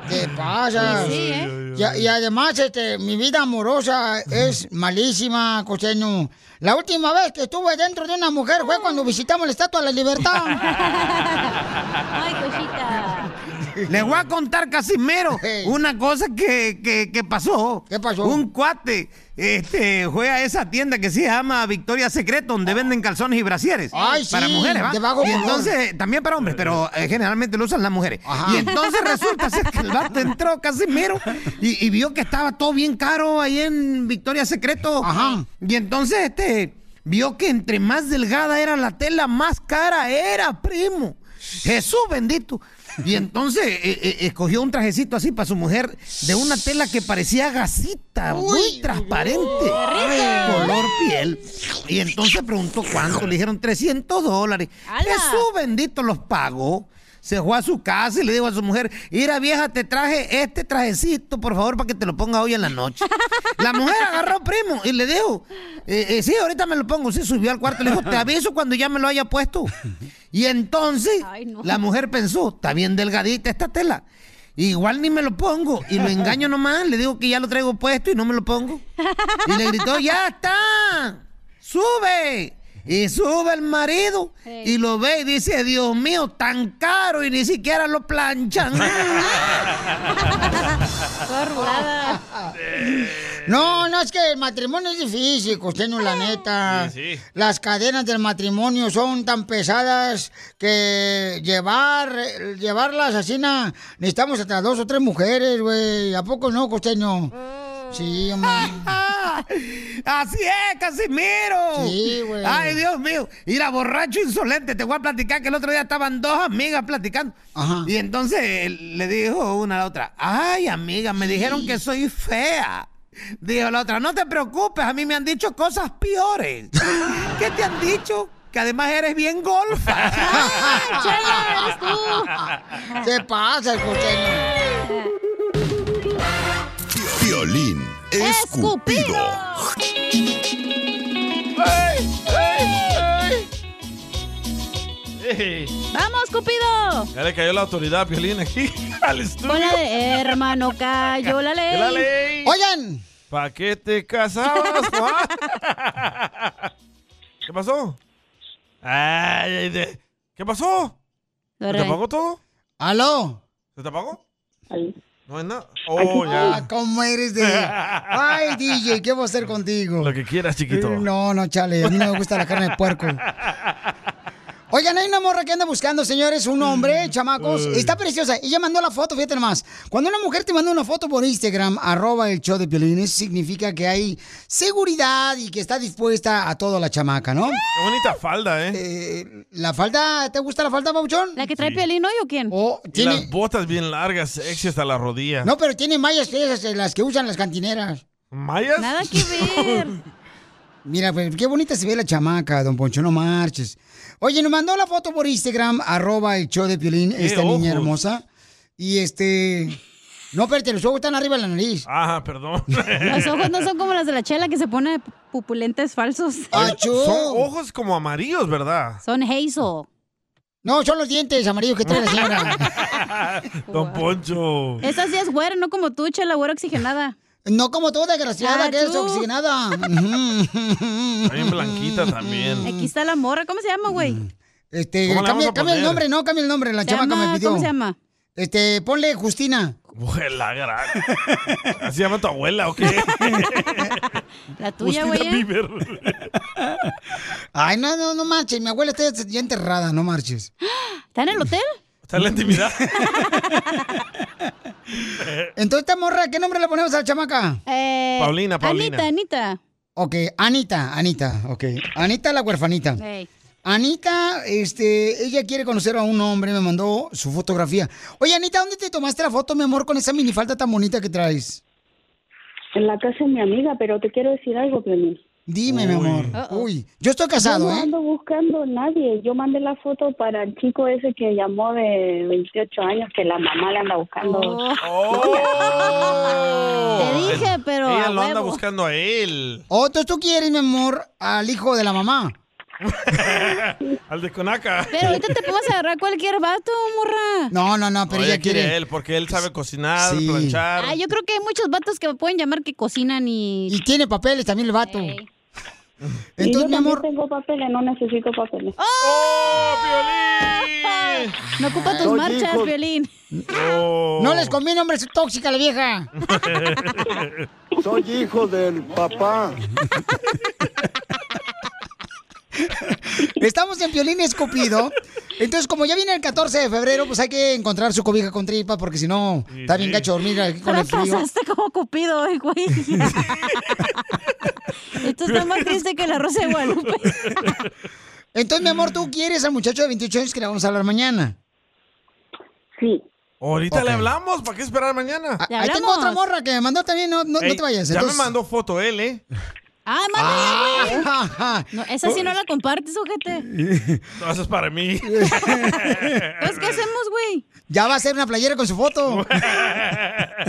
Speaker 2: ¿Qué pasa?
Speaker 3: Sí, sí, ¿eh?
Speaker 2: y, a- y además, este, mi vida amorosa es malísima, costeño. La última vez que estuve dentro de una mujer fue cuando visitamos la Estatua de la Libertad.
Speaker 21: Ay, cosita. Le voy a contar, Casimero, una cosa que, que- que pasó. ¿Qué pasó? Un cuate este, fue a esa tienda que se llama Victoria Secreto, donde venden calzones y brasieres.
Speaker 2: Ah. Ay,
Speaker 21: Para
Speaker 2: sí,
Speaker 21: mujeres, ¿va?
Speaker 2: de bajo
Speaker 21: y
Speaker 2: color.
Speaker 21: entonces, eh, también para hombres, pero eh, generalmente lo usan las mujeres. Y entonces resulta ser que el vato entró, Casimero, y, y vio que estaba todo bien caro ahí en Victoria Secreto. Ajá. Y entonces, este, vio que entre más delgada era la tela, más cara era, primo. Jesús bendito. Y entonces eh, eh, escogió un trajecito así para su mujer de una tela que parecía gasita, muy transparente,
Speaker 3: rico!
Speaker 21: color piel. Y entonces preguntó cuánto, le dijeron 300 dólares. Jesús bendito los pagó. Se fue a su casa y le dijo a su mujer, mira vieja, te traje este trajecito, por favor, para que te lo ponga hoy en la noche. La mujer agarró primo y le dijo, "Eh, eh, sí, ahorita me lo pongo. Se subió al cuarto y le dijo, te aviso cuando ya me lo haya puesto. Y entonces la mujer pensó, está bien delgadita esta tela. Igual ni me lo pongo. Y lo engaño nomás, le digo que ya lo traigo puesto y no me lo pongo. Y le gritó, ya está, sube. Y sube el marido y lo ve y dice, Dios mío, tan caro y ni siquiera lo planchan.
Speaker 2: No, no, es que el matrimonio es difícil, costeño, la neta.
Speaker 3: Sí, sí.
Speaker 2: Las cadenas del matrimonio son tan pesadas que llevar, llevarlas así, na, necesitamos hasta dos o tres mujeres, güey. ¿A poco no,
Speaker 3: Mm.
Speaker 2: costeño? Sí, hombre.
Speaker 21: Así es, ¡Eh, Casimiro.
Speaker 2: Sí, güey.
Speaker 21: Ay, Dios mío. Mira, borracho insolente. Te voy a platicar que el otro día estaban dos amigas platicando. Y entonces eh, le dijo una a la otra: Ay, amiga, me dijeron que soy fea. Dijo la otra: No te preocupes, a mí me han dicho cosas peores. ¿Qué te han dicho? Que además eres bien golfa.
Speaker 3: Chela, eres tú.
Speaker 2: ¿Qué pasa, el costeño?
Speaker 19: Violín escupido.
Speaker 5: ¡Vamos, Cupido!
Speaker 4: Ya le cayó la autoridad a Piolín aquí al estudio.
Speaker 5: Con la de hermano cayó la ley.
Speaker 4: La ley.
Speaker 2: Oigan.
Speaker 4: ¿Para qué te casabas, Juan? ¿Qué pasó? Ay, ay, de- ¿Qué pasó? ¿Se te
Speaker 2: Lorraine.
Speaker 4: apagó todo?
Speaker 2: ¿Aló?
Speaker 4: ¿Se te apagó? No es nada.
Speaker 2: Ay,
Speaker 4: Oh, ya.
Speaker 2: Ah, ¿Cómo eres de.? Ay, DJ, ¿qué voy a hacer contigo? Eh,
Speaker 4: Lo que quieras, chiquito.
Speaker 2: No, no, chale, a mí no me gusta la carne de puerco. Oigan, hay una morra que anda buscando, señores, un
Speaker 4: Mm.
Speaker 2: hombre, chamacos.
Speaker 7: Ay.
Speaker 2: Está preciosa. Ella mandó la foto, fíjate nomás. Cuando una mujer te manda una foto por Instagram, arroba el show de Piolín, eso significa que hay seguridad y que está dispuesta a todo la chamaca, ¿no?
Speaker 4: Qué bonita falda, ¿eh?
Speaker 2: ¿La falda? ¿Te gusta la falda, Pauchón? ¿La
Speaker 5: que trae Piolín hoy o quién?
Speaker 2: Oh,
Speaker 4: Y
Speaker 2: tiene...
Speaker 4: las botas bien largas, sexy hasta la rodilla.
Speaker 2: No, pero tiene mallas esas, eh, las que usan las cantineras.
Speaker 4: ¿Mallas?
Speaker 5: Nada que ver.
Speaker 2: Mira, pues, qué bonita se ve la chamaca, don Poncho, no marches. Oye, nos mandó la foto por Instagram, arroba el show de Piolín,
Speaker 4: ¡Qué
Speaker 2: esta niña
Speaker 4: ojos!
Speaker 2: hermosa. Y este... No, espérate, los ojos están arriba de la nariz.
Speaker 4: Ajá, perdón.
Speaker 5: Los ojos no son como las de la chela que se pone pupulentes falsos.
Speaker 2: ah,
Speaker 4: Son ojos como amarillos, ¿verdad?
Speaker 5: Son hazel.
Speaker 2: No, son los dientes amarillos que trae la señora.
Speaker 4: Don Poncho.
Speaker 5: Esa sí es güera, no como tú, chela, güera oxigenada.
Speaker 2: No como tú, desgraciada, que eres oxigenada.
Speaker 4: Está bien blanquita también.
Speaker 5: Aquí está la morra. ¿Cómo se llama, güey?
Speaker 2: Este,
Speaker 4: ¿Cómo la vamos
Speaker 2: cambia,
Speaker 4: a
Speaker 2: cambia el
Speaker 4: poner?
Speaker 2: nombre, no, cambia el nombre, la
Speaker 5: Se
Speaker 2: chamaca
Speaker 5: llama-
Speaker 2: me pidió.
Speaker 5: ¿cómo se llama?
Speaker 2: Este, ponle Justina.
Speaker 4: Abuela, gran. ¿Así llama tu abuela o qué?
Speaker 5: La
Speaker 2: tuya,
Speaker 4: Justina
Speaker 2: güey.
Speaker 4: Bieber.
Speaker 2: Ay, no, no, no marches, mi abuela está ya enterrada, no marches.
Speaker 5: ¿Está en el hotel?
Speaker 4: Está en la intimidad.
Speaker 2: Entonces, esta morra, ¿qué nombre le ponemos a la chamaca?
Speaker 5: Eh,
Speaker 4: Paulina, Paulina.
Speaker 5: Anita, Anita.
Speaker 2: Ok, Anita, Anita, ok. Anita la huerfanita.
Speaker 5: Ey.
Speaker 2: Anita, este, ella quiere conocer a un hombre, me mandó su fotografía. Oye, Anita, ¿dónde te tomaste la foto, mi amor, con esa minifalda tan bonita que traes?
Speaker 14: En la casa de mi amiga, pero te quiero decir algo, Piolín.
Speaker 2: Dime, mi amor. Uy, yo estoy casado,
Speaker 17: Yo no
Speaker 2: ¿eh?
Speaker 17: ando buscando a nadie. Yo mandé la foto para el chico ese que llamó de 28 años, que la mamá le anda buscando.
Speaker 4: Te
Speaker 2: dije, pero
Speaker 4: Ella
Speaker 2: a
Speaker 4: lo anda
Speaker 2: huevo.
Speaker 4: buscando a él.
Speaker 2: Oh, entonces tú quieres, mi amor, al hijo de la mamá.
Speaker 4: Al de Conaca.
Speaker 5: Pero ahorita te puedes agarrar cualquier vato, morra.
Speaker 2: No, no, no,
Speaker 4: No, ella quiere él porque él sabe cocinar,
Speaker 2: Sí.
Speaker 4: planchar.
Speaker 5: Ah, yo creo que hay muchos vatos que me pueden llamar que cocinan y...
Speaker 2: Y tiene papeles también el vato.
Speaker 17: Y yo
Speaker 2: Entonces, mi
Speaker 17: también
Speaker 2: amor.
Speaker 17: tengo papeles, no necesito papeles.
Speaker 2: Oh.
Speaker 5: No ocupa tus
Speaker 2: Son
Speaker 5: marchas,
Speaker 2: hijos.
Speaker 5: Violín.
Speaker 2: No les conviene, hombre, es tóxica la vieja.
Speaker 6: Soy hijo del papá.
Speaker 2: Estamos en Piolín Escupido. Entonces, como ya viene el 14 de febrero, pues hay que encontrar su cobija con tripa, porque si no, está bien gacho dormir aquí con el frío.
Speaker 5: Fracasaste como Cupido, eh, güey. Esto está más triste que la Rosa de Guadalupe.
Speaker 2: Entonces, mi amor, ¿tú quieres al muchacho de 28 años que le vamos a hablar mañana?
Speaker 17: Sí.
Speaker 4: Ahorita le
Speaker 2: Ok.
Speaker 4: hablamos, ¿para qué esperar mañana?
Speaker 2: Ahí tengo otra morra que me mandó también, no, no, no
Speaker 4: Ey,
Speaker 2: te vayas.
Speaker 4: Ya
Speaker 2: entonces-
Speaker 4: me mandó foto él, ¿eh?
Speaker 5: ¡Ah, mándale,
Speaker 2: Ah.
Speaker 5: güey! No, esa sí no la compartes, ojete.
Speaker 4: No, eso es para mí.
Speaker 5: Entonces, Pues, ¿qué hacemos, güey?
Speaker 2: Ya va a ser una playera con su foto.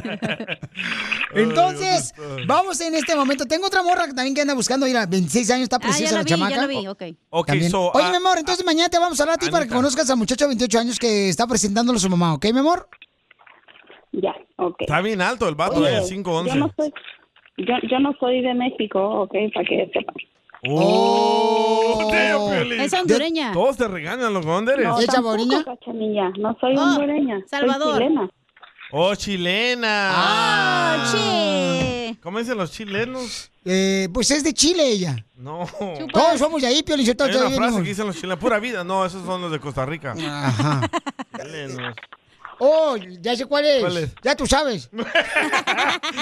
Speaker 2: Entonces, vamos en este momento. Tengo otra morra que también que anda buscando ir a 26 años, está
Speaker 5: Ah, ya
Speaker 2: preciosa
Speaker 5: la
Speaker 2: la,
Speaker 5: vi,
Speaker 2: chamaca.
Speaker 5: ya la vi, ok.
Speaker 4: Ok,
Speaker 2: También.
Speaker 4: so,
Speaker 2: Oye,
Speaker 4: ah,
Speaker 2: mi amor, entonces mañana te vamos a hablar a ti para que conozcas al muchacho de 28 años que está presentándolo a su mamá, ¿ok, mi amor?
Speaker 17: Ya, ok.
Speaker 4: Está bien alto el vato,
Speaker 17: Oye,
Speaker 4: eh, 5'11".
Speaker 17: Yo no soy, yo, yo no soy de México, ok, para que sepan.
Speaker 4: Oh, damn, Piolín.
Speaker 17: Es hondureña.
Speaker 4: De- Todos te regañan, los ¿dónde eres?
Speaker 17: No, tampoco, cachanilla. No soy
Speaker 5: Oh,
Speaker 17: hondureña.
Speaker 5: Salvador.
Speaker 17: Soy chilena.
Speaker 4: Oh, chilena.
Speaker 5: Ah, che.
Speaker 4: ¿Cómo dicen los chilenos?
Speaker 2: Eh, pues es de Chile ella.
Speaker 4: No.
Speaker 2: Todos somos de ahí, Pio
Speaker 4: Hay una frase que dicen los chilenos, pura vida. No, esos son los de Costa Rica.
Speaker 2: Ajá.
Speaker 4: Chilenos.
Speaker 2: Oh, ya sé cuál es.
Speaker 4: ¿Cuál es?
Speaker 2: Ya tú sabes.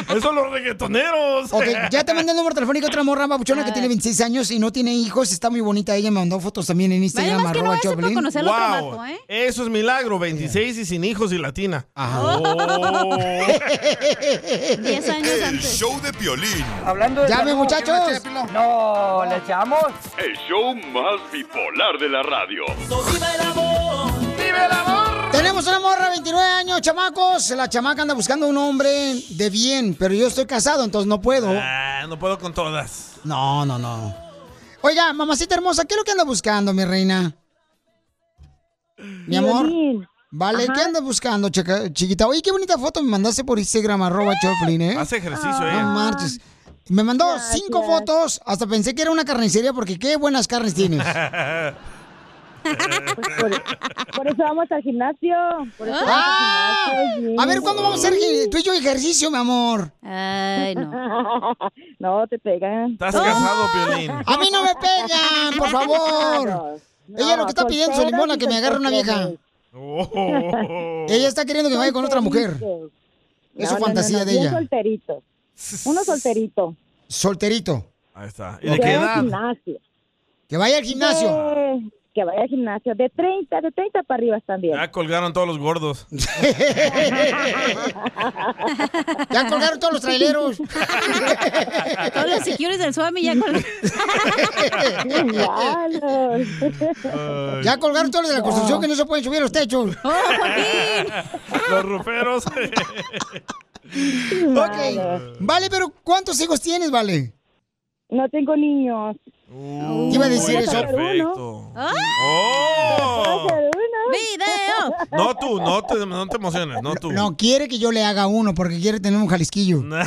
Speaker 4: Esos son los reggaetoneros.
Speaker 2: Ok, ya te mandé el número telefónico de otra morra babuchona
Speaker 4: Ah.
Speaker 2: que tiene 26 años y no tiene hijos. Está muy bonita. Ella me mandó fotos también en Instagram.
Speaker 4: más que
Speaker 2: arroba
Speaker 4: no hace para
Speaker 2: Choplin.
Speaker 4: conocer al otro Wow. vato, ¿eh? Eso es milagro, 26 y sin hijos y latina. Oh.
Speaker 5: 10 años
Speaker 19: El show de Piolín.
Speaker 6: Hablando de
Speaker 19: Llame,
Speaker 6: salud,
Speaker 19: muchachos.
Speaker 6: ¿quieren echarle pilón? No, ¿le echamos?
Speaker 8: El show más bipolar de la radio.
Speaker 2: Tenemos una morra, 29 años, chamacos. La chamaca anda buscando un hombre de bien, pero yo estoy casado, entonces no puedo.
Speaker 4: Ah, no puedo con todas.
Speaker 2: No, no, no. Oiga, mamacita hermosa, ¿qué es lo que anda buscando, mi reina? Mi amor. Vale, ¿qué andas buscando, checa- chiquita? Oye, qué bonita foto me mandaste por Instagram, arroba
Speaker 26: Ah.
Speaker 2: Choplin, ¿eh?
Speaker 4: Hace ejercicio, ¿eh?
Speaker 2: No marches. Me mandó cinco fotos, hasta pensé que era una carnicería porque qué buenas carnes tienes.
Speaker 26: Pues Por eso vamos al gimnasio. Por eso
Speaker 2: Ah,
Speaker 26: vamos al gimnasio, sí.
Speaker 2: a ver, ¿cuándo vamos a hacer gi- tú y yo ejercicio, mi amor?
Speaker 5: Ay,
Speaker 26: no. no, te pegan. Oh.
Speaker 4: Estás casado, Piolín.
Speaker 2: A mí no me pegan, por favor. Ella lo que está pidiendo es su limona, que me agarre una vieja.
Speaker 3: Oh.
Speaker 2: Ella está queriendo que me vaya con otra mujer. Es su fantasía de ella.
Speaker 26: Un solterito. Uno solterito.
Speaker 2: Solterito.
Speaker 4: Ahí está.
Speaker 2: ¿Y de qué
Speaker 26: Que vaya
Speaker 2: edad?
Speaker 26: al gimnasio.
Speaker 2: Que vaya al gimnasio.
Speaker 26: De- que vaya al gimnasio. De 30, de 30 para arriba
Speaker 2: Ah.
Speaker 26: también.
Speaker 4: Ya colgaron todos los gordos.
Speaker 2: Ya colgaron todos los traileros.
Speaker 5: Todos los securities del Suami ya colgaron.
Speaker 2: Ya colgaron todos los de la construcción que no se pueden subir a los techos.
Speaker 26: Oh.
Speaker 4: los ruferos.
Speaker 2: Ok. Vale, pero ¿cuántos hijos tienes, Vale?
Speaker 26: No tengo niños.
Speaker 2: Te iba a decir eso.
Speaker 4: Perfecto.
Speaker 26: Puedo
Speaker 4: ¡Oh!
Speaker 26: hacer uno.
Speaker 4: No tú, no te, no te emociones, no tú.
Speaker 2: No quiere que yo le haga uno porque quiere tener un jalisquillo.
Speaker 5: La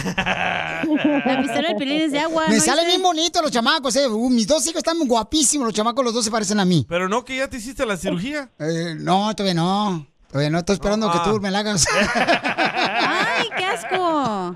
Speaker 5: pistola del Piolín es de agua.
Speaker 2: Me
Speaker 5: ¿no?
Speaker 2: salen bien bonitos los chamacos, eh. Uh, mis dos hijos están guapísimos, los chamacos, los dos se parecen a mí.
Speaker 4: Pero no que ya te hiciste la cirugía.
Speaker 2: Eh, no, todavía no. Todavía no, estoy esperando
Speaker 4: Ah.
Speaker 2: que tú me la hagas.
Speaker 5: ¡Ay, qué asco!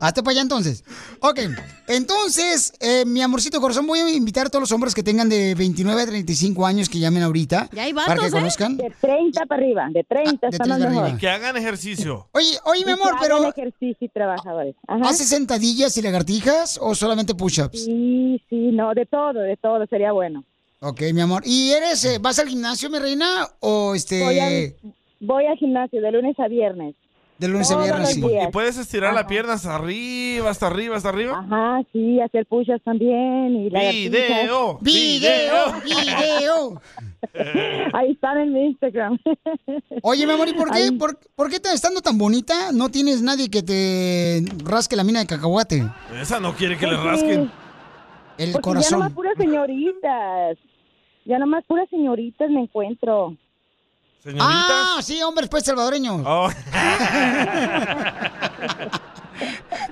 Speaker 2: Hasta para allá entonces. Ok, entonces, eh, mi amorcito corazón, voy a invitar a todos los hombres que tengan de 29 a 35 años que llamen ahorita.
Speaker 26: Ya hay
Speaker 2: Para
Speaker 26: vatos,
Speaker 2: que
Speaker 26: ¿eh?
Speaker 2: conozcan. Ah,
Speaker 26: De 30 para arriba. De 30 están los mejores.
Speaker 4: Y que hagan ejercicio.
Speaker 2: Oye, oye, mi amor,
Speaker 26: Que hagan
Speaker 2: pero
Speaker 26: ejercicio y trabajadores. Ajá.
Speaker 2: ¿haces sentadillas y lagartijas o solamente push-ups?
Speaker 26: Sí, sí, no, de todo, de todo sería bueno.
Speaker 2: Ok, mi amor. ¿Y eres, eh, vas al gimnasio, mi reina, o Ah, este...
Speaker 26: Voy al, voy al gimnasio de lunes a viernes.
Speaker 2: De lunes a
Speaker 26: Todos
Speaker 2: viernes,
Speaker 26: los
Speaker 2: sí.
Speaker 26: días.
Speaker 4: Y puedes estirar la pierna hasta arriba, hasta arriba, hasta arriba.
Speaker 26: Ajá, sí, hacer push-ups también y
Speaker 4: Video,
Speaker 26: lagartijas.
Speaker 4: video,
Speaker 2: video.
Speaker 26: Ahí están en mi Instagram.
Speaker 2: Oye, mi amor, ¿y por qué,
Speaker 26: Ahí.
Speaker 2: por, por qué te- estando tan bonita no tienes nadie que te rasque la mina de cacahuate?
Speaker 4: Esa no quiere que le
Speaker 26: Sí.
Speaker 4: rasquen.
Speaker 2: El
Speaker 26: Porque pues, Ya nomás
Speaker 2: corazón.
Speaker 26: puras señoritas. Ya nomás puras señoritas me encuentro.
Speaker 2: Ah, sí, hombres pues salvadoreños.
Speaker 4: Ah. Oh.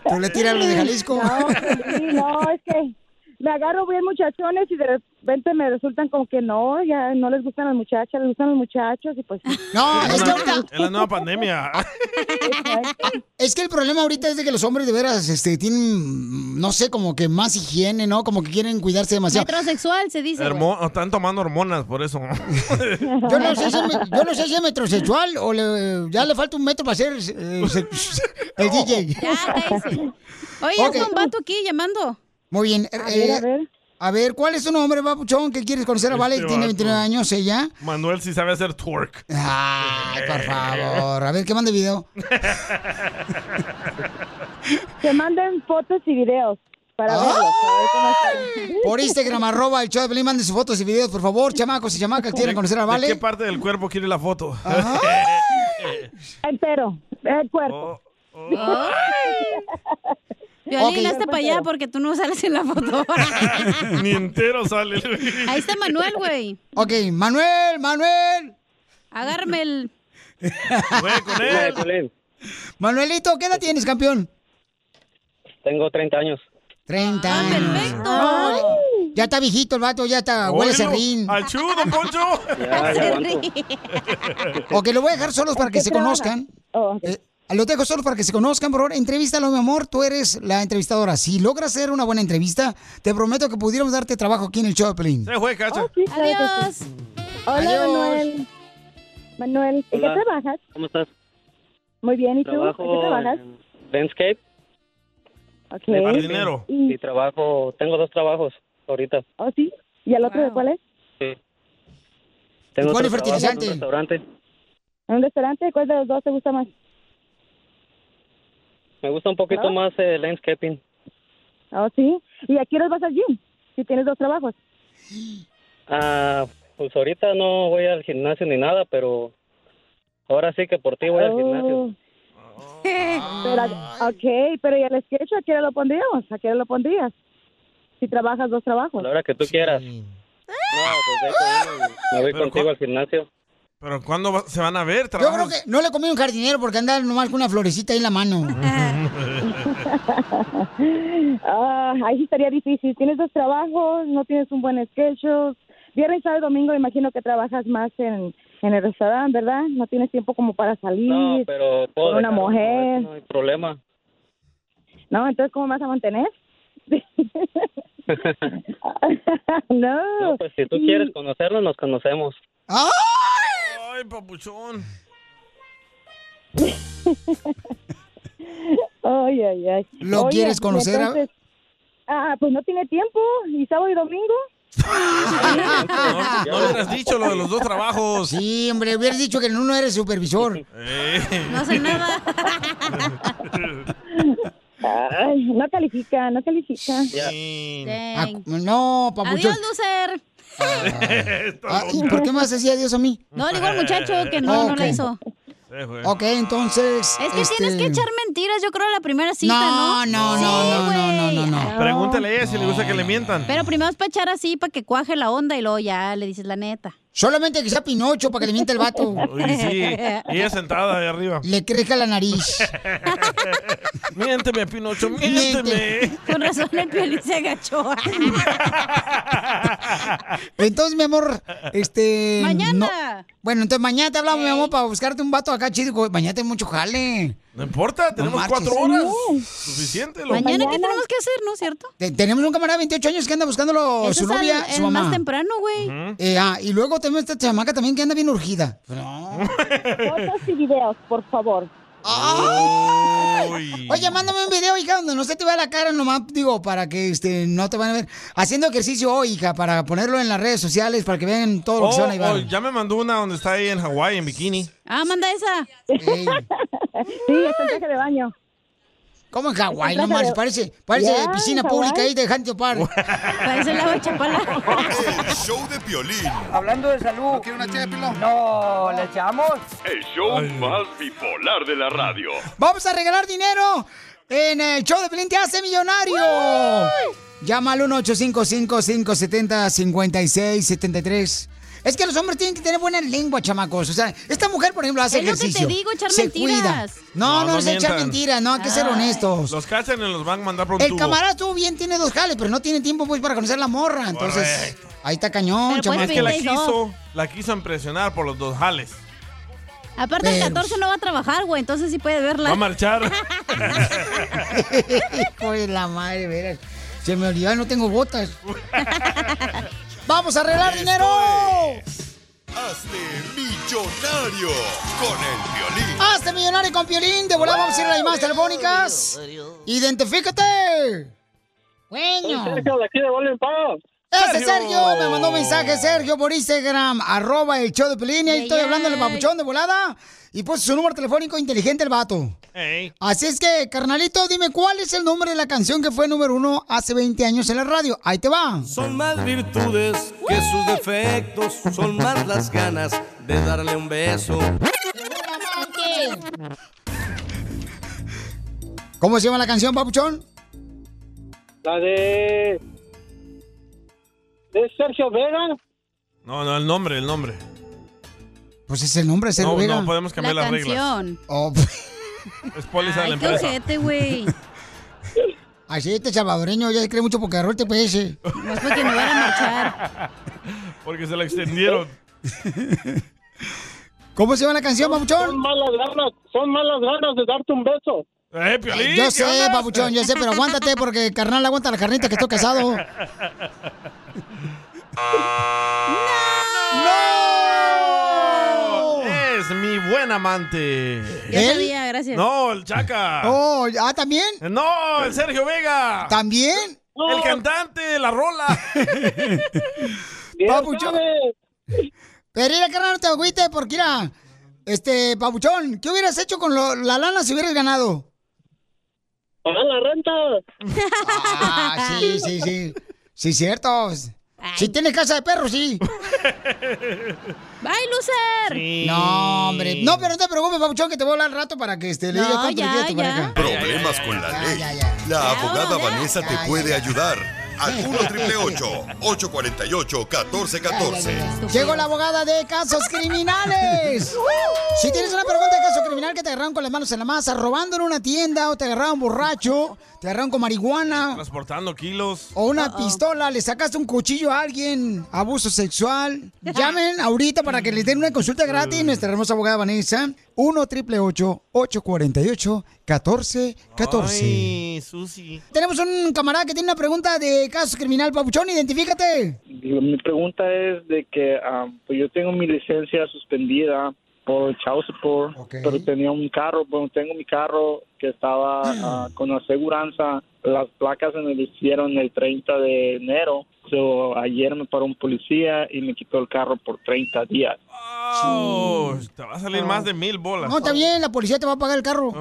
Speaker 2: Tú le tiras lo de Jalisco.
Speaker 26: No, sí, no, es que me agarro bien muchachones y de repente me resultan como que no, ya no les gustan las muchachas, les gustan los muchachos y pues...
Speaker 2: No,
Speaker 4: Es
Speaker 2: es Ah, que
Speaker 4: la-
Speaker 2: ahorita...
Speaker 4: es la nueva pandemia.
Speaker 2: Es que el problema ahorita es de que los hombres de veras este, tienen, no sé, como que más higiene, ¿no? Como que quieren cuidarse demasiado.
Speaker 5: Metrosexual se dice. güey.
Speaker 4: Hermo- están tomando hormonas, por eso.
Speaker 2: Yo no sé si, es me- yo no sé si es metrosexual o le- ya le falta un metro para ser eh, se- el DJ.
Speaker 5: Oye,
Speaker 2: Ok.
Speaker 5: es un vato aquí llamando.
Speaker 2: Muy bien. eh,
Speaker 5: A ver, a
Speaker 2: eh, a ver, ¿cuál es tu nombre, papuchón, que quieres conocer a Vale, que
Speaker 4: Este
Speaker 2: tiene
Speaker 4: vato.
Speaker 2: 29 años ella?
Speaker 4: Manuel sí sabe hacer twerk. Eh.
Speaker 2: Ay, por favor. A ver, que mande video.
Speaker 26: Que manden fotos y videos para verlos. para ver cómo están.
Speaker 2: Por Instagram, arroba el show de Pelín, manden sus fotos y videos, por favor, chamacos y chamacas, quieren conocer a
Speaker 4: ¿De qué
Speaker 2: Vale. Ah.
Speaker 4: parte del cuerpo quiere la foto? Eh,
Speaker 26: Entero, el
Speaker 4: oh,
Speaker 26: cuerpo.
Speaker 5: Violín,
Speaker 26: Ok.
Speaker 5: hazte para allá porque tú no sales en la foto.
Speaker 4: Ni entero sale.
Speaker 5: Ahí está Manuel, güey.
Speaker 2: Ok, Manuel, Manuel.
Speaker 5: Agárrame el...
Speaker 4: con
Speaker 23: él. con él.
Speaker 2: Manuelito, ¿qué edad tienes, campeón?
Speaker 23: Tengo 30 años.
Speaker 2: 30 años. Ay, Ya está viejito el vato, ya está, huele a
Speaker 23: Oílo,
Speaker 2: serrín.
Speaker 4: ¡Achú, don Poncho!
Speaker 23: Ya, ya aguanto.
Speaker 2: Ok, lo voy a dejar solos para
Speaker 23: ¿En
Speaker 2: que
Speaker 23: qué
Speaker 2: se
Speaker 23: trabaja?
Speaker 2: conozcan. Eh, los dejo solos para que se conozcan, por favor. Entrevístalo, mi amor. Tú eres la entrevistadora. Si logras hacer una buena entrevista, te prometo que pudiéramos darte trabajo aquí en el show de Pelín.
Speaker 4: Se fue,
Speaker 2: Ah,
Speaker 4: cacha.
Speaker 5: Adiós.
Speaker 26: Hola,
Speaker 23: Adiós.
Speaker 26: Manuel. Manuel, ¿en qué
Speaker 23: Hola.
Speaker 26: trabajas?
Speaker 23: ¿Cómo estás?
Speaker 26: Muy bien, ¿y tú?
Speaker 23: Trabajo
Speaker 26: ¿En qué trabajas?
Speaker 23: en Landscape.
Speaker 26: De jardinero.
Speaker 23: dinero. Y trabajo, tengo dos trabajos ahorita.
Speaker 26: ¿Oh, sí? ¿Y el otro de cuál es?
Speaker 23: Sí. Tengo
Speaker 26: cuál
Speaker 23: otro
Speaker 26: es
Speaker 23: trabajo en
Speaker 26: fertilizante?
Speaker 23: un restaurante.
Speaker 26: ¿En un restaurante? ¿Cuál de los dos te gusta más?
Speaker 23: Me gusta un
Speaker 26: ¿Ah?
Speaker 23: poquito más el landscaping.
Speaker 26: ¿Oh, sí? ¿Y aquí los vas al gym? Si tienes dos trabajos.
Speaker 23: Ah, pues ahorita no voy al gimnasio ni nada, pero ahora sí que por ti voy al gimnasio.
Speaker 26: Oh. Pero, ok, pero ¿y el sketch a qué hora lo pondríamos? ¿A qué hora lo pondrías? Si trabajas dos
Speaker 23: A
Speaker 26: trabajos.
Speaker 23: la hora que tú quieras. No, pues ahí te voy, me voy
Speaker 4: Pero
Speaker 23: contigo al gimnasio.
Speaker 4: ¿Pero cuándo va- se van a ver?
Speaker 2: Yo creo que no le comí un jardinero porque anda nomás con una florecita ahí en la mano.
Speaker 26: Ah, ahí sí estaría difícil. Tienes dos trabajos, no tienes un buen sketch. Viernes, sábado, domingo, imagino que trabajas más en, en el restaurante, ¿verdad? No tienes tiempo como para salir
Speaker 23: No, pero puedo
Speaker 26: con una
Speaker 23: dejar, no,
Speaker 26: mujer.
Speaker 23: No hay problema.
Speaker 26: No, entonces, ¿cómo vas a mantener? no.
Speaker 23: No, pues si tú quieres conocernos, nos conocemos.
Speaker 4: ¡Ay, papuchón!
Speaker 26: Ay, ay, ay.
Speaker 4: ¿Lo quieres
Speaker 26: y
Speaker 4: conocer?
Speaker 26: entonces- ah, pues no tiene tiempo. ¿Y sábado y domingo?
Speaker 4: No hubieras dicho lo de los dos trabajos.
Speaker 2: Ah. Sí, hombre, hubieras dicho que en uno eres supervisor.
Speaker 4: Eh.
Speaker 5: No sé nada.
Speaker 26: Ay, no califica, no califica.
Speaker 2: Ah, no, papuchón.
Speaker 5: Adiós, Lucer.
Speaker 2: Ah, ¿y ¿Por qué me vas a decir adiós a mí? Ah,
Speaker 5: No, le digo al muchacho que no, no
Speaker 2: Ok.
Speaker 5: la hizo.
Speaker 2: Ok, entonces...
Speaker 5: Es que
Speaker 2: este-
Speaker 5: tienes que echar mentiras, yo creo, a la primera cita,
Speaker 2: No,
Speaker 5: ¿no?
Speaker 2: no,
Speaker 5: Sí,
Speaker 2: no,
Speaker 5: güey.
Speaker 2: no, no, no, no.
Speaker 4: Pregúntale a ella si le gusta que le mientan.
Speaker 5: Pero primero es para echar así, para que cuaje la onda y luego ya le dices la neta.
Speaker 2: Solamente que sea Pinocho para que le miente el vato.
Speaker 4: Oye, sí. Y ella sentada ahí arriba.
Speaker 2: Le crezca la nariz.
Speaker 4: Miénteme, Pinocho, miénteme.
Speaker 5: Con razón el piolín se agachó.
Speaker 2: Entonces, mi amor, este...
Speaker 5: Mañana.
Speaker 2: no- Bueno, entonces mañana te hablamos, mi amor, para buscarte un vato acá chido. co- Mañana tengo mucho jale.
Speaker 4: No importa, tenemos
Speaker 2: marches.
Speaker 4: cuatro horas. Suficiente, loco.
Speaker 5: Mañana, ¿qué tenemos que hacer, no es cierto?
Speaker 2: Te- tenemos un camarada de 28 años que anda buscándolo Oh, su
Speaker 5: Eso es al-
Speaker 2: novia,
Speaker 5: el
Speaker 2: su mamá.
Speaker 5: más temprano, güey.
Speaker 2: Eh, ah, y luego tenemos esta chamaca también que anda bien urgida.
Speaker 26: Fotos y videos, por favor.
Speaker 2: Oye, mándame un video, hija, donde no se te vea la cara nomás, digo, para que este, no te van a ver. Haciendo ejercicio hoy, hija, para ponerlo en las redes sociales, para que vean todo lo que se van a
Speaker 4: Oh, oh,
Speaker 2: llevar.
Speaker 4: ya me mandó una donde está ahí en Hawái en bikini.
Speaker 5: Ah, manda esa.
Speaker 32: sí, es el traje de baño.
Speaker 2: ¿Cómo en Hawái?
Speaker 32: Es un
Speaker 2: No
Speaker 32: traje
Speaker 2: marches,
Speaker 32: de-
Speaker 2: parece, parece
Speaker 32: Ya,
Speaker 2: piscina
Speaker 32: en
Speaker 2: pública
Speaker 32: Hawái.
Speaker 2: ahí de Jantio Park.
Speaker 5: Parece la
Speaker 19: El show de Piolín.
Speaker 9: Hablando de salud. ¿No una No, ¿le echamos?
Speaker 8: El show más bipolar de la radio.
Speaker 2: Vamos a regalar dinero en el show de Pelín Te Hace Millonario. Llama al 1-855-570-5673. Es que los hombres tienen que tener buena lengua, chamacos. O sea, esta mujer, por ejemplo, hace
Speaker 5: Es lo que te
Speaker 2: ejercicio.
Speaker 5: digo, echar
Speaker 2: se
Speaker 5: mentiras. Ah.
Speaker 2: Cuida. No, no, es echar
Speaker 4: mientan.
Speaker 2: mentiras, no, hay que ser honestos.
Speaker 4: Los cachan y los van a mandar por un
Speaker 2: El
Speaker 4: tubo.
Speaker 2: camarada estuvo bien, tiene dos jales, pero no tiene tiempo pues para conocer la morra. Entonces,
Speaker 4: Correcto.
Speaker 2: ahí está cañón,
Speaker 5: pues,
Speaker 4: es que la
Speaker 2: chamacos.
Speaker 4: quiso, la quiso impresionar por los dos jales.
Speaker 5: Aparte, el
Speaker 4: Pero-
Speaker 5: 14 no va a trabajar, güey, entonces sí puede verla.
Speaker 4: Va a marchar.
Speaker 2: Hijo de la madre, veras. Se me olvidó, no tengo botas. ¡Vamos a arreglar dinero!
Speaker 19: Hazte millonario con el violín.
Speaker 2: ¡Hazte millonario con Piolín! De volada vamos a ir a las llamadas telefónicas. ¡Identifícate! ¡Güeño!
Speaker 3: Soy Sergio de aquí de Golden Pass.
Speaker 2: ¡Ese es
Speaker 3: Sergio.
Speaker 2: Sergio! Me mandó un mensaje Sergio por Instagram, arroba el show de Piolín. Y ahí estoy hablando al papuchón de volada. Y puso su número telefónico inteligente el vato.
Speaker 4: Ey.
Speaker 2: Así es que, carnalito, dime cuál es el nombre de la canción que fue número uno hace 20 años en la radio. Ahí te va.
Speaker 33: Son más virtudes que sus defectos, son más las ganas de darle un beso.
Speaker 2: ¿Cómo se llama la canción, papuchón?
Speaker 3: La de. de Sergio Vega.
Speaker 4: No, no, el nombre, el nombre.
Speaker 2: Pues es el nombre, es el
Speaker 4: No,
Speaker 2: Vega.
Speaker 4: no, podemos cambiar las reglas.
Speaker 2: Oh,
Speaker 4: Es póliza de la
Speaker 2: Ay, qué
Speaker 4: empresa.
Speaker 2: ojete, así este salvadoreño ya se cree mucho pues, porque agarró el TPS.
Speaker 5: No es porque no van a marchar.
Speaker 4: Porque se la extendieron.
Speaker 2: ¿Cómo se llama la canción, papuchón?
Speaker 3: Son malas ganas, son malas ganas de darte un beso.
Speaker 4: Eh,
Speaker 2: Ay, yo sé, papuchón, yo sé, pero aguántate porque carnal aguanta la carnita que estoy casado.
Speaker 4: ¡No! Es mi buen amante.
Speaker 5: Yo ¿Él? sabía, gracias.
Speaker 4: No, el Chaca.
Speaker 2: Oh, ah, ¿también?
Speaker 4: No, el Sergio Vega.
Speaker 2: ¿También?
Speaker 4: El cantante, la rola.
Speaker 2: Papuchón. Pero mira, carnal, no te agüites porque mira, este, papuchón, ¿qué hubieras hecho con lo- la lana si hubieras ganado?
Speaker 3: Pagar la renta.
Speaker 2: Ah, sí, sí, sí. Sí, cierto. Si tienes casa de perro, sí.
Speaker 5: ¡Bye, loser!
Speaker 2: No, hombre. No, pero no te preocupes, papuchón, que te voy a hablar al rato para que este, le
Speaker 5: No,
Speaker 2: digas cuánto le
Speaker 5: ya,
Speaker 2: quieres a tu
Speaker 5: ya.
Speaker 19: Ah,
Speaker 2: pareja.
Speaker 19: Problemas con la ley. La abogada Vanessa te puede ayudar. Al 1 848 1414
Speaker 2: Llegó la abogada de casos criminales. Si tienes una pregunta de caso criminal que te agarraron con las manos en la masa, robando en una tienda o te agarraron borracho, te agarraron con marihuana
Speaker 4: Transportando kilos.
Speaker 2: o una pistola, le sacaste un cuchillo a alguien, abuso sexual. Llamen ahorita para que les den una consulta gratis nuestra hermosa abogada Vanessa. 1 848 1414
Speaker 4: Ay, Susi.
Speaker 2: Tenemos un camarada que tiene una pregunta de caso criminal. Papuchón, identifícate.
Speaker 11: Mi pregunta es de que ah, pues yo tengo mi licencia suspendida por child support, pero tenía un carro, bueno, tengo mi carro que estaba ah, con aseguranza, las placas se me hicieron el 30 de enero, so, ayer me paró un policía y me quitó el carro por 30 días.
Speaker 4: Oh, te va a salir más de mil bolas.
Speaker 2: No, está bien, la policía te va a pagar el carro.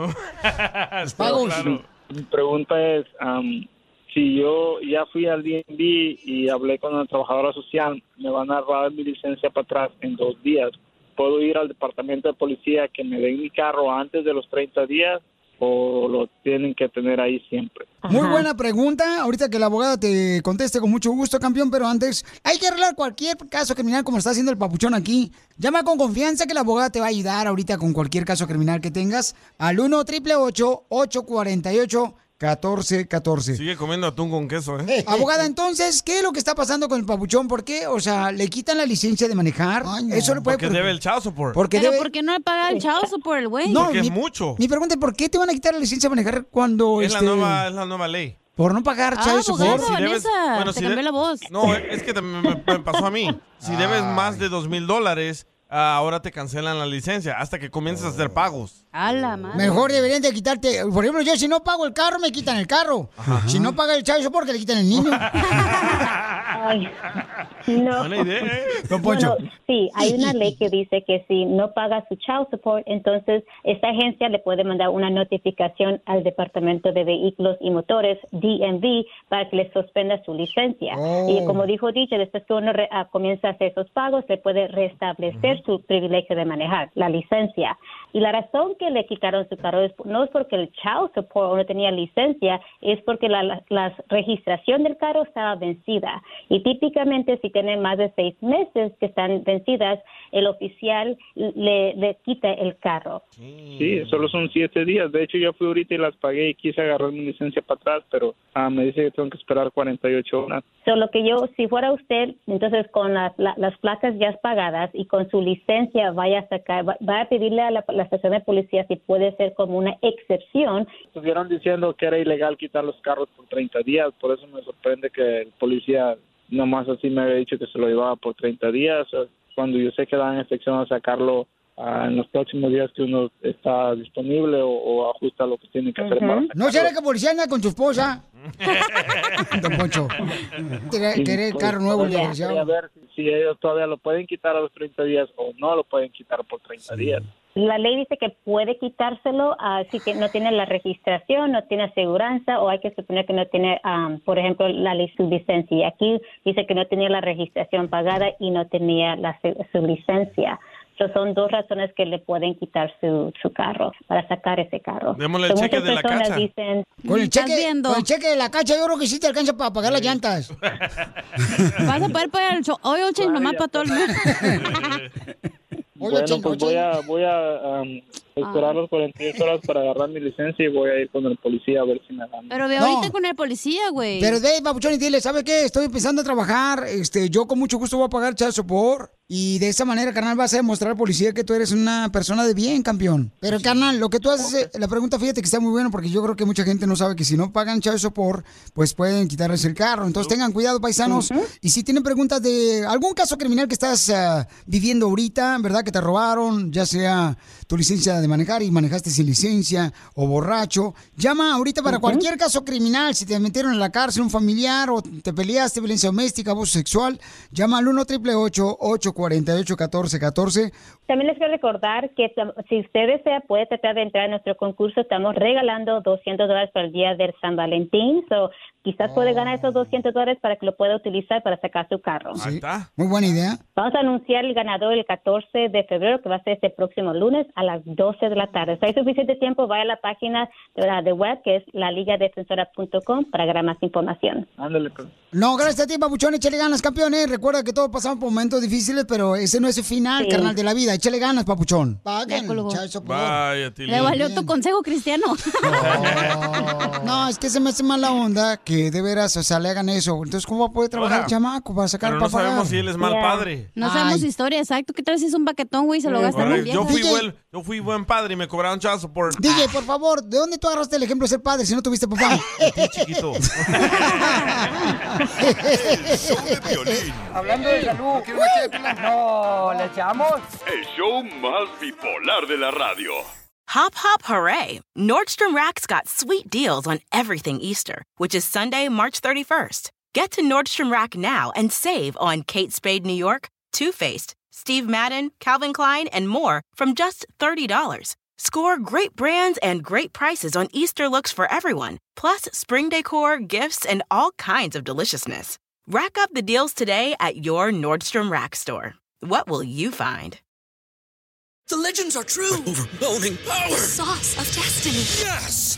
Speaker 2: pagos.
Speaker 4: Claro.
Speaker 11: Mi pregunta es, am, si yo ya fui al DMV y hablé con la trabajadora social, me van a dar mi licencia para atrás en dos días. ¿Puedo ir al departamento de policía que me den mi carro antes de los 30 días o lo tienen que tener ahí siempre?
Speaker 2: Muy buena pregunta. Ahorita que la abogada te conteste con mucho gusto, campeón, pero antes hay que arreglar cualquier caso criminal como está haciendo el papuchón aquí. Llama con confianza que la abogada te va a ayudar ahorita con cualquier caso criminal que tengas al 1 888 848 1414
Speaker 4: Sigue comiendo atún con queso, ¿eh?
Speaker 2: Abogada, entonces, ¿qué es lo que está pasando con el papuchón? ¿Por qué? O sea, le quitan la licencia de manejar. Eso le puede
Speaker 4: Porque debe el chao support.
Speaker 2: Porque
Speaker 5: Pero
Speaker 2: debe-
Speaker 5: ¿por qué no le paga el chavo por el güey?
Speaker 2: No,
Speaker 4: Porque es
Speaker 2: mi-
Speaker 4: mucho.
Speaker 2: Mi pregunta es, ¿por qué te van a quitar la licencia de manejar cuando...
Speaker 4: Es la
Speaker 2: este,
Speaker 4: nueva, es la nueva ley.
Speaker 2: Por no pagar,
Speaker 5: Ah,
Speaker 2: ¿sabes?
Speaker 4: Si debes- bueno, si de- eh.
Speaker 5: voz.
Speaker 4: No, es que también me, me pasó a mí. Si debes más de dos mil dólares, ah, ahora te cancelan la licencia hasta que comiences a hacer pagos.
Speaker 5: A la madre.
Speaker 2: Mejor deberían de quitarte. Por ejemplo, yo si no pago el carro, me quitan el carro. Si no paga el chavo, porque le quitan el niño.
Speaker 27: No.
Speaker 4: Buena idea, ¿eh?
Speaker 27: Bueno, sí, hay una ley que dice que si no paga su child support, entonces esta agencia le puede mandar una notificación al Departamento de Vehículos y Motores, DMV, para que le suspenda su licencia.
Speaker 9: Oh.
Speaker 27: Y como dijo Dicha, después que uno re- ah, comienza a hacer esos pagos, le puede restablecer su privilegio de manejar, la licencia. Y la razón que le quitaron su carro es- no es porque el child support no tenía licencia, es porque la, la- la registración del carro estaba vencida. Y típicamente si tienen más de seis meses que están vencidas, el oficial le, le quita el carro.
Speaker 11: Sí, solo son siete días. De hecho, yo fui ahorita y las pagué y quise agarrar mi licencia para atrás, pero ah, me dice que tengo que esperar 48 horas.
Speaker 27: So, lo que yo, si fuera usted, entonces con la- la- las placas ya pagadas y con su licencia vaya a sacar, va, va a pedirle a la, la estación de policía si puede ser como una excepción
Speaker 11: Estuvieron diciendo que era ilegal quitar los carros por 30 días, por eso me sorprende que el policía nomás así me había dicho que se lo llevaba por 30 días, o- cuando yo sé que dan excepción a sacarlo ah, en los próximos días que uno está disponible o, o ajusta lo que tiene que hacer. para
Speaker 2: ¿No
Speaker 11: sacarlo.
Speaker 2: será que policía anda con tu esposa? Don Poncho. Quiere- quiere el carro nuevo, el
Speaker 11: Voy a-
Speaker 2: desgraciado.
Speaker 11: voy a pues, ver si- si ellos todavía lo pueden quitar a los 30 días o no lo pueden quitar por 30 días.
Speaker 27: La ley dice que puede quitárselo ah, si que no tiene la registración, no tiene aseguranza o hay que suponer que no tiene, am, por ejemplo, la li- su licencia. Y aquí dice que no tenía la registración pagada y no tenía la, se- su licencia. So, son dos razones que le pueden quitar su, su carro, para sacar ese carro.
Speaker 4: Démosle el
Speaker 27: So,
Speaker 4: cheque
Speaker 27: muchas
Speaker 4: de la
Speaker 27: personas
Speaker 4: cacha.
Speaker 27: dicen,
Speaker 2: Con el,
Speaker 27: "Estás
Speaker 2: cheque,
Speaker 27: viendo".
Speaker 2: con el cheque de la cacha, yo creo que sí te alcanza para pagar las llantas.
Speaker 5: Vas a poder pagar el cho- oil change nomás para todo el mes.
Speaker 11: Bueno, pues voy a, voy a am,
Speaker 2: Ah.
Speaker 11: esperar los 48 horas para agarrar mi licencia y voy a ir con el policía a ver si me dan.
Speaker 5: Pero ve ahorita con el policía, güey.
Speaker 2: Pero ve, papuchón, y dile, ¿sabes qué? Estoy empezando a trabajar, este, yo con mucho gusto voy a pagar chal sopor. Y de esa manera, carnal, vas a demostrar al policía que tú eres una persona de bien, campeón. Pero, carnal, lo que tú haces, eh, la pregunta, fíjate que está muy bueno, porque yo creo que mucha gente no sabe que si no pagan chal sopor, pues pueden quitarles el carro. Entonces, tengan cuidado, paisanos. Y si tienen preguntas de algún caso criminal que estás ah, viviendo ahorita, ¿verdad? Que te robaron, ya sea tu licencia de manejar y manejaste sin licencia o borracho, llama ahorita para
Speaker 21: Ujú.
Speaker 2: cualquier caso criminal. Si te metieron en la cárcel, un familiar o te peleaste, violencia doméstica, abuso sexual, llama al 1 848 1414
Speaker 27: También les quiero recordar que tam- si usted desea puede tratar de entrar a nuestro concurso. Estamos regalando 200 dólares para el día del San Valentín. So, quizás
Speaker 2: Oh.
Speaker 27: puede ganar esos 200 dólares para que lo pueda utilizar para sacar su carro.
Speaker 2: Pues Muy buena idea.
Speaker 27: Vamos a anunciar el ganador el 14 de febrero, que va a ser este próximo lunes a las 12 de la tarde. Si hay suficiente tiempo, vaya a la página de la de web, que es laligadefensora.com, para ganar más información.
Speaker 11: Ándale, pues.
Speaker 2: No, gracias a ti, papuchón. Échale ganas, campeones. Recuerda que todos pasamos por momentos difíciles, pero ese no es el final,
Speaker 5: Sí.
Speaker 2: carnal, de la vida. Échale ganas, papuchón.
Speaker 5: Ya colgó.
Speaker 4: Vaya, Tilín.
Speaker 5: Le valió tu consejo cristiano.
Speaker 2: No, es que se me hace mala onda que de veras, o sea, le hagan eso. Entonces, ¿cómo va a poder trabajar
Speaker 4: Ahora.
Speaker 2: el chamaco para sacar
Speaker 4: Pero
Speaker 2: para
Speaker 4: no sabemos
Speaker 2: pagar?
Speaker 4: si él es mal Yeah. padre.
Speaker 5: No sabemos su historia, exacto. ¿Qué tal si es un baquetón, güey? Se lo gasta muy
Speaker 4: Correcto.
Speaker 5: bien.
Speaker 4: Yo fui, buen, yo fui buen padre y me cobraron child support.
Speaker 2: DJ, por favor, ¿de dónde tú agarraste el ejemplo de ser padre si no tuviste papá?
Speaker 4: Chiquito.
Speaker 34: Hablando de salud.
Speaker 9: No, ¿le echamos?
Speaker 8: El show más bipolar de la radio.
Speaker 1: Hop, hop, hooray! Nordstrom Rack's got sweet deals on everything Easter, which is Sunday, March 31st. Get to Nordstrom Rack now and save on Kate Spade New York, Too Faced, Steve Madden, Calvin Klein, and more from just $30. Score great brands and great prices on Easter looks for everyone, plus spring decor, gifts, and all kinds of deliciousness. Rack up the deals today at your Nordstrom Rack store. What will you find?
Speaker 28: The legends are true.
Speaker 1: overwhelming
Speaker 28: power. sauce of destiny.
Speaker 35: Yes.